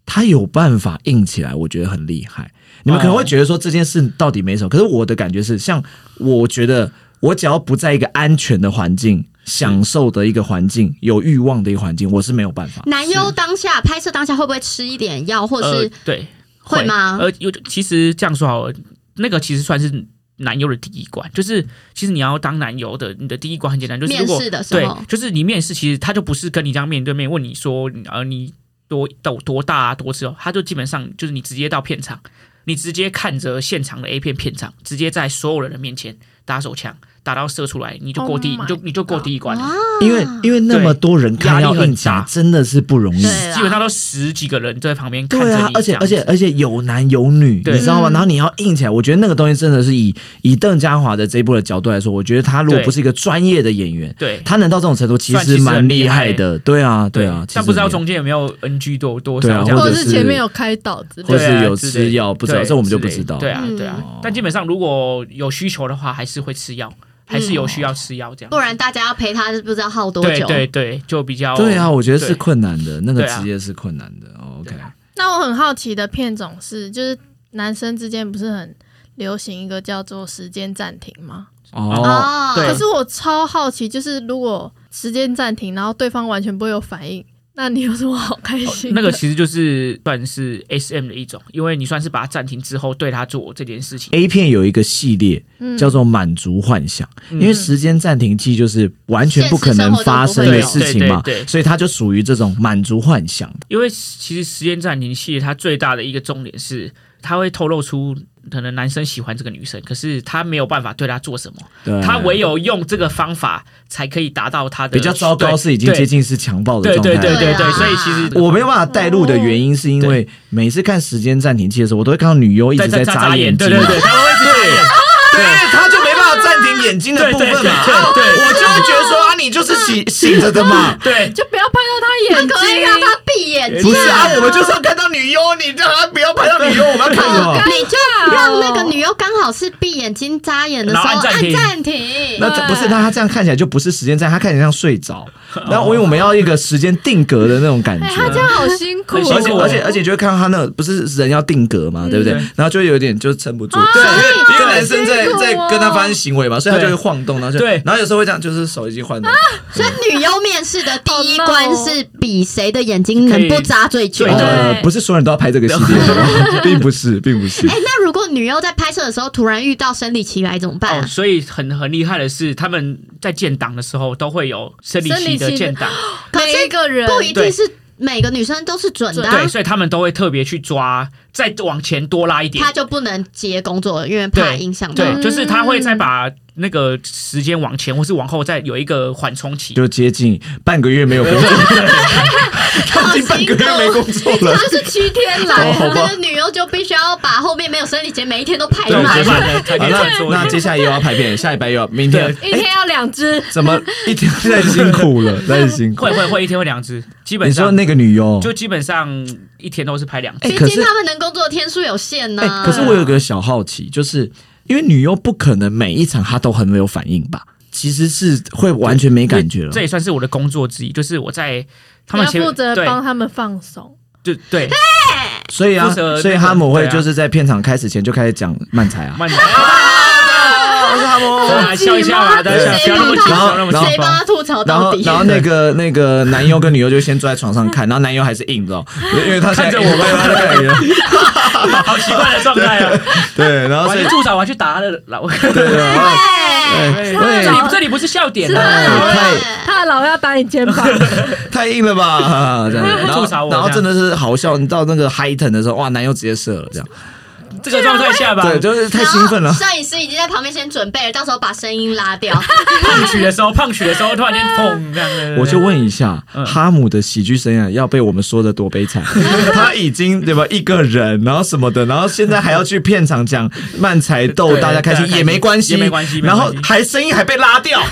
Speaker 1: 他有办法硬起来，我觉得很厉害。你们可能
Speaker 3: 哦
Speaker 1: 会觉得说这件事到底没什么，可是我的感觉是，像我觉得我只要不在一个安全的环境、享受的一个环境、有欲望的一个环境，我是没有办法。
Speaker 3: 男优当下拍摄当下会不会吃一点药，或者
Speaker 5: 呃
Speaker 3: 是，
Speaker 5: 对，
Speaker 3: 会吗
Speaker 5: 呃，有其实这样说好了，那个其实算是男优的第一关，就是其实你要当男优的，你的第一关很简单，就是如
Speaker 3: 面
Speaker 5: 果
Speaker 3: 试的时
Speaker 5: 对
Speaker 3: 候，？
Speaker 5: 就是你面试，其实他就不是跟你这样面对面问你说，呃，你多多多大啊，多久？他就基本上就是你直接到片场，你直接看着现场的 A 片片场，直接在所有人的面前打手枪，打到射出来，你就过第一，
Speaker 4: Oh my
Speaker 5: 你就你就过第一关了。
Speaker 1: 因为因为那么多人看
Speaker 5: 对
Speaker 1: 要
Speaker 5: 压力很
Speaker 1: 硬起来
Speaker 5: 大
Speaker 1: 真的是不容易。
Speaker 3: 对啦
Speaker 5: 基本上都十几个人都在旁边看着
Speaker 1: 对
Speaker 5: 你
Speaker 1: 啊，而
Speaker 5: 这
Speaker 1: 且
Speaker 5: 样
Speaker 1: 而
Speaker 5: 子
Speaker 1: 且而且有男有女，
Speaker 5: 对
Speaker 1: 你知道吗？
Speaker 4: 嗯
Speaker 1: 然后你要硬起来，我觉得那个东西真的是以以邓家华的这一部的角度来说，我觉得他如果
Speaker 5: 对
Speaker 1: 不是一个专业的演员，
Speaker 5: 对
Speaker 1: 他能到这种程度，其
Speaker 5: 算其
Speaker 1: 实
Speaker 5: 实
Speaker 1: 蛮
Speaker 5: 很
Speaker 1: 厉
Speaker 5: 厉
Speaker 1: 害
Speaker 5: 害
Speaker 1: 的。对啊，对啊，其
Speaker 5: 但
Speaker 1: 实
Speaker 5: 不知道
Speaker 1: 很厉害
Speaker 5: 中间有没有 NG 多多
Speaker 1: 对啊
Speaker 5: 少这样
Speaker 1: 或
Speaker 4: 或
Speaker 1: 者
Speaker 4: 者
Speaker 5: 子。
Speaker 1: 是
Speaker 4: 是前面有开导之类
Speaker 1: 或
Speaker 4: 的。
Speaker 5: 对啊
Speaker 1: 是有
Speaker 5: 之类
Speaker 1: 吃药
Speaker 5: 的
Speaker 1: 不知道
Speaker 5: 对
Speaker 1: 这我们就
Speaker 5: 之类
Speaker 1: 不知道
Speaker 5: 的对啊，
Speaker 3: 嗯
Speaker 5: 对啊
Speaker 1: 哦。
Speaker 5: 但基本上如果有需求的话，还是会吃药，还是有需要吃药这样。
Speaker 3: 嗯不然大家要陪他是不知道耗多
Speaker 5: 对
Speaker 3: 久。
Speaker 5: 对对，就比较
Speaker 1: 对啊，我觉得是
Speaker 5: 对
Speaker 1: 困难的，那个
Speaker 5: 对啊
Speaker 1: 职业是困难的。哦 OK，
Speaker 5: 对啊
Speaker 4: 那我很好奇的片种是，就是男生之间不是很流行一个叫做时间暂停吗？
Speaker 1: 哦，
Speaker 3: 哦，
Speaker 5: 对
Speaker 4: 可是我超好奇，就是如果时间暂停，然后对方完全不会有反应，那你有什么好开心的？
Speaker 5: 哦那个其实就是算是 S M 的一种，因为你算是把它暂停之后对他做这件事情。
Speaker 1: A 片有一个系列
Speaker 4: 嗯
Speaker 1: 叫做《满足幻想》，
Speaker 5: 嗯
Speaker 1: 因为时间暂停器就是完全不可能发生的
Speaker 5: 对
Speaker 1: 事情嘛，
Speaker 5: 对对对，
Speaker 1: 所以它就属于这种满足幻想。
Speaker 5: 因为其实时间暂停器它最大的一个重点是，它会透露出可能男生喜欢这个女生，可是他没有办法对她做什么，
Speaker 1: 对，
Speaker 5: 他唯有用这个方法才可以达到他的
Speaker 1: 比较糟糕
Speaker 5: 对
Speaker 1: 是已经
Speaker 5: 对
Speaker 1: 接近是强暴的
Speaker 5: 对
Speaker 1: 状态
Speaker 5: 对
Speaker 1: 了。
Speaker 5: 对
Speaker 3: 对
Speaker 5: 对
Speaker 3: 啊
Speaker 5: 对，所以其实
Speaker 1: 我没有办法带入的原因是因为每次看时间暂停器的时候，我都会看到女优一直
Speaker 5: 在在
Speaker 1: 眨
Speaker 5: 眼，
Speaker 1: 睛
Speaker 5: 对，对对，他会一 直眨眼，
Speaker 1: 对，她就没办法暂停眼睛的
Speaker 5: 对
Speaker 1: 部
Speaker 5: 对
Speaker 1: 分
Speaker 5: 对
Speaker 1: 嘛。啊
Speaker 5: 对对
Speaker 1: 我就会觉得说啊，你就是醒醒着的 嘛。
Speaker 5: 对
Speaker 4: 就不要拍到他啊
Speaker 3: 他
Speaker 4: 眼
Speaker 3: 可以
Speaker 4: 睛，
Speaker 3: 让他闭眼睛，
Speaker 1: 不是啊，我们就是 要看到女优，你让她不要拍 到女优，我们要看什么？
Speaker 3: 啊你就让那个女优刚好是闭眼睛眨眼的时候
Speaker 5: 然后按暂
Speaker 3: 按
Speaker 5: 停
Speaker 3: 暂停。
Speaker 1: 那这不是，那她这样看起来就不是时间站，她看起来像睡着。然后因为我们要一个时间定格的那种感觉。
Speaker 4: 哎，他这样好辛苦哦，
Speaker 5: 很辛
Speaker 1: 嗯而且
Speaker 5: 苦
Speaker 1: 而且而且就会看到他那个不是人要定格嘛，对不对
Speaker 5: 对？
Speaker 1: 然后就会有一点就是撑不住，
Speaker 5: 对
Speaker 1: 因为因为
Speaker 5: 对
Speaker 1: 男生在
Speaker 4: 辛苦哦
Speaker 1: 在跟他发生行为嘛，所以他就
Speaker 5: 对
Speaker 1: 会晃动，然后就
Speaker 5: 对
Speaker 1: 然后有时候会这样，就是手已经换了，
Speaker 3: 所以女优面试的第一
Speaker 4: 好
Speaker 3: 关
Speaker 4: 闹哦
Speaker 3: 是比谁的眼睛能不眨最久。
Speaker 5: 对
Speaker 3: 哎，
Speaker 1: 呃，不是所有人都要拍这个系列的，并不是，并不是。
Speaker 3: 哎那如果女优在拍摄的时候突然遇到生理期来怎么办
Speaker 5: 哦，
Speaker 3: 啊？
Speaker 5: 所以很很厉害的是，他们在建档的时候都会有生理
Speaker 4: 生理
Speaker 5: 期的
Speaker 4: 期
Speaker 5: 建档，
Speaker 3: 可
Speaker 4: 每一
Speaker 3: 是
Speaker 4: 个人
Speaker 3: 不一定是每个女生都是准的啊
Speaker 5: 对，，所以他们都会特别去抓，再往前多拉一点
Speaker 3: 她，就不能接工作，因为怕影响到。
Speaker 5: 对，就是他会再
Speaker 4: 嗯
Speaker 5: 把那个时间往前或是往后再有一个缓冲期，
Speaker 1: 就接近半个月没有工作，他已经半个月没工作了。
Speaker 3: 哦就是七天
Speaker 1: 哦
Speaker 3: 来，
Speaker 1: 好吧
Speaker 3: 那个女优就必须要把后面没有生理节每一天都排
Speaker 5: 对，
Speaker 3: 满
Speaker 5: 才。慢才可
Speaker 1: 好，
Speaker 5: 以算
Speaker 1: 那
Speaker 5: 作
Speaker 1: 那接下来又要拍片，下礼拜又要明天，哎
Speaker 4: 一天要两只，
Speaker 1: 怎么一天太辛苦了，太辛苦
Speaker 5: 会。会会一天会两只，基本
Speaker 1: 你说
Speaker 5: 上
Speaker 1: 那个女优，
Speaker 5: 就基本上一天都是拍两只。
Speaker 1: 哎，
Speaker 3: 毕
Speaker 1: 可是
Speaker 3: 竟他们能工作的天数有限啊呢、
Speaker 1: 哎、可是我有个小好奇，就是因为女优不可能每一场她都很有反应吧？其实是会完全没感觉了
Speaker 5: 这。也算是我的工作之一，就是我在他
Speaker 4: 你
Speaker 5: 们
Speaker 4: 要
Speaker 5: 前
Speaker 4: 负责
Speaker 5: 对
Speaker 4: 帮他们放松。
Speaker 5: 就对
Speaker 1: 所以啊，
Speaker 5: 负责那个
Speaker 1: 所以哈姆会
Speaker 5: 对啊
Speaker 1: 就是在片场开始前就开始讲慢才啊。
Speaker 5: 慢点，啊
Speaker 1: 我是哈姆。
Speaker 5: 来笑一下啊，大家笑不
Speaker 3: 谁
Speaker 5: 要那么
Speaker 1: 他
Speaker 3: 帮
Speaker 5: 紧，不要那么
Speaker 1: 然后
Speaker 5: 紧
Speaker 3: 谁帮
Speaker 5: 绷。
Speaker 3: 他吐槽
Speaker 1: 然
Speaker 3: 哦到
Speaker 1: 后，
Speaker 3: 底？
Speaker 1: 然后那个那个男优跟女优就先坐在床上看，然后男优还是硬的、哦，因为他现在
Speaker 5: 看着我们
Speaker 1: 对他在 看你
Speaker 5: 好奇怪的状态 啊！
Speaker 1: 对，然后
Speaker 5: 我
Speaker 1: 所
Speaker 5: 还
Speaker 1: 以
Speaker 5: 去助手，我还去打他的老。
Speaker 1: 对哦对，然后
Speaker 3: 哎
Speaker 1: 对
Speaker 5: 这里
Speaker 1: 对，
Speaker 5: 这里不是笑点啊！
Speaker 1: 太
Speaker 4: 他的老要打你肩膀，
Speaker 1: 太硬了吧？啊这样，然
Speaker 5: 吐槽
Speaker 1: 后
Speaker 5: 我
Speaker 1: 然后
Speaker 5: 这样
Speaker 1: 真的是好笑，你到那个 high ten 的时候，哇，男优直接射了这样。
Speaker 5: 这个状态下吧，
Speaker 1: 对，就是太兴奋了
Speaker 3: 然后。摄影师已经在旁边先准备了，到时候把声音 拉掉。
Speaker 5: 胖曲的时候，胖曲的时候突然间砰这样对对对
Speaker 1: 我就问一下，
Speaker 5: 嗯
Speaker 1: 哈姆的喜剧生涯要被我们说的多悲 惨？他已经对吧，一个人，然后什么的，然后现在还要去片场讲漫才逗
Speaker 5: 对
Speaker 1: 大家开
Speaker 5: 大家开
Speaker 1: 心，
Speaker 5: 心
Speaker 1: 也没关系，
Speaker 5: 也没关系没
Speaker 1: 然后
Speaker 5: 关系
Speaker 1: 还声音还被拉 掉，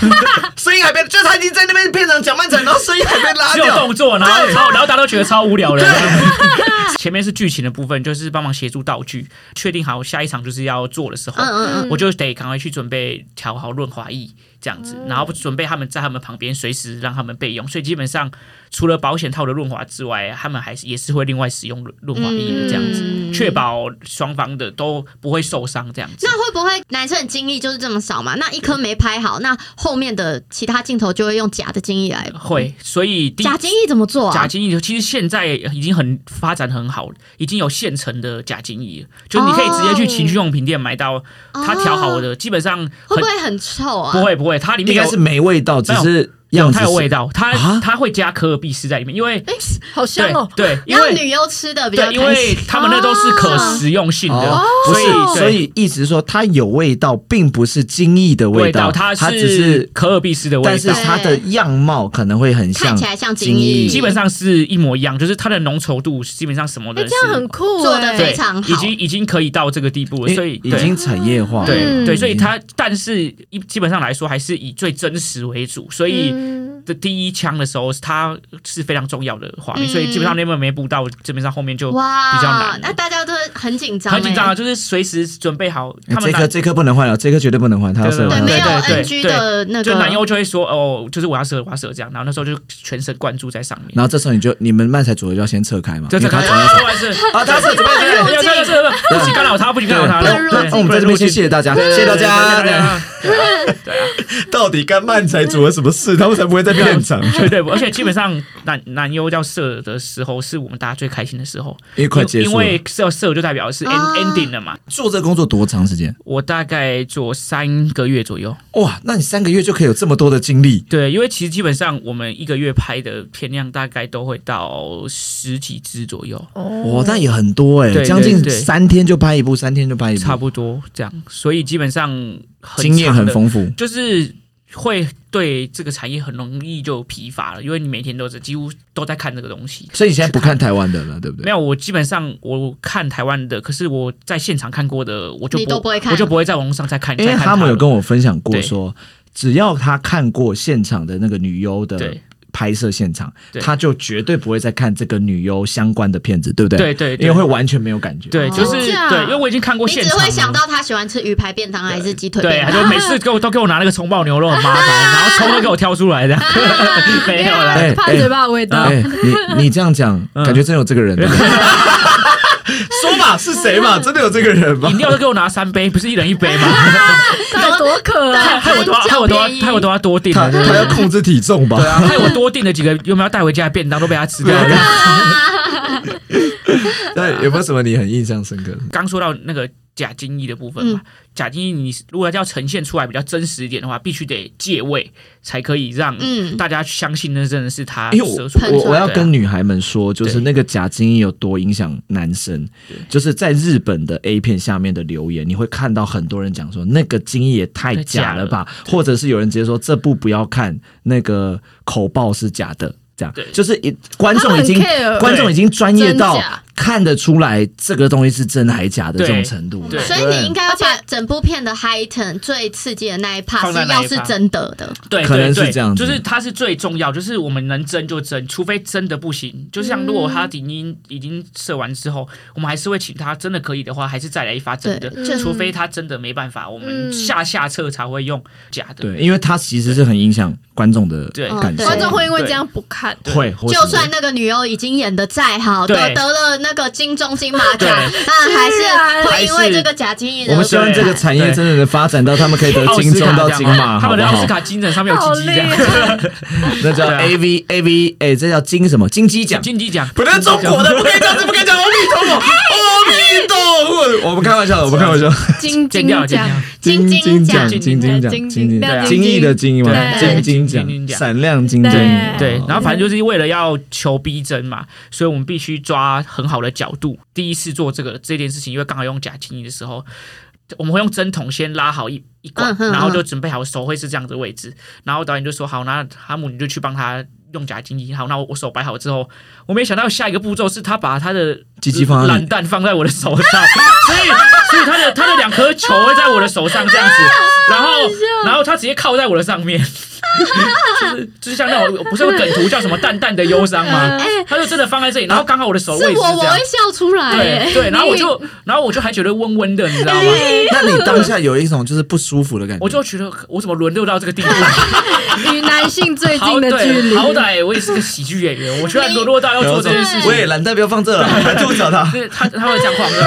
Speaker 1: 声音还被，就是他已经在那边片场讲漫才，然后声音还被拉
Speaker 5: 只有
Speaker 1: 掉
Speaker 5: 动。作，
Speaker 3: 啊
Speaker 5: 然后超，然后大家都觉得超无聊的。 前面是剧情的部分，就是帮忙协助道具，确定好下一场就是要做的时候，
Speaker 3: 嗯嗯嗯，
Speaker 5: 我就得赶快去准备调好润滑液这样
Speaker 3: 嗯
Speaker 5: 子，然后准备他们在他们旁边随时让他们备用，所以基本上除了保险套的润滑之外，他们还是也是会另外使用润润滑液的这样子，
Speaker 3: 嗯
Speaker 5: 确保双方的都不会受伤这样子。
Speaker 3: 那会不会男生的精力就是这么少嘛？那一颗没拍好，那后面的其他镜头就会用假的精力来。
Speaker 5: 会，所以第一
Speaker 3: 假精力怎么做
Speaker 5: 假
Speaker 3: 啊？
Speaker 5: 精益其实现在已经很发展很好了，已经有现成的假精益了，就你可以直接去情趣用品店买到，它调好的，基本
Speaker 3: 哦
Speaker 5: 上
Speaker 3: 会
Speaker 5: 很
Speaker 3: 不会很臭啊？
Speaker 5: 不会不会，它里
Speaker 1: 应
Speaker 5: 面
Speaker 1: 该
Speaker 5: 有
Speaker 1: 是没味道，只是样子
Speaker 5: 它有
Speaker 1: 是
Speaker 5: 味道，它
Speaker 1: 啊
Speaker 5: 它会加可尔必斯在里面，因为
Speaker 3: 哎，
Speaker 4: 好
Speaker 5: 对
Speaker 4: 香哦！
Speaker 5: 对，因
Speaker 3: 让
Speaker 5: 为
Speaker 3: 女优吃的比较
Speaker 5: 对，因为他们那都是可食用性的
Speaker 1: 哦，
Speaker 5: 所
Speaker 1: 不
Speaker 5: 以
Speaker 1: 是，所
Speaker 5: 对
Speaker 1: 以意思是说它有味道，并不是精益的
Speaker 5: 味
Speaker 1: 道，
Speaker 5: 它
Speaker 1: 只是，
Speaker 5: 可尔必斯的味
Speaker 1: 但是
Speaker 5: 道。
Speaker 1: 它的样貌可能会很像
Speaker 3: 看起来像精
Speaker 1: 精
Speaker 3: 益
Speaker 1: 益，
Speaker 5: 基本上是一模一样，就是它的浓稠度基本上什么
Speaker 4: 哎，
Speaker 5: 的，
Speaker 4: 这样很酷
Speaker 3: 做得
Speaker 4: 哎，
Speaker 5: 对
Speaker 3: 非常好
Speaker 5: 已经已经可以到这个地步了，
Speaker 1: 因
Speaker 5: 所以
Speaker 1: 已
Speaker 5: 对
Speaker 1: 经产业化了，
Speaker 5: 对、
Speaker 4: 嗯
Speaker 5: 对，所以
Speaker 1: 已经
Speaker 5: 它但是一基本上来说还是以最真实为主，所以。
Speaker 4: 嗯
Speaker 5: 的第一枪的时候，它是非常重要的画面，
Speaker 3: 嗯
Speaker 5: 所以基本上那边没补到，基本上后面就
Speaker 3: 哇
Speaker 5: 比较难
Speaker 3: 那
Speaker 5: 了，
Speaker 3: 大家都很紧张，欸
Speaker 5: 很紧张啊，。就是随时准备好。他
Speaker 1: 哎这
Speaker 5: 们
Speaker 1: 颗
Speaker 5: 男
Speaker 1: 这颗不能换了，这颗绝对不能换，它要
Speaker 5: 对
Speaker 1: 设
Speaker 3: 对，
Speaker 5: 对嗯
Speaker 1: 换
Speaker 3: 没有
Speaker 5: 对对
Speaker 3: NG 的那
Speaker 5: 就男
Speaker 3: 个，
Speaker 5: 优就会说哦，就是我要射，我要射这样，然后那时候就全神贯注在上面，
Speaker 1: 然后这时候你就你们漫才组合就要先撤开嘛，
Speaker 5: 就这
Speaker 1: 因
Speaker 5: 个
Speaker 1: 为它
Speaker 5: 啊，出来是
Speaker 1: 啊，他是怎么样？
Speaker 5: 不要不要不要不许干扰他，不许干扰他。
Speaker 3: 不能入
Speaker 5: 对
Speaker 1: 那我们在这边先谢谢大家，谢谢大家。。
Speaker 5: 对对对对对对对对对
Speaker 1: 到底干漫才组合什么事？他们才不会在片场，
Speaker 5: 绝嗯对不，而且基本上男男优要射的时候，是我们大家最开心的时候，
Speaker 1: 因为快结
Speaker 5: 因
Speaker 1: 束了
Speaker 5: 为。射射就代表是 end、
Speaker 3: 啊
Speaker 5: ending 了嘛。
Speaker 1: 做这个工作多长时间？
Speaker 5: 我大概做三个月左右，
Speaker 1: 哇，那你三个月就可以有这么多的精力，
Speaker 5: 对，因为其实基本上我们一个月拍的片量大概都会到十几支左右，
Speaker 1: 哇
Speaker 4: 哦，，
Speaker 1: 那也很多哎、
Speaker 5: 嗯对
Speaker 1: 将近
Speaker 5: 对对
Speaker 1: 三天就拍一部，三天就拍一部，
Speaker 5: 差不多这样，所以基本上很
Speaker 1: 经验
Speaker 5: 长
Speaker 1: 很
Speaker 5: 的
Speaker 1: 丰富。
Speaker 5: 就是会对这个产业很容易就疲乏了，因为你每天都是几乎都在看这个东西。
Speaker 1: 所以你现在不看台湾的了，对不
Speaker 5: 没
Speaker 1: 对？
Speaker 5: 有，我基本上我看台湾的，可是我在现场看过的，我就
Speaker 3: 你都不会看
Speaker 5: 我就不会在网络上再看。
Speaker 1: 因为
Speaker 5: 再看
Speaker 1: 哈姆
Speaker 5: 它
Speaker 1: 有
Speaker 5: 了
Speaker 1: 跟我分享过
Speaker 5: 对
Speaker 1: 说，只要他看过现场的那个女优的
Speaker 5: 对
Speaker 1: 拍摄现场，
Speaker 5: 对
Speaker 1: 他就绝对不会再看这个女优相关的片子，对不对？
Speaker 5: 对对对
Speaker 1: 因为会完全没有感觉。
Speaker 5: 对，就
Speaker 4: 哦
Speaker 5: 是
Speaker 4: 这样
Speaker 5: 对，因为我已经看过
Speaker 3: 你
Speaker 5: 现
Speaker 3: 只
Speaker 5: 场了，啊
Speaker 3: 会想到他喜欢吃鱼排便当啊还是鸡腿
Speaker 5: 对，
Speaker 3: 便
Speaker 5: 他
Speaker 3: 当，
Speaker 5: 就每次给我都给我拿那个葱爆牛肉很 麻烦，然后葱都给我挑出来的，没有啦。
Speaker 1: 哎
Speaker 4: 怕嘴巴的味道。
Speaker 1: 哎、你你这样 讲，
Speaker 5: 嗯
Speaker 1: 感觉真有这个人。说嘛，是谁嘛？ 真的有这个人吗
Speaker 5: 饮料都给我拿三杯，不是一人一杯吗？
Speaker 4: 到底多渴啊！
Speaker 5: 害我都要害我都要害我都要多订
Speaker 1: 他
Speaker 5: 了，对不
Speaker 1: 他
Speaker 5: 啊对
Speaker 1: 要控制体重吧？
Speaker 5: 对啊，害我多订了几个有没有带回家的便当都被他吃 掉了。
Speaker 1: 对，啊有没有什么你很印象深刻的？
Speaker 5: 刚说到那个假精益的部分嘛，假精益你如果要呈现出来比较真实一点的话，必须得借位才可以让
Speaker 3: 嗯
Speaker 5: 大家相信那真的是他
Speaker 1: 因为哎我
Speaker 5: 射出来的。
Speaker 1: 我我要
Speaker 5: 对啊
Speaker 1: 跟女孩们说，就是
Speaker 5: 对
Speaker 1: 那个假精英有多影响男生，就是在日本的 A 片下面的留言，你会看到很多人讲说那个精英也太假了吧，或者是有人直接说这部不要看，那个口爆是假的。这样
Speaker 5: 对，
Speaker 1: 就是已观众已经
Speaker 4: 他们很 care
Speaker 1: 观众已经专业到
Speaker 4: 真假
Speaker 1: 看得出来这个东西是真还假的这
Speaker 5: 对
Speaker 1: 种程度。
Speaker 5: 对
Speaker 3: 所以你应该要
Speaker 4: 而且
Speaker 3: 把整部片的 high ten 最刺激的那一 part
Speaker 5: 放在
Speaker 3: 是
Speaker 5: 那
Speaker 3: 要
Speaker 5: 一
Speaker 3: 是
Speaker 5: part
Speaker 3: 真的的，
Speaker 5: 对，
Speaker 1: 可能
Speaker 5: 对
Speaker 1: 是
Speaker 5: 对
Speaker 1: 这样子
Speaker 5: 就是它是最重要，就是我们能争就争，除非真的不行。就像如果他已经已经射完之后，我们还是会请他真的可以的话，还是再来一发真的
Speaker 3: 对，
Speaker 4: 就
Speaker 5: 除非他真的没办法，我们
Speaker 4: 嗯
Speaker 5: 下下策才会用假的。
Speaker 1: 对，因为它其实是很影响观众的
Speaker 5: 对
Speaker 1: 感受，
Speaker 3: 哦对
Speaker 4: 观众会因为这样不看，
Speaker 1: 会，或是
Speaker 3: 就算那个女优已经演的再好，
Speaker 5: 对
Speaker 3: 得得了那个金钟金马奖，
Speaker 5: 对
Speaker 3: 那还是会因为
Speaker 5: 还是
Speaker 3: 这个假经验，
Speaker 1: 我们希望这个产业真的能发展到他们可以得
Speaker 5: 奥
Speaker 1: 金
Speaker 5: 斯
Speaker 1: 钟
Speaker 5: 卡
Speaker 1: 到
Speaker 5: 这样啊
Speaker 1: 金马，
Speaker 5: 他
Speaker 1: 好
Speaker 5: 们
Speaker 1: 不
Speaker 5: 的奥
Speaker 1: 好
Speaker 5: 斯？卡金枕上面有
Speaker 4: 好
Speaker 5: 鸡鸡这
Speaker 4: 厉
Speaker 5: 样。
Speaker 4: 害！
Speaker 1: 那叫
Speaker 5: 对啊
Speaker 1: A V A V，哎，这叫金什么？金鸡奖。
Speaker 5: 金鸡哎奖，
Speaker 1: 不是中国的，不可以这样子，不可以这样，阿弥陀佛，阿弥陀佛。我们开玩笑的，我们开玩笑。
Speaker 4: 金
Speaker 5: 剪
Speaker 4: 金
Speaker 5: 掉剪
Speaker 4: 奖
Speaker 5: 掉，
Speaker 3: 金金奖
Speaker 1: 金金奖，金
Speaker 4: 金
Speaker 1: 金
Speaker 4: 金
Speaker 1: 奖，
Speaker 4: 奖
Speaker 1: 金翼的金嘛，金
Speaker 4: 对
Speaker 1: 金
Speaker 5: 金
Speaker 1: 奖，
Speaker 5: 奖
Speaker 1: 闪亮金
Speaker 4: 对
Speaker 1: 金。
Speaker 5: 对，然后反正就是为了要求逼真嘛，所以我们必须抓很好好的角度，第一次做这个这件事情，因为刚好用假精液的时候，我们会用针筒先拉好一一管
Speaker 3: 嗯，哼
Speaker 5: 然后就准备好手会是这样子的位置，然后导演就说好，那哈姆你就去帮他。用假精液，好，那我手摆好之后，我没想到下一个步骤是他把他的
Speaker 1: 鸡鸡放在
Speaker 5: 懒蛋放在我的手上，所以所以他的他的两颗球会在我的手上这样子，
Speaker 3: 啊
Speaker 5: 然后然后他直接靠在我的上面，就是就是像那种不是有梗图叫什么淡淡的忧伤
Speaker 4: 哎
Speaker 5: 吗？他就真的放在这里，然后刚好我的手位置
Speaker 3: 是我
Speaker 5: 这
Speaker 3: 我
Speaker 5: 样
Speaker 3: 会，笑出来耶
Speaker 4: 哎
Speaker 5: 对，对，然后我就然后我就还觉得温温的，你知道吗？
Speaker 1: 那你当下有一种就是不舒服的感觉，
Speaker 5: 我就觉得我怎么沦落到这个地步？
Speaker 4: 与男性 最
Speaker 5: 好
Speaker 4: 近的距
Speaker 5: 歹
Speaker 4: 离，
Speaker 5: 好歹我也是个喜剧演员，我居然沦落到要做这件事情。
Speaker 1: 喂，懒蛋不要放这了，来住找他。
Speaker 5: 是他他会讲谎的。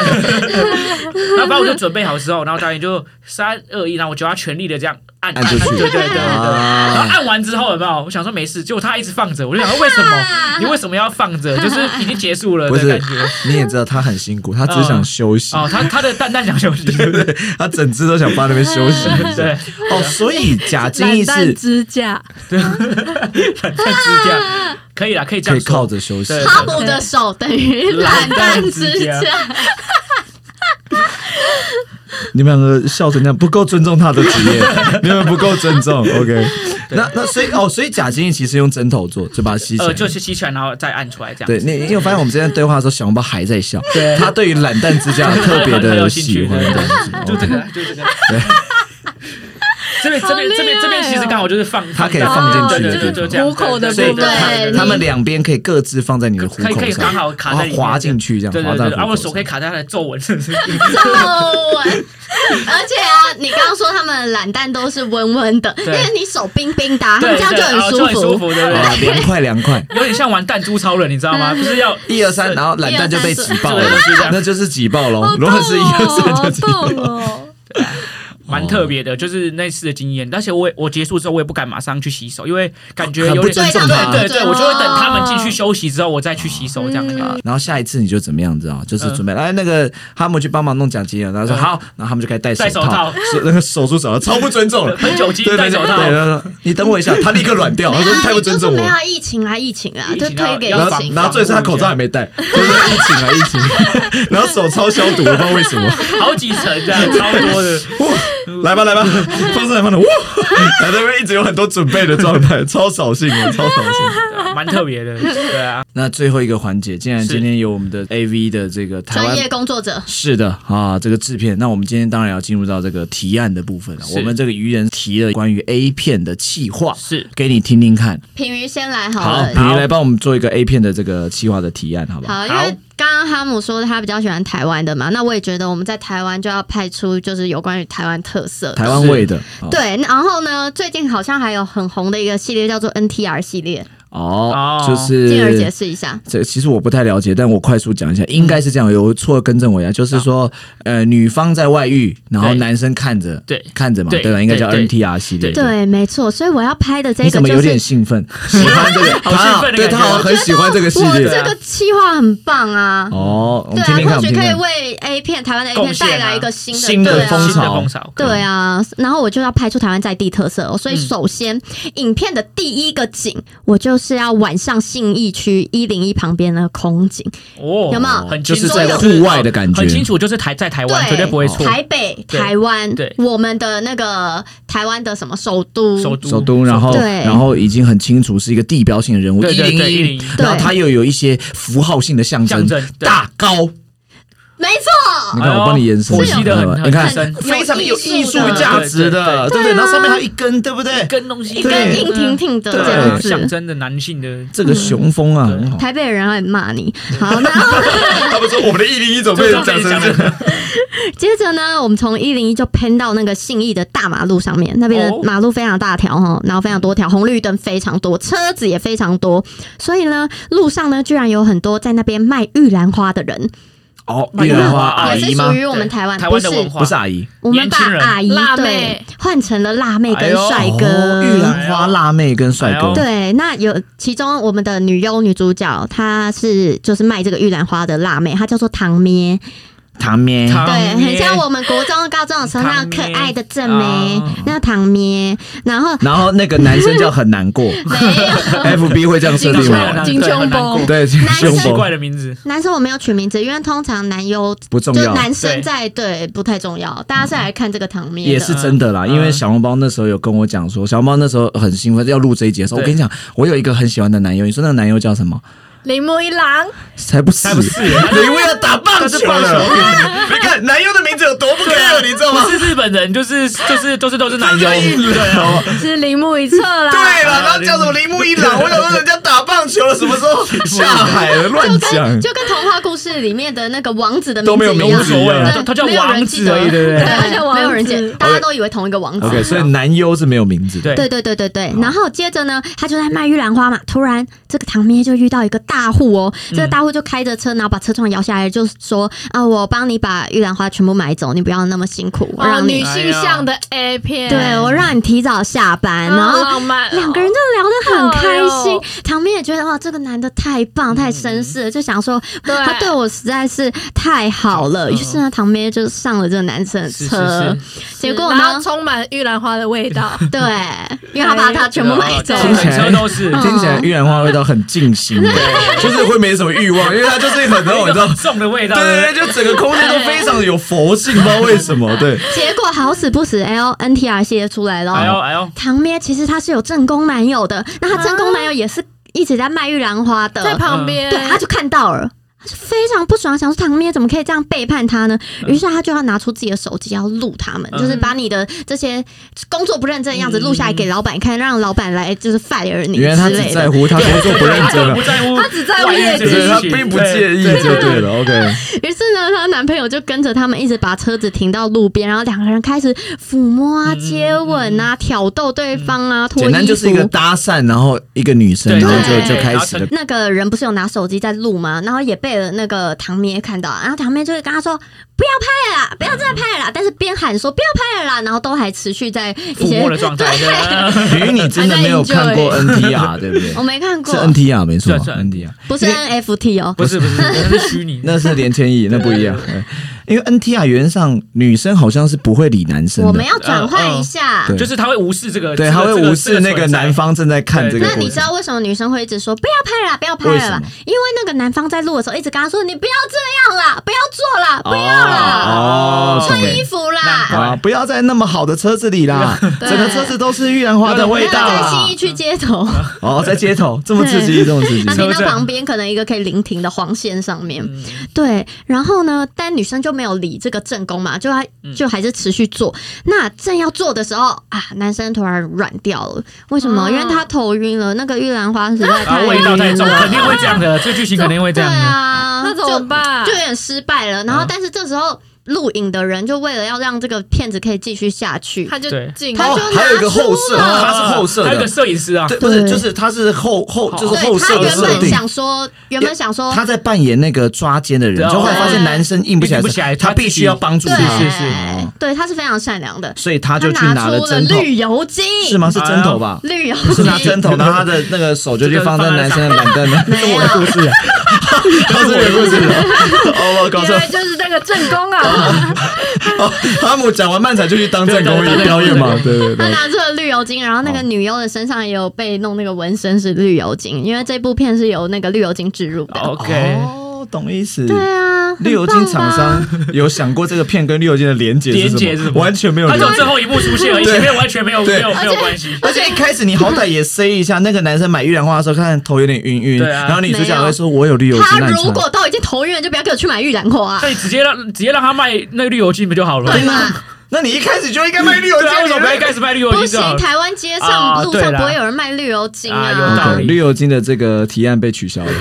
Speaker 5: 然后把我就准备好之后，然后导演就三二一，然后我就要全力的这样按
Speaker 1: 按出去
Speaker 5: 对对对对对。然后
Speaker 1: 啊，
Speaker 5: 按完之后有没有？我想说没事，结果他一直放着，我就想说为什么？ 你为什么要放着？就是已经结束了
Speaker 1: 不
Speaker 5: 的
Speaker 1: 是
Speaker 5: 感觉。
Speaker 1: 你也知道他很辛苦，他只想休息，
Speaker 5: 哦，他他的蛋蛋想休 息，对不对？
Speaker 1: 他整只都想放在那边休息。
Speaker 5: 对，
Speaker 1: 哦，所以假精
Speaker 4: 懒
Speaker 1: 意
Speaker 4: 蛋
Speaker 1: 是
Speaker 4: 支架，
Speaker 5: 蛋蛋支架可以啦，可以这
Speaker 1: 可
Speaker 5: 样
Speaker 1: 以靠
Speaker 5: 说。
Speaker 1: 着休息
Speaker 5: 对。
Speaker 3: 哈姆的手等于懒蛋之
Speaker 5: 懒
Speaker 3: 家，
Speaker 1: 你们两个笑成这样，不够尊重他的职 业，你们不够尊重。OK，那那所以哦，所以假精意其实用针头做，就把它吸起来。
Speaker 5: 呃，就是吸起来，然后再按出来这样。
Speaker 1: 对你，你有发现我们之前对话的时候，小红包还在笑
Speaker 5: 对，
Speaker 1: 他对于懒蛋之 家有特别
Speaker 5: 很
Speaker 1: 的
Speaker 5: 有兴
Speaker 1: 喜
Speaker 5: 趣
Speaker 1: 欢
Speaker 5: 对
Speaker 1: 的东西
Speaker 5: 就这个
Speaker 1: OK，
Speaker 5: 就这个。 这边这边这边这边其实刚好就是放，
Speaker 1: 它可以放进去
Speaker 5: 对
Speaker 1: 的
Speaker 5: 对对，就这样
Speaker 4: 虎口的
Speaker 5: 对
Speaker 4: 部分
Speaker 3: 对
Speaker 1: 他们两边可以各自放在你的虎
Speaker 5: 可以可
Speaker 1: 口
Speaker 5: 以刚
Speaker 1: 上，
Speaker 5: 好卡在
Speaker 1: 然
Speaker 5: 里
Speaker 1: 后
Speaker 5: 面
Speaker 1: 滑进去这样，
Speaker 5: 对
Speaker 1: 滑
Speaker 5: 对
Speaker 1: 到
Speaker 5: 对
Speaker 1: 虎口
Speaker 5: 对，然
Speaker 1: 上。
Speaker 5: 后我手可以卡在他的皱纹， 是不是？
Speaker 3: 皱纹。而且啊，你刚刚说他们懒蛋都是温温的，因
Speaker 5: 对
Speaker 3: 为你手冰冰的啊，他
Speaker 5: 对
Speaker 3: 们这样就
Speaker 5: 对，然
Speaker 3: 很
Speaker 5: 后就很
Speaker 3: 舒
Speaker 5: 舒
Speaker 3: 服。
Speaker 5: 服，对不
Speaker 1: 啊，
Speaker 5: 对？
Speaker 1: 凉快凉快。
Speaker 5: 有点像玩弹珠超人，你知道吗？不是要
Speaker 1: 一二三，然后懒蛋就被挤爆了
Speaker 5: 一二三四，
Speaker 1: 那就是挤爆喽
Speaker 4: 好。
Speaker 1: 如
Speaker 4: 痛
Speaker 1: 果是一二
Speaker 4: 哦，
Speaker 1: 三，
Speaker 4: 好
Speaker 1: 就是
Speaker 4: 痛哦，
Speaker 1: 哦
Speaker 5: 蛮特别的，就是那次的经验。而且我也我结束之后，我也不敢马上去洗手，因为感觉
Speaker 1: 很
Speaker 5: 有
Speaker 1: 不
Speaker 5: 点
Speaker 1: 尊重他。
Speaker 5: 对对，我就会
Speaker 3: 哦
Speaker 5: 等他们进去休息之后，我再去洗手这样的啊感觉。
Speaker 3: 嗯
Speaker 1: 然后下一次你就怎么样，知道吗？就是准备来那个哈姆去帮忙弄奖金啊了，然后说
Speaker 5: 嗯
Speaker 1: 好，然后他们就开始戴
Speaker 5: 戴手
Speaker 1: 套
Speaker 5: 套，
Speaker 1: 手那个手术手套超不尊重了，
Speaker 5: 喷酒精
Speaker 1: 对
Speaker 5: 戴手套
Speaker 1: 对对对对你等我一下，他立刻软掉，
Speaker 3: 没
Speaker 1: 他
Speaker 3: 有
Speaker 1: 说
Speaker 3: 啊，
Speaker 1: 你太不
Speaker 3: 你就
Speaker 1: 尊
Speaker 3: 是
Speaker 1: 重
Speaker 3: 没有
Speaker 1: 我。
Speaker 3: 啊疫情啊，疫情啊，
Speaker 5: 疫
Speaker 3: 就
Speaker 5: 情啊
Speaker 3: 推给
Speaker 5: 要
Speaker 1: 然后
Speaker 3: 疫
Speaker 5: 防
Speaker 3: 情。
Speaker 1: 然后最是他口罩还没戴，就是疫情啊疫情， 然后手超消毒，不知道为什 么。
Speaker 5: 好几层这样，超 多的。
Speaker 1: 哇，来吧来吧，放上来放上来，哇，来这边一直有很多准备的状态，超扫兴的，超扫兴。
Speaker 5: 蛮特别的，对啊，
Speaker 1: 那最后一个环节，竟然
Speaker 5: 是
Speaker 1: 今天有我们的 AV 的这个台
Speaker 3: 专
Speaker 1: 湾
Speaker 3: 业工作者，
Speaker 1: 是的啊，这个制片。那我们今天当然要进入到这个提案的部分了。
Speaker 5: 是
Speaker 1: 我们这个愚人提了关于 A 片的企划，
Speaker 5: 是
Speaker 3: 啊
Speaker 1: 给你听听看。
Speaker 3: 平鱼先来好
Speaker 1: 好，
Speaker 3: 了。
Speaker 1: 你来帮我们做一个 A 片的这个企划的提案，好不好？
Speaker 3: 好，因为刚刚哈姆说他比较喜欢台湾的嘛，那我也觉得我们在台湾就要派出就是有关于台湾特色的。
Speaker 1: 台湾味的，哦
Speaker 3: 对，然后呢，最近好像还有很红的一个系列叫做 NTR 系列，
Speaker 1: 哦
Speaker 5: 哦，
Speaker 1: 就
Speaker 3: 进而解
Speaker 1: 是。
Speaker 3: 释一下。
Speaker 1: 这其实我不太了解，但我快速讲一下，应该是这样，有错更正我一下，啊就是说，呃，女方在外遇，然后
Speaker 5: 嗯对
Speaker 1: 男生看着，
Speaker 5: 对
Speaker 1: 看着嘛，
Speaker 5: 对
Speaker 1: 对吧？应该叫
Speaker 5: 对
Speaker 1: NTR 系列，
Speaker 5: 对
Speaker 3: 对，没错，所以我要拍的这
Speaker 1: 你
Speaker 3: 个
Speaker 1: 怎么有
Speaker 3: 就
Speaker 1: 点
Speaker 3: 是。
Speaker 1: 兴奋？喜欢这 个，
Speaker 5: 好兴奋的
Speaker 1: 对
Speaker 5: 感
Speaker 1: 他
Speaker 5: 觉
Speaker 1: 好像很喜欢这个系
Speaker 3: 我
Speaker 1: 列
Speaker 3: 这个计划很棒啊！
Speaker 1: 啊哦。我
Speaker 3: 对
Speaker 1: 们
Speaker 3: 啊
Speaker 1: 听，听看，
Speaker 3: 或
Speaker 1: 我
Speaker 3: 许
Speaker 1: 们听
Speaker 3: 可以
Speaker 1: 听看。
Speaker 3: 为 A 片台湾的 A
Speaker 5: 贡
Speaker 3: 片
Speaker 5: 献啊
Speaker 3: 带来一个新的
Speaker 1: 新的
Speaker 3: 对啊
Speaker 1: 风潮
Speaker 5: 新的风潮，
Speaker 3: 对
Speaker 5: 嗯
Speaker 3: 啊，然后我就要拍出台湾在地特色哦、所以首先、影片的第一个景，我就是要晚上信义区一零一旁边的空景，
Speaker 5: 哦，
Speaker 3: 有没有
Speaker 5: 很
Speaker 1: 就
Speaker 5: 清
Speaker 1: 是
Speaker 5: 楚
Speaker 1: 在户外的感觉
Speaker 5: 很清楚，就是台在台湾哎绝对不会错，
Speaker 3: 台北、
Speaker 5: 对
Speaker 3: 台湾
Speaker 5: 对，
Speaker 3: 我们的那个台湾的什么首都，
Speaker 5: 首都
Speaker 1: 首都，然后
Speaker 3: 对
Speaker 1: 然后已经很清楚是一个地标性的人物，
Speaker 5: 对对对
Speaker 1: 101
Speaker 5: 101
Speaker 1: 然后它又有一些符号性的象征，
Speaker 5: 象征对
Speaker 1: 大高，
Speaker 3: 没错，
Speaker 1: 你看我帮你延伸，
Speaker 5: 剖析的
Speaker 1: 有没哎有
Speaker 5: 很
Speaker 1: 你看
Speaker 5: 很深
Speaker 1: 非常有艺术
Speaker 3: 有艺术
Speaker 1: 价值的，
Speaker 5: 的
Speaker 1: 对不对？然后上面还有一根，对不对？
Speaker 5: 跟东西
Speaker 3: 一
Speaker 1: 对
Speaker 3: 根硬挺挺的
Speaker 5: 对
Speaker 3: 这
Speaker 5: 啊
Speaker 3: 样
Speaker 5: 象
Speaker 3: 子。
Speaker 5: 征的男性的
Speaker 1: 这个雄风啊，
Speaker 5: 对
Speaker 1: 很好。
Speaker 3: 台北人还骂你， 好，然后
Speaker 1: 他们说我们的一零一总
Speaker 5: 被人讲成这
Speaker 1: 样，
Speaker 3: 接着呢，我们从一零一就偏到那个信义的大马路上面，那边
Speaker 5: 哦
Speaker 3: 的马路非常大条哈，然后非常多条，红绿灯非常多，车子也非常多，所以呢，路上呢居然有很多在那边卖玉兰花的人，
Speaker 1: 哦，
Speaker 5: 玉
Speaker 1: 玉
Speaker 5: 兰
Speaker 1: 兰
Speaker 5: 花
Speaker 1: 花
Speaker 5: 阿
Speaker 1: 阿
Speaker 3: 也
Speaker 1: 姨
Speaker 3: 是属
Speaker 1: 吗？
Speaker 3: 于我们台湾，
Speaker 5: 台
Speaker 3: 不
Speaker 5: 湾
Speaker 3: 是
Speaker 5: 的文化
Speaker 1: 不是阿姨，
Speaker 3: 我们把
Speaker 5: 年轻人
Speaker 3: 阿姨
Speaker 4: 辣
Speaker 3: 对
Speaker 4: 妹
Speaker 3: 换成了辣妹
Speaker 5: 哎
Speaker 3: 跟
Speaker 5: 呦
Speaker 3: 帅哥。
Speaker 1: 哦玉兰花辣妹跟帅
Speaker 5: 哎
Speaker 1: 哥
Speaker 5: 呦，
Speaker 3: 对，那有其中我们的女优女主角，她是就是卖这个玉兰花的辣妹，她叫做唐咩。
Speaker 1: 糖咩，
Speaker 5: 糖
Speaker 3: 对，
Speaker 5: 咩
Speaker 3: 很像我们国中、高中的时候那种
Speaker 5: 糖咩
Speaker 3: 可爱的正妹
Speaker 5: 哦，
Speaker 3: 那糖咩，然后
Speaker 1: 然后那个男生叫很难过
Speaker 3: 没有
Speaker 1: ，FB 会这样设定吗？
Speaker 4: 金
Speaker 5: 对很
Speaker 4: 胸
Speaker 5: 难过
Speaker 4: 包
Speaker 1: 对，
Speaker 5: 很
Speaker 1: 胸
Speaker 5: 奇
Speaker 1: 部
Speaker 5: 怪的名字，
Speaker 3: 男生我没有取名字，因为通常男优
Speaker 1: 不重
Speaker 3: 就
Speaker 1: 要。
Speaker 3: 男生
Speaker 5: 对
Speaker 3: 在对不太重要，大家是来看这个糖咩的，
Speaker 1: 也是真的啦，
Speaker 5: 嗯
Speaker 1: 因为小红包那时候有跟我讲说，小红包那时候很兴奋要录这一节的时候，
Speaker 5: 对
Speaker 1: 我跟你讲，我有一个很喜欢的男优，你说那个男优叫什么？
Speaker 4: 铃木一郎，
Speaker 1: 才不是，
Speaker 5: 才不是耶，
Speaker 1: 你为了打棒
Speaker 5: 他是棒球
Speaker 1: 了，
Speaker 2: 啊
Speaker 1: 你看男优的名字有多不 care，你知道吗
Speaker 5: 不？是日本人，就是就是都是都是男优，
Speaker 1: 就是硬
Speaker 5: 对啊，
Speaker 4: 是铃木一侧
Speaker 2: 啊
Speaker 4: 啦。
Speaker 1: 了，然后叫什么铃木一朗，我想说人家打棒球了，什么时候下海了？乱
Speaker 3: 就跟就跟童话故事里面的那个王子的
Speaker 1: 都没有
Speaker 3: 名字一
Speaker 1: 名
Speaker 5: 无
Speaker 3: 样，
Speaker 1: 字
Speaker 5: 所谓了，
Speaker 3: 对
Speaker 5: 他他叫
Speaker 3: 没有人
Speaker 5: 王
Speaker 3: 记
Speaker 5: 子
Speaker 3: 得
Speaker 5: 而已，对不
Speaker 3: 对，
Speaker 5: 对？
Speaker 4: 他叫王
Speaker 3: 没有人记
Speaker 4: 子，
Speaker 3: 大家都以为同一个王子。
Speaker 1: OK，所以男优是没有名字的。
Speaker 5: 对嗯
Speaker 3: 对对对对对，然后接着呢，他就在卖玉兰花嘛。突然，这个堂妹就遇到一个大户哦，
Speaker 5: 嗯
Speaker 3: 这个大户就开着车，然后把车窗摇下来，就说：“啊，我帮你把玉兰花全部买走，你不要那么辛苦，我
Speaker 4: 哦，
Speaker 3: 让
Speaker 4: 女
Speaker 3: 你，
Speaker 4: 性向的 A 片，
Speaker 3: 对我让你提早下班。”
Speaker 4: 啊，
Speaker 3: 然后
Speaker 4: 浪漫哦
Speaker 3: 两个人就聊得很开
Speaker 4: 哎
Speaker 3: 心
Speaker 4: 呦，
Speaker 3: 唐明也觉得哇，这个男的太
Speaker 5: 嗯
Speaker 3: 棒、太绅士了，就想说
Speaker 4: 对
Speaker 3: 他对我实在是太好了。
Speaker 5: 嗯
Speaker 3: 于是呢，唐明就上了这个男生的
Speaker 5: 是是
Speaker 3: 车，
Speaker 5: 是，哎
Speaker 3: 结果
Speaker 4: 然后
Speaker 3: 呢，
Speaker 4: 充满玉兰花的味道，
Speaker 3: 对，因为他把他全部买走
Speaker 5: 对
Speaker 3: 了。
Speaker 1: 听起来
Speaker 5: 车都是
Speaker 3: 嗯
Speaker 1: 听起来玉兰花味道很静心，就是会没什么欲望，因为它就是很那种你知道，
Speaker 5: 重的味道，
Speaker 1: 对对对，就整个空间都非常有佛性，不知道为什 么，对，
Speaker 3: 结果好死不死，L N T R 系列出来了。
Speaker 5: 哎呦哎呦，
Speaker 3: 唐咩其实他是有正宫男友的，那他正宫男友也是一直在卖玉兰花的，
Speaker 4: 在旁边，
Speaker 3: 呃对，他就看到了。他就非常不爽，想说唐咩怎么可以这样背叛他呢？
Speaker 1: 嗯
Speaker 3: 于是他就要拿出自己的手机，要录他们，
Speaker 5: 嗯
Speaker 3: 就是把你的这些工作不认真的样子录下来给老板看，让老板来就是 fire 你之
Speaker 1: 原来他
Speaker 3: 类
Speaker 1: 只
Speaker 3: 的
Speaker 1: 在。乎他工作不认
Speaker 5: 他
Speaker 1: 真
Speaker 5: 根本
Speaker 1: 了
Speaker 5: 不。在乎，
Speaker 4: 他只在乎业
Speaker 5: 对
Speaker 1: 对
Speaker 4: 绩，
Speaker 1: 他并不介意就对了，OK。
Speaker 3: 于是呢，她男朋友就跟着他们一直把车子停到路边，然后两个人开始抚摸啊、
Speaker 5: 嗯
Speaker 3: 接吻啊、挑逗对方啊、脱
Speaker 1: 简单
Speaker 3: 衣
Speaker 1: 就是一个
Speaker 3: 服。
Speaker 1: 搭讪，然后一个女生，
Speaker 5: 对
Speaker 1: 然后
Speaker 3: 对
Speaker 1: 就就
Speaker 3: 对
Speaker 1: 开
Speaker 5: 然后
Speaker 1: 始了。
Speaker 3: 那个人不是有拿手机在录吗？然后也被了那个唐咩看到，然后唐咩就会跟他说：“不要拍了啦，不要再拍了啦。”但是边喊说“不要拍了啦”，然后都还持续在一
Speaker 5: 抚
Speaker 3: 些
Speaker 5: 摸的状态，对
Speaker 1: 因为你真的没有看过 NTR，对不 对
Speaker 3: 我？没看过
Speaker 1: 是，NTR 没错
Speaker 5: 是是
Speaker 1: ，NTR
Speaker 3: 不是 NFT 哦。
Speaker 5: 不是不是，那是虚拟，
Speaker 1: 那是连千亿，那不一样。对因为 NTR 原则上女生好像是不会理男生
Speaker 3: 我
Speaker 1: 的
Speaker 3: 们，要转换一下。
Speaker 1: 对
Speaker 5: 就是他会无视这个，
Speaker 1: 对，
Speaker 5: 这
Speaker 1: 她
Speaker 5: 个
Speaker 1: 会
Speaker 5: 这个
Speaker 1: 无视那
Speaker 5: 这
Speaker 1: 个
Speaker 5: 存在
Speaker 1: 男方正在看这个
Speaker 5: 对
Speaker 1: 过
Speaker 3: 那
Speaker 1: 程。
Speaker 3: 你知道为什么女生会一直说不要拍了啦，不要拍了
Speaker 1: 为什
Speaker 3: 啦
Speaker 1: 么？
Speaker 3: 因为那个男方在录的时候一直跟他说：“你不要这样啦，不要做啦，不要啦，
Speaker 1: 哦，
Speaker 3: 穿
Speaker 1: 懂
Speaker 3: 衣服
Speaker 5: 难
Speaker 3: 啦，
Speaker 1: 啊！不要在那么好的车子里 啦，整个车子都是玉兰花的
Speaker 3: 不
Speaker 1: 味
Speaker 3: 要
Speaker 1: 道啊
Speaker 3: 在新
Speaker 1: 啦
Speaker 3: 一。区街头。”
Speaker 1: 哦，在街头这么刺激，这么刺激
Speaker 3: 那。停到
Speaker 5: 车站
Speaker 3: 旁边可能一个可以临停的黄线上面，对。然后呢，但女生就没有理这个正宫嘛，就还就还是持续做。那正要做的时候啊，男生突然软掉了，为什么？
Speaker 4: 哦
Speaker 3: 因为他头晕了，那个玉兰花实在
Speaker 5: 然
Speaker 3: 太
Speaker 5: 后啊味道太重，
Speaker 3: 了
Speaker 5: 肯定会这样的，这个剧情肯定会这
Speaker 3: 啊对
Speaker 5: 样的。
Speaker 3: 啊，
Speaker 4: 那怎么办？
Speaker 3: 就有点失败了。然后，
Speaker 5: 嗯
Speaker 3: 但是这时候录影的人就为了要让这个片子可以继续下去，
Speaker 4: 他就
Speaker 5: 对
Speaker 4: 进，
Speaker 3: 他
Speaker 1: 哦
Speaker 3: 就，
Speaker 1: 还有一个后摄，
Speaker 5: 哦
Speaker 3: 拿出了
Speaker 1: 它哦是后摄
Speaker 5: 还有一个
Speaker 1: 的，
Speaker 5: 摄影师啊，
Speaker 1: 对，不是，
Speaker 3: 对
Speaker 1: 就是它是后后就是后
Speaker 3: 对他
Speaker 1: 摄的
Speaker 3: 原
Speaker 1: 设
Speaker 3: 本
Speaker 1: 定。
Speaker 3: 想说，原本想说
Speaker 1: 他在扮演那个抓奸的人
Speaker 5: 对，啊
Speaker 1: 就后来发现男生硬不起来的时候，
Speaker 5: 硬不起来
Speaker 1: 他
Speaker 5: 他自己
Speaker 1: 必须要帮助
Speaker 3: 对
Speaker 1: 他，
Speaker 5: 是是
Speaker 1: 哦
Speaker 3: 对，他是非常善良的。
Speaker 1: 所以他
Speaker 3: 他
Speaker 1: 就去
Speaker 3: 拿
Speaker 1: 拿
Speaker 3: 出了
Speaker 1: 针头，
Speaker 3: 绿油精，
Speaker 1: 是吗？是针头
Speaker 5: 啊
Speaker 1: 吧？
Speaker 3: 绿油
Speaker 1: 不
Speaker 3: 精
Speaker 1: 是拿针 头，然后他的那个手就去放在男生的板凳，
Speaker 3: 没有，
Speaker 5: 啊
Speaker 1: 他是有故事的。哦，我搞
Speaker 4: 原
Speaker 1: 错，
Speaker 4: 来就是那个正宫 啊，
Speaker 1: 哦 哈姆讲完漫才就去当正宫
Speaker 5: 对
Speaker 1: 一
Speaker 5: 对
Speaker 1: 表演嘛，对对
Speaker 3: 他
Speaker 1: 对。
Speaker 3: 拿出了绿油精，然后那个女优的身上也有被弄那个纹身是绿油精，因为这部片是由那个绿油精植入的。
Speaker 5: OK，
Speaker 1: 哦，懂意思。
Speaker 3: 对啊，
Speaker 1: 绿油精厂商有想过这个片跟绿油精的连结是
Speaker 5: 连结
Speaker 1: 什
Speaker 5: 是
Speaker 1: 么
Speaker 5: 什？么
Speaker 1: 完全没有
Speaker 5: 他
Speaker 1: 连
Speaker 5: 只
Speaker 1: 结
Speaker 5: 有。最后一幕出现而已，
Speaker 1: 对
Speaker 5: 前面完全没有没有
Speaker 1: 对
Speaker 5: 没有关系。
Speaker 1: 而且一开始你好歹也 say 一下，那个男生买玉兰花的时候，看头有点晕晕，
Speaker 5: 对啊
Speaker 1: 然后女主角会说：“我有绿油精。”啊
Speaker 3: 他
Speaker 1: 那你
Speaker 3: 如
Speaker 1: 穿
Speaker 3: 果都已经头晕了，就不要给我去买玉兰花、啊
Speaker 5: 那。你直接让直接让他卖那个绿油精不就好了？
Speaker 3: 对吧？
Speaker 1: 那你一开始就应该卖绿油
Speaker 5: 对
Speaker 1: 精，
Speaker 5: 啊，为什么不要一
Speaker 1: 你
Speaker 5: 开始卖绿油
Speaker 3: 不
Speaker 5: 精就好
Speaker 3: 行，
Speaker 5: 了？
Speaker 3: 台湾街
Speaker 5: 啊
Speaker 3: 上路
Speaker 5: 对
Speaker 3: 上
Speaker 5: 啦
Speaker 3: 不会有人卖绿油精
Speaker 5: 啊有
Speaker 3: 啊
Speaker 5: 道，
Speaker 1: OK，
Speaker 5: 理
Speaker 1: 绿油精的这个提案被取消了，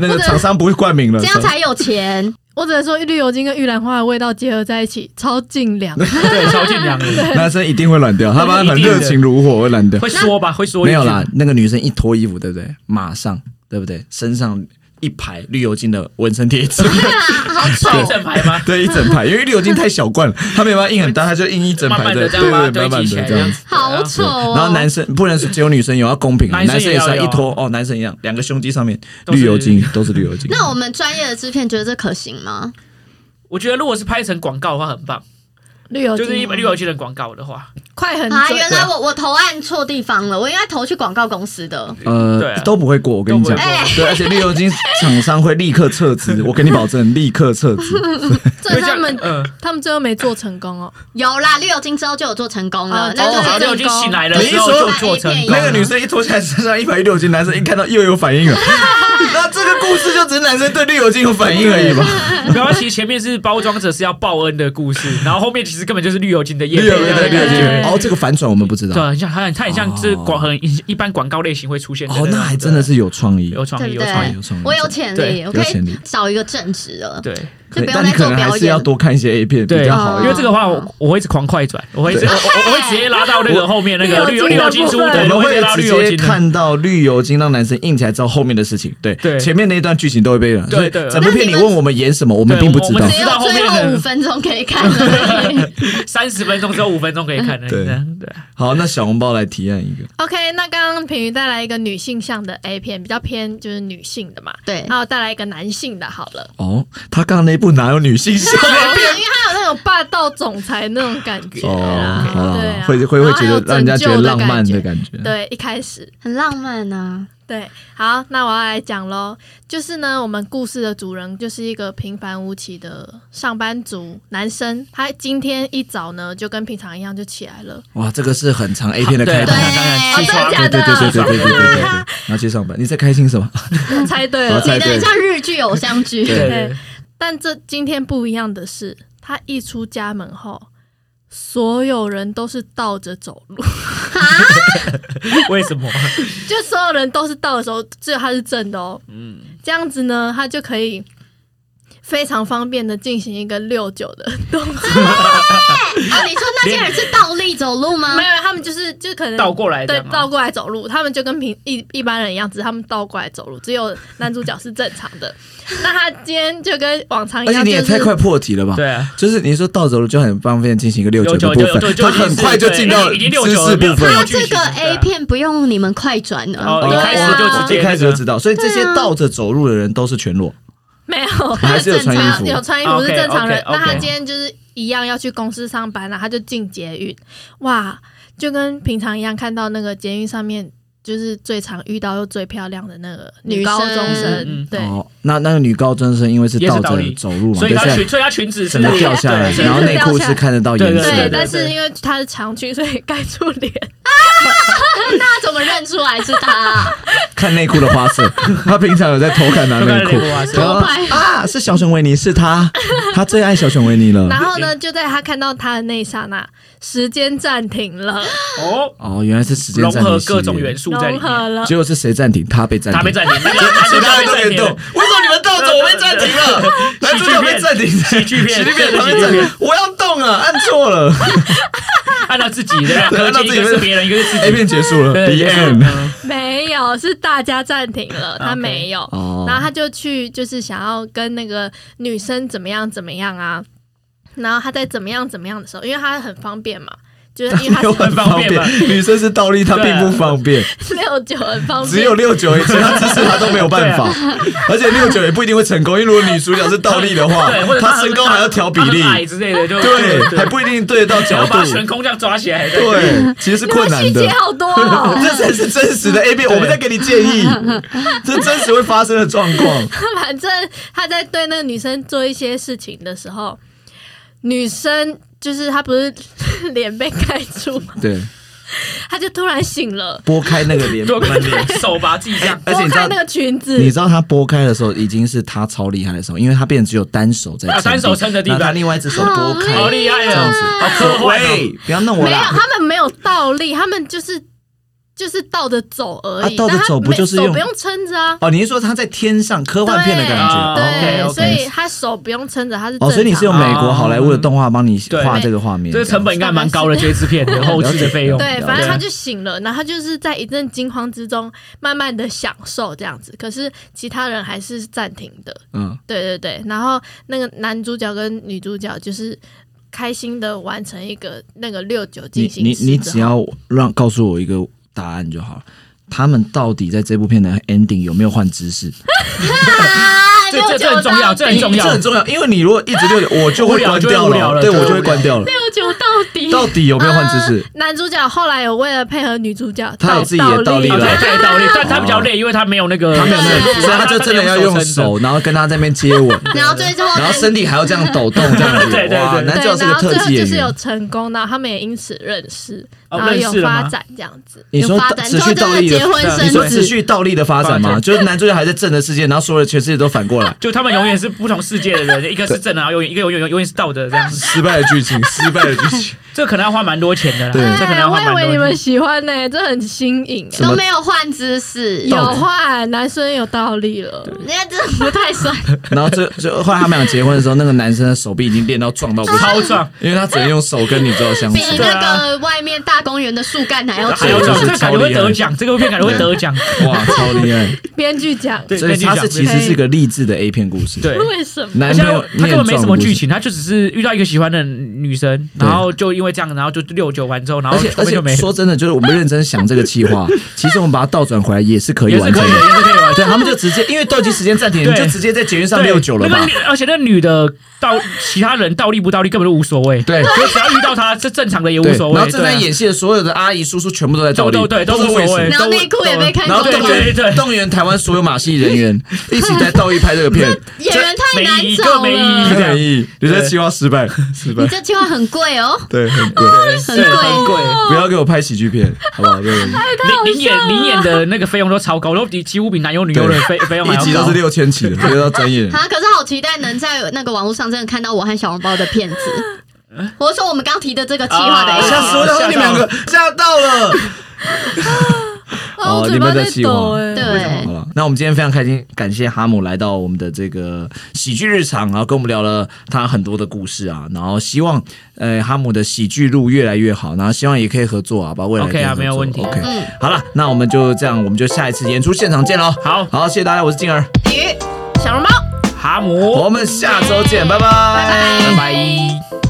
Speaker 1: 那个厂商不会冠名了，
Speaker 3: 这样才有 钱。
Speaker 4: 我只能说绿油精跟玉兰花的味道结合在一起，超劲 凉。
Speaker 5: 对，超尽量的，
Speaker 1: 男生一定会软掉，他们很热情如火会软掉。
Speaker 5: 会说吧，会说一
Speaker 1: 没
Speaker 5: 句
Speaker 1: 有 啦，，那个女生一脱衣服，对不对？马上，对不对？身上一排绿油精的纹身贴 纸，
Speaker 3: 对啊，好
Speaker 5: 一
Speaker 3: 丑。
Speaker 5: 整排吗？
Speaker 1: 对，一整排，因为绿油精太小罐了，他没办法印很大，他就印一整
Speaker 5: 慢
Speaker 1: 排
Speaker 5: 慢
Speaker 1: 的，
Speaker 5: 的
Speaker 1: 对
Speaker 5: 这样把
Speaker 1: 对对，慢
Speaker 5: 它堆
Speaker 1: 慢
Speaker 5: 积起
Speaker 1: 的
Speaker 5: 来，
Speaker 1: 这
Speaker 5: 这
Speaker 1: 样
Speaker 5: 样
Speaker 1: 子。
Speaker 5: 子。
Speaker 3: 好丑哦！
Speaker 1: 啊然后男生不能是只有女生有，要公平啊，
Speaker 5: 男生
Speaker 1: 男生也是
Speaker 5: 也要
Speaker 1: 要
Speaker 5: 有
Speaker 1: 一脱哦，男生一样，两个胸肌上面
Speaker 5: 都是
Speaker 1: 绿油精都是绿油精。嗯
Speaker 3: 那我们专业的制片觉得这可行吗？
Speaker 5: 我觉得如果是拍成广告的话，很棒，
Speaker 4: 绿油
Speaker 5: 就是一本
Speaker 4: 本
Speaker 5: 绿油精的广告的话，
Speaker 4: 快很
Speaker 3: 啊，
Speaker 4: 准
Speaker 3: 原来我我投案错地方了，我应该投去广告公司的。
Speaker 5: 对啊
Speaker 1: 呃，都不会过，我跟你
Speaker 5: 都不会
Speaker 1: 讲
Speaker 5: 过。
Speaker 3: 哎
Speaker 1: 对，而且绿油精厂商会立刻撤资，我跟你保 证，立刻撤资。
Speaker 4: 这是他们
Speaker 5: 嗯，
Speaker 4: 他们最后没做成功哦，
Speaker 3: 有啦，绿油精之后就有做成功了
Speaker 4: 哦，
Speaker 3: 那
Speaker 5: 哦，
Speaker 3: 就是
Speaker 5: 好，绿油
Speaker 3: 成
Speaker 5: 精
Speaker 3: 功
Speaker 5: 醒来了
Speaker 1: 你一
Speaker 5: 之后
Speaker 1: 说
Speaker 5: 就做成功
Speaker 1: 那个
Speaker 5: 了。
Speaker 1: 女生一脱下来，身上一百一六斤，男生一看到又有反应了。那这个故事就只是男生对绿油精有反应而已吧？
Speaker 5: 然后其实前面是包装者是要报恩的故事，然后后面其实根本就是绿油精的叶
Speaker 1: 绿油精
Speaker 5: 片
Speaker 1: 对绿油精
Speaker 4: 对，
Speaker 1: 哦，这个反转我们不知
Speaker 5: 对，
Speaker 1: 道。
Speaker 5: 很像，它很它很像是广很一般广告类型会出现的
Speaker 1: 哦，
Speaker 5: 种
Speaker 1: 那还真的是有创意。
Speaker 5: 有创意，
Speaker 3: 对不
Speaker 5: 有创
Speaker 3: 对
Speaker 5: 意，
Speaker 1: 有创意？
Speaker 3: 我有潜力，我
Speaker 1: 有
Speaker 3: 可
Speaker 1: 潜力
Speaker 3: 以找一个正职了，
Speaker 5: 对
Speaker 3: 就不
Speaker 1: 但
Speaker 3: 用
Speaker 1: 你
Speaker 3: 再
Speaker 1: 可
Speaker 3: 做
Speaker 1: 能
Speaker 3: 表
Speaker 1: 还是要
Speaker 3: 演。
Speaker 1: 多看一些 A 片比
Speaker 5: 对，
Speaker 1: 较好一
Speaker 5: 因为
Speaker 1: 点。
Speaker 5: 这个的话，我我会一直狂快转，我会一直我我我会直接拉到那个后面那个绿油绿油精出的，
Speaker 1: 我
Speaker 5: 我
Speaker 1: 们
Speaker 5: 会直
Speaker 1: 会
Speaker 5: 接拉绿油
Speaker 1: 直接
Speaker 5: 精的。
Speaker 1: 看到绿油精让男生硬起来之后后面的事情，对
Speaker 5: 对
Speaker 1: 前面那一段剧情都会被人。
Speaker 5: 对对
Speaker 1: 所以整部片你
Speaker 3: 那你们
Speaker 1: 问我们演什么，我们
Speaker 5: 对
Speaker 1: 并不知
Speaker 5: 我
Speaker 1: 道
Speaker 5: 们。
Speaker 3: 只有
Speaker 5: 知道后面
Speaker 3: 最
Speaker 5: 的
Speaker 3: 后五分钟可以看而已。
Speaker 5: 三十分钟只有五分钟可以看的，
Speaker 1: 对
Speaker 5: 这样对，
Speaker 1: 好，那小红包来提案一个，
Speaker 4: OK，那刚刚品瑜带来一个女性向的 A 片，比较偏就是女性的嘛。
Speaker 3: 对
Speaker 4: 然后带来一个男性的，好了，
Speaker 1: 哦，他刚刚那一部哪有女性向？
Speaker 4: 因为他有那种霸道总裁那种感觉
Speaker 1: 哦，好
Speaker 4: 啦，对
Speaker 1: 了
Speaker 4: 啊，，
Speaker 1: 会会会觉
Speaker 4: 然后还有
Speaker 1: 得让人家觉得
Speaker 4: 拯救
Speaker 1: 浪漫的
Speaker 4: 的
Speaker 1: 感
Speaker 4: 觉。
Speaker 1: 觉。
Speaker 4: 对，一开始
Speaker 3: 很浪漫啊呐、
Speaker 4: 对，好，那我要来讲喽，就是呢，我们故事的主人就是一个平凡无奇的上班族男生，他今天一早呢就跟平常一样就起来了，
Speaker 1: 哇，这个是很长 A 片的开头
Speaker 5: 当。然
Speaker 3: 对
Speaker 5: 起床
Speaker 3: 哦真的
Speaker 1: 对
Speaker 3: 假
Speaker 1: 对
Speaker 3: 的
Speaker 1: 对对对对对对对对，然后去上班，你在开心什么？
Speaker 4: 我猜对
Speaker 1: 好
Speaker 4: 了
Speaker 1: 猜。
Speaker 3: 哦你的很像日剧偶像剧。
Speaker 5: 对
Speaker 1: 对
Speaker 5: 对
Speaker 4: 但这今天不一样的是，他一出家门后，所有人都是倒着走路，
Speaker 5: 对，为什么？
Speaker 4: 就所有人都是倒着走，只有他是正的哦。
Speaker 5: 嗯，
Speaker 4: 这样子呢，他就可以非常方便的进行一个六九的动作。
Speaker 3: 啊，你说那些人是倒立走路吗
Speaker 4: 没？有，他们就是就可能
Speaker 5: 倒过来
Speaker 4: 对
Speaker 5: 的嘛，
Speaker 4: 倒过来走路，他们就跟平一一般人一样，只是他们倒过来走路，只有男主角是正常的。那他今天就跟往常一
Speaker 1: 而且
Speaker 4: 样，
Speaker 1: 你
Speaker 4: 就
Speaker 1: 也太
Speaker 4: 是
Speaker 1: 快破题了吧？
Speaker 5: 对啊。
Speaker 1: 就是你说倒走了就很方便进行一个六九的部
Speaker 5: 六九就
Speaker 1: 分，
Speaker 5: 就
Speaker 1: 他很快就进到
Speaker 5: 已
Speaker 1: 知
Speaker 5: 经六九了
Speaker 1: 识部
Speaker 5: 没
Speaker 1: 分
Speaker 5: 有。
Speaker 3: 他这个 A 片不用你们快转
Speaker 5: 哦
Speaker 3: 了，
Speaker 5: 一开始就直接
Speaker 1: 一开始就知道，所以这些倒着走路的人都是全裸，
Speaker 4: 没有，
Speaker 1: 还是有穿衣服
Speaker 4: 有穿衣服是
Speaker 5: 啊 OK，
Speaker 4: 正常人。
Speaker 5: OK，OK
Speaker 4: 那他今天就是一样要去公司上班了，他就进捷运，哇，就跟平常一样看到那个捷运上面就是最常遇到又最漂亮的那个
Speaker 3: 女
Speaker 4: 女高中
Speaker 3: 生
Speaker 4: 生，
Speaker 5: 嗯
Speaker 4: 对。
Speaker 1: 哦，那那个女高中生因为是倒着走路嘛，
Speaker 5: 所以她
Speaker 1: 对
Speaker 5: 裙，所以她裙子是
Speaker 1: 整个掉下来，
Speaker 5: 对
Speaker 1: 然后内裤是看得到颜
Speaker 5: 对
Speaker 1: 色
Speaker 5: 对
Speaker 4: 对，
Speaker 1: 的
Speaker 4: 但。是因为他是长裙，所以盖住 脸。
Speaker 3: 那他怎么认出来是他、 啊？
Speaker 1: 看内裤的花色，他平常有在偷看男内
Speaker 5: 偷看
Speaker 1: 裤
Speaker 5: 内裤花，色
Speaker 1: 然后啊，是小熊维尼，是他，他最爱小熊维尼
Speaker 4: 然
Speaker 1: 了。
Speaker 4: 后呢，就在他看到他的那一刹那，时间暂停了，
Speaker 5: 哦，
Speaker 1: 哦，原来是时间
Speaker 5: 融
Speaker 1: 暂停，
Speaker 5: 合各种元，素在里
Speaker 4: 融合
Speaker 5: 面，
Speaker 4: 了。
Speaker 1: 结果是谁暂停？他被暂
Speaker 5: 他被
Speaker 1: 停，
Speaker 5: 暂 停，那个男主角被暂停了，
Speaker 1: 为什么你们倒着我被暂停了？ 哎男主角被暂停，喜
Speaker 5: 剧片
Speaker 1: 喜剧
Speaker 5: 喜剧
Speaker 1: 片
Speaker 5: 片
Speaker 1: 他被暂停，我要动了，按错 了。
Speaker 5: 按照自己的 两
Speaker 1: 对
Speaker 5: 个
Speaker 1: 按照
Speaker 5: 一
Speaker 1: 自己
Speaker 5: 个是别人，一个是自
Speaker 1: A
Speaker 5: 己。
Speaker 1: 片结束了
Speaker 5: 对
Speaker 1: ，The
Speaker 5: 就是
Speaker 1: End。
Speaker 5: 嗯
Speaker 4: 没有，是大家暂停了，他
Speaker 5: 啊 OK
Speaker 4: 没有。
Speaker 1: 哦
Speaker 4: 然后他就去，就是想要跟那个女生怎么样怎么样啊。然后他在怎么样怎么样的时候，因为他很方便嘛，就是因为
Speaker 1: 没
Speaker 4: 他
Speaker 1: 有很
Speaker 4: 是
Speaker 1: 方便
Speaker 5: 很方，
Speaker 1: 女生是倒立，她
Speaker 5: 对
Speaker 1: 并
Speaker 5: 啊
Speaker 1: 不方便，
Speaker 4: 六九很方便，
Speaker 1: 只有六九，其他姿势她都没有办法，而且六九也不一定会成功，因为如果女主角是倒立的话
Speaker 5: 啊对，或，者
Speaker 1: 她身高还要调比例
Speaker 5: 他，很矮之类的，就
Speaker 1: 对，还不一定对得到角
Speaker 5: 然后
Speaker 1: 度
Speaker 5: 把，悬空这样抓起来，对
Speaker 1: 对，其实是困难
Speaker 4: 细节
Speaker 1: 的。
Speaker 4: 好多、哦。
Speaker 1: 这才是真实的 A 片，我们在给你建议，这真实会发生的状况。
Speaker 4: 反正他在对那个女生做一些事情的时候，女生就是她不是脸被盖住嘛，
Speaker 1: 对，
Speaker 4: 她就突然醒了，
Speaker 1: 拨开那个帘
Speaker 5: 就
Speaker 1: 门帘，
Speaker 5: 手把自己这样
Speaker 1: 而且
Speaker 4: 拨
Speaker 1: 你知
Speaker 4: 开
Speaker 1: 道
Speaker 4: 那，个裙子，
Speaker 1: 你知道他拨开的时候，已经是他超厉害的时候，因为他变成只有单手在撑
Speaker 5: 啊
Speaker 1: 地，
Speaker 5: 单手撑着地板
Speaker 1: 然后他另外一只手拨开，
Speaker 5: 好厉害
Speaker 1: 哎这样
Speaker 5: 啊
Speaker 1: 子，，
Speaker 5: 好科幻哦。
Speaker 1: 喂，不要弄我
Speaker 4: 没有，
Speaker 1: 啦！
Speaker 4: 他们没有倒立，他们就是就是倒着走而已。
Speaker 1: 啊倒着
Speaker 4: 但他
Speaker 1: 走不
Speaker 4: 没
Speaker 1: 就是
Speaker 4: 手
Speaker 1: 用
Speaker 4: 不用撑着啊？
Speaker 1: 哦，你是说他在天上科幻片的感觉？
Speaker 5: 对
Speaker 4: 对
Speaker 1: 哦
Speaker 5: ，OK，OK
Speaker 4: 所以他手不用撑着，他是
Speaker 1: 哦，所以你是用美
Speaker 5: 哦
Speaker 1: 国好莱坞的动画帮你
Speaker 5: 对
Speaker 1: 画这个画面，
Speaker 5: 这个成本应该蛮高的，这支片的后期的费用。
Speaker 4: 对，反正
Speaker 5: 对
Speaker 4: 他就醒了，然后他就是在一阵惊慌之中，慢慢的享受这样子。可是其他人还是暂停的，
Speaker 1: 这样，嗯，
Speaker 4: 对对对。然后那个男主角跟女主角就是开心的完成一个那个六九进
Speaker 1: 你
Speaker 4: 行
Speaker 1: 你
Speaker 4: 式
Speaker 1: 你
Speaker 4: 之
Speaker 1: 只
Speaker 4: 后
Speaker 1: 要让告诉我一个答案就好了。他们到底在这部片的 ending 有没有换姿势？
Speaker 3: 啊，
Speaker 5: 这这这很重要，这很重
Speaker 1: 这
Speaker 5: 要
Speaker 1: 很。重要，因为你如果一直六点，我就会关掉
Speaker 5: 无聊就会无聊了
Speaker 1: 对我
Speaker 5: 就
Speaker 1: 就
Speaker 5: 会
Speaker 1: 会
Speaker 5: 无聊
Speaker 1: 关掉了。
Speaker 3: 六九到底。
Speaker 1: 到底有没有换姿势？
Speaker 4: 男主角后来有为了配合女主角，
Speaker 1: 他有
Speaker 4: 倒
Speaker 1: 自己的
Speaker 4: 倒
Speaker 1: 倒立
Speaker 5: 哦
Speaker 1: 了
Speaker 5: 对对，倒立，但他
Speaker 1: 哦
Speaker 5: 比较累，因为啊他没有那个，
Speaker 1: 他没有那
Speaker 3: 对
Speaker 1: 个，所以他就真的要用手，然后跟他在那边接吻，
Speaker 3: 然后最后，
Speaker 1: 然后身体还要这样抖动，这样子。
Speaker 5: 对对对
Speaker 1: 哇男主
Speaker 4: 对，
Speaker 1: 角是个
Speaker 4: 然后
Speaker 1: 特
Speaker 4: 最后
Speaker 1: 技
Speaker 4: 就
Speaker 1: 演
Speaker 4: 是有
Speaker 1: 员。
Speaker 4: 成功，然后他们也因此认识，
Speaker 5: 哦
Speaker 4: 然后有
Speaker 5: 认识了吗
Speaker 4: 发展这样子。
Speaker 1: 你说
Speaker 3: 有发展
Speaker 1: 持续倒立
Speaker 3: 最后真的结婚生
Speaker 1: 你
Speaker 3: 子
Speaker 1: 说持续倒立的发展
Speaker 5: 发
Speaker 1: 吗？
Speaker 5: 展
Speaker 1: 就是男主角还在正的世界，然后所有的全世界都反过来，
Speaker 5: 就他们永远是不同世界的人，一个是正的，然后永远一个永远永远是倒的这样子。
Speaker 1: 失败的剧 情，失败的剧情。
Speaker 5: 这可能要花蛮多钱的啦，
Speaker 1: 对
Speaker 5: 这可能
Speaker 4: 哎，
Speaker 5: 要
Speaker 4: 我
Speaker 5: 花蛮
Speaker 4: 以
Speaker 5: 多
Speaker 4: 为
Speaker 5: 钱。
Speaker 4: 你们喜欢呢、这很新颖、啊
Speaker 1: 什么
Speaker 3: 都没有换姿势，
Speaker 4: 有
Speaker 1: 到底
Speaker 4: 话，男生有道理了。
Speaker 3: 人家这不太 算。
Speaker 5: 啊
Speaker 1: 然后最最后来他们俩结婚的时候，那个男生的手臂已经练到壮到不行，
Speaker 5: 超壮，
Speaker 1: 因为他只能用手跟女主角 相处
Speaker 3: 比。那个外面大公园的树干还要
Speaker 5: 还
Speaker 3: 粗。
Speaker 5: 有这
Speaker 1: 这个
Speaker 5: 这
Speaker 1: 是
Speaker 5: 感觉
Speaker 1: 超
Speaker 5: 会
Speaker 1: 厉害
Speaker 5: 得奖，这个片感觉会得奖。
Speaker 1: 哇，超厉 害！
Speaker 4: 编剧讲，
Speaker 5: 对，
Speaker 1: 所以他是其实是个励志的 A 片故事。
Speaker 5: 对。
Speaker 4: 为什么？
Speaker 1: 男
Speaker 5: 现
Speaker 1: 朋
Speaker 5: 在
Speaker 1: 友
Speaker 5: 他根本没什么
Speaker 1: 面撞的故事
Speaker 5: 剧情，他就只是遇到一个喜欢的女生，
Speaker 1: 对
Speaker 5: 然后就因为这样，然后就六九完之后，然后
Speaker 1: 而且而
Speaker 5: 后面就没
Speaker 1: 且
Speaker 5: 了
Speaker 1: 说真的，就是我们认真想这个计 划，其实我们把它倒转回来也是可以
Speaker 5: 也
Speaker 1: 完
Speaker 5: 是
Speaker 1: 成
Speaker 5: 可以的，
Speaker 1: 的。
Speaker 5: 也是可以完成
Speaker 1: 对他们就直接，因为斗鸡时间暂停，
Speaker 5: 对
Speaker 1: 你就直接在捷运上
Speaker 5: 对
Speaker 1: 六九了
Speaker 5: 那
Speaker 1: 吧
Speaker 5: 个女？而且那女的倒其他人倒立不倒立根本就无所谓，
Speaker 1: 对
Speaker 5: 就只要遇到她是正常的也无
Speaker 1: 对，
Speaker 5: 所
Speaker 1: 然后
Speaker 5: 谓。
Speaker 1: 正在
Speaker 5: 对啊
Speaker 1: 演戏的所有的阿姨叔叔全部都在倒
Speaker 5: 都
Speaker 1: 立，
Speaker 5: 都对都
Speaker 1: 不
Speaker 5: 无
Speaker 1: 知道
Speaker 5: 所
Speaker 1: 为什
Speaker 5: 谓，
Speaker 1: 么。
Speaker 3: 然后内裤也被看
Speaker 1: 然
Speaker 3: 光
Speaker 1: 后
Speaker 5: 对
Speaker 1: 动
Speaker 5: 对对
Speaker 1: 员
Speaker 5: 对
Speaker 1: 动员台湾所有马戏人 员一起在倒立拍这个片，
Speaker 3: 演员太
Speaker 5: 没意
Speaker 3: 难
Speaker 5: 义
Speaker 3: 找
Speaker 5: 更没意义
Speaker 3: 了，
Speaker 1: 很有意义。人家计划失败，失败
Speaker 3: 你，这计划很贵哦，
Speaker 1: 对，很贵。
Speaker 3: 很
Speaker 5: 对
Speaker 3: 贵。
Speaker 5: 贵。
Speaker 1: 不要给我拍喜剧片，好不好？对
Speaker 5: 你你演你演的那个费用都超高，都比几乎比男优女优的费费用还
Speaker 1: 一
Speaker 5: 要
Speaker 1: 集都
Speaker 5: 高
Speaker 1: 是。六千起的，不要专 业。
Speaker 3: 啊，可是好期待能在那个网络上真的看到我和小笼包的片子。我说我们刚提的这个计划的
Speaker 5: 啊
Speaker 3: A
Speaker 1: 吓
Speaker 3: 片
Speaker 1: 死我了！你们两个吓到了。
Speaker 4: 啊
Speaker 1: 哦
Speaker 4: 我
Speaker 1: 你
Speaker 4: 嘴
Speaker 1: 们
Speaker 4: 巴
Speaker 1: 在
Speaker 4: 在
Speaker 1: 希
Speaker 4: 抖
Speaker 1: 望
Speaker 4: 哎、
Speaker 3: 对
Speaker 1: 好了，那我们今天非常开心，感谢哈姆来到我们的这个喜剧日常，然啊后跟我们聊了他很多的故事啊，然后希望呃哈姆的喜剧路越来越好，然后希望也可以合作啊，把未来
Speaker 5: OK 啊没有问题
Speaker 1: OK，、
Speaker 3: 嗯
Speaker 1: 好了，那我们就这样，我们就下一次演出现场见喽。
Speaker 5: 好
Speaker 1: 好，谢谢大家，我是静儿，
Speaker 3: 鱼。
Speaker 4: 小笼包。
Speaker 5: 哈姆，
Speaker 1: 我们下周见，拜拜，
Speaker 3: 拜
Speaker 5: 拜拜。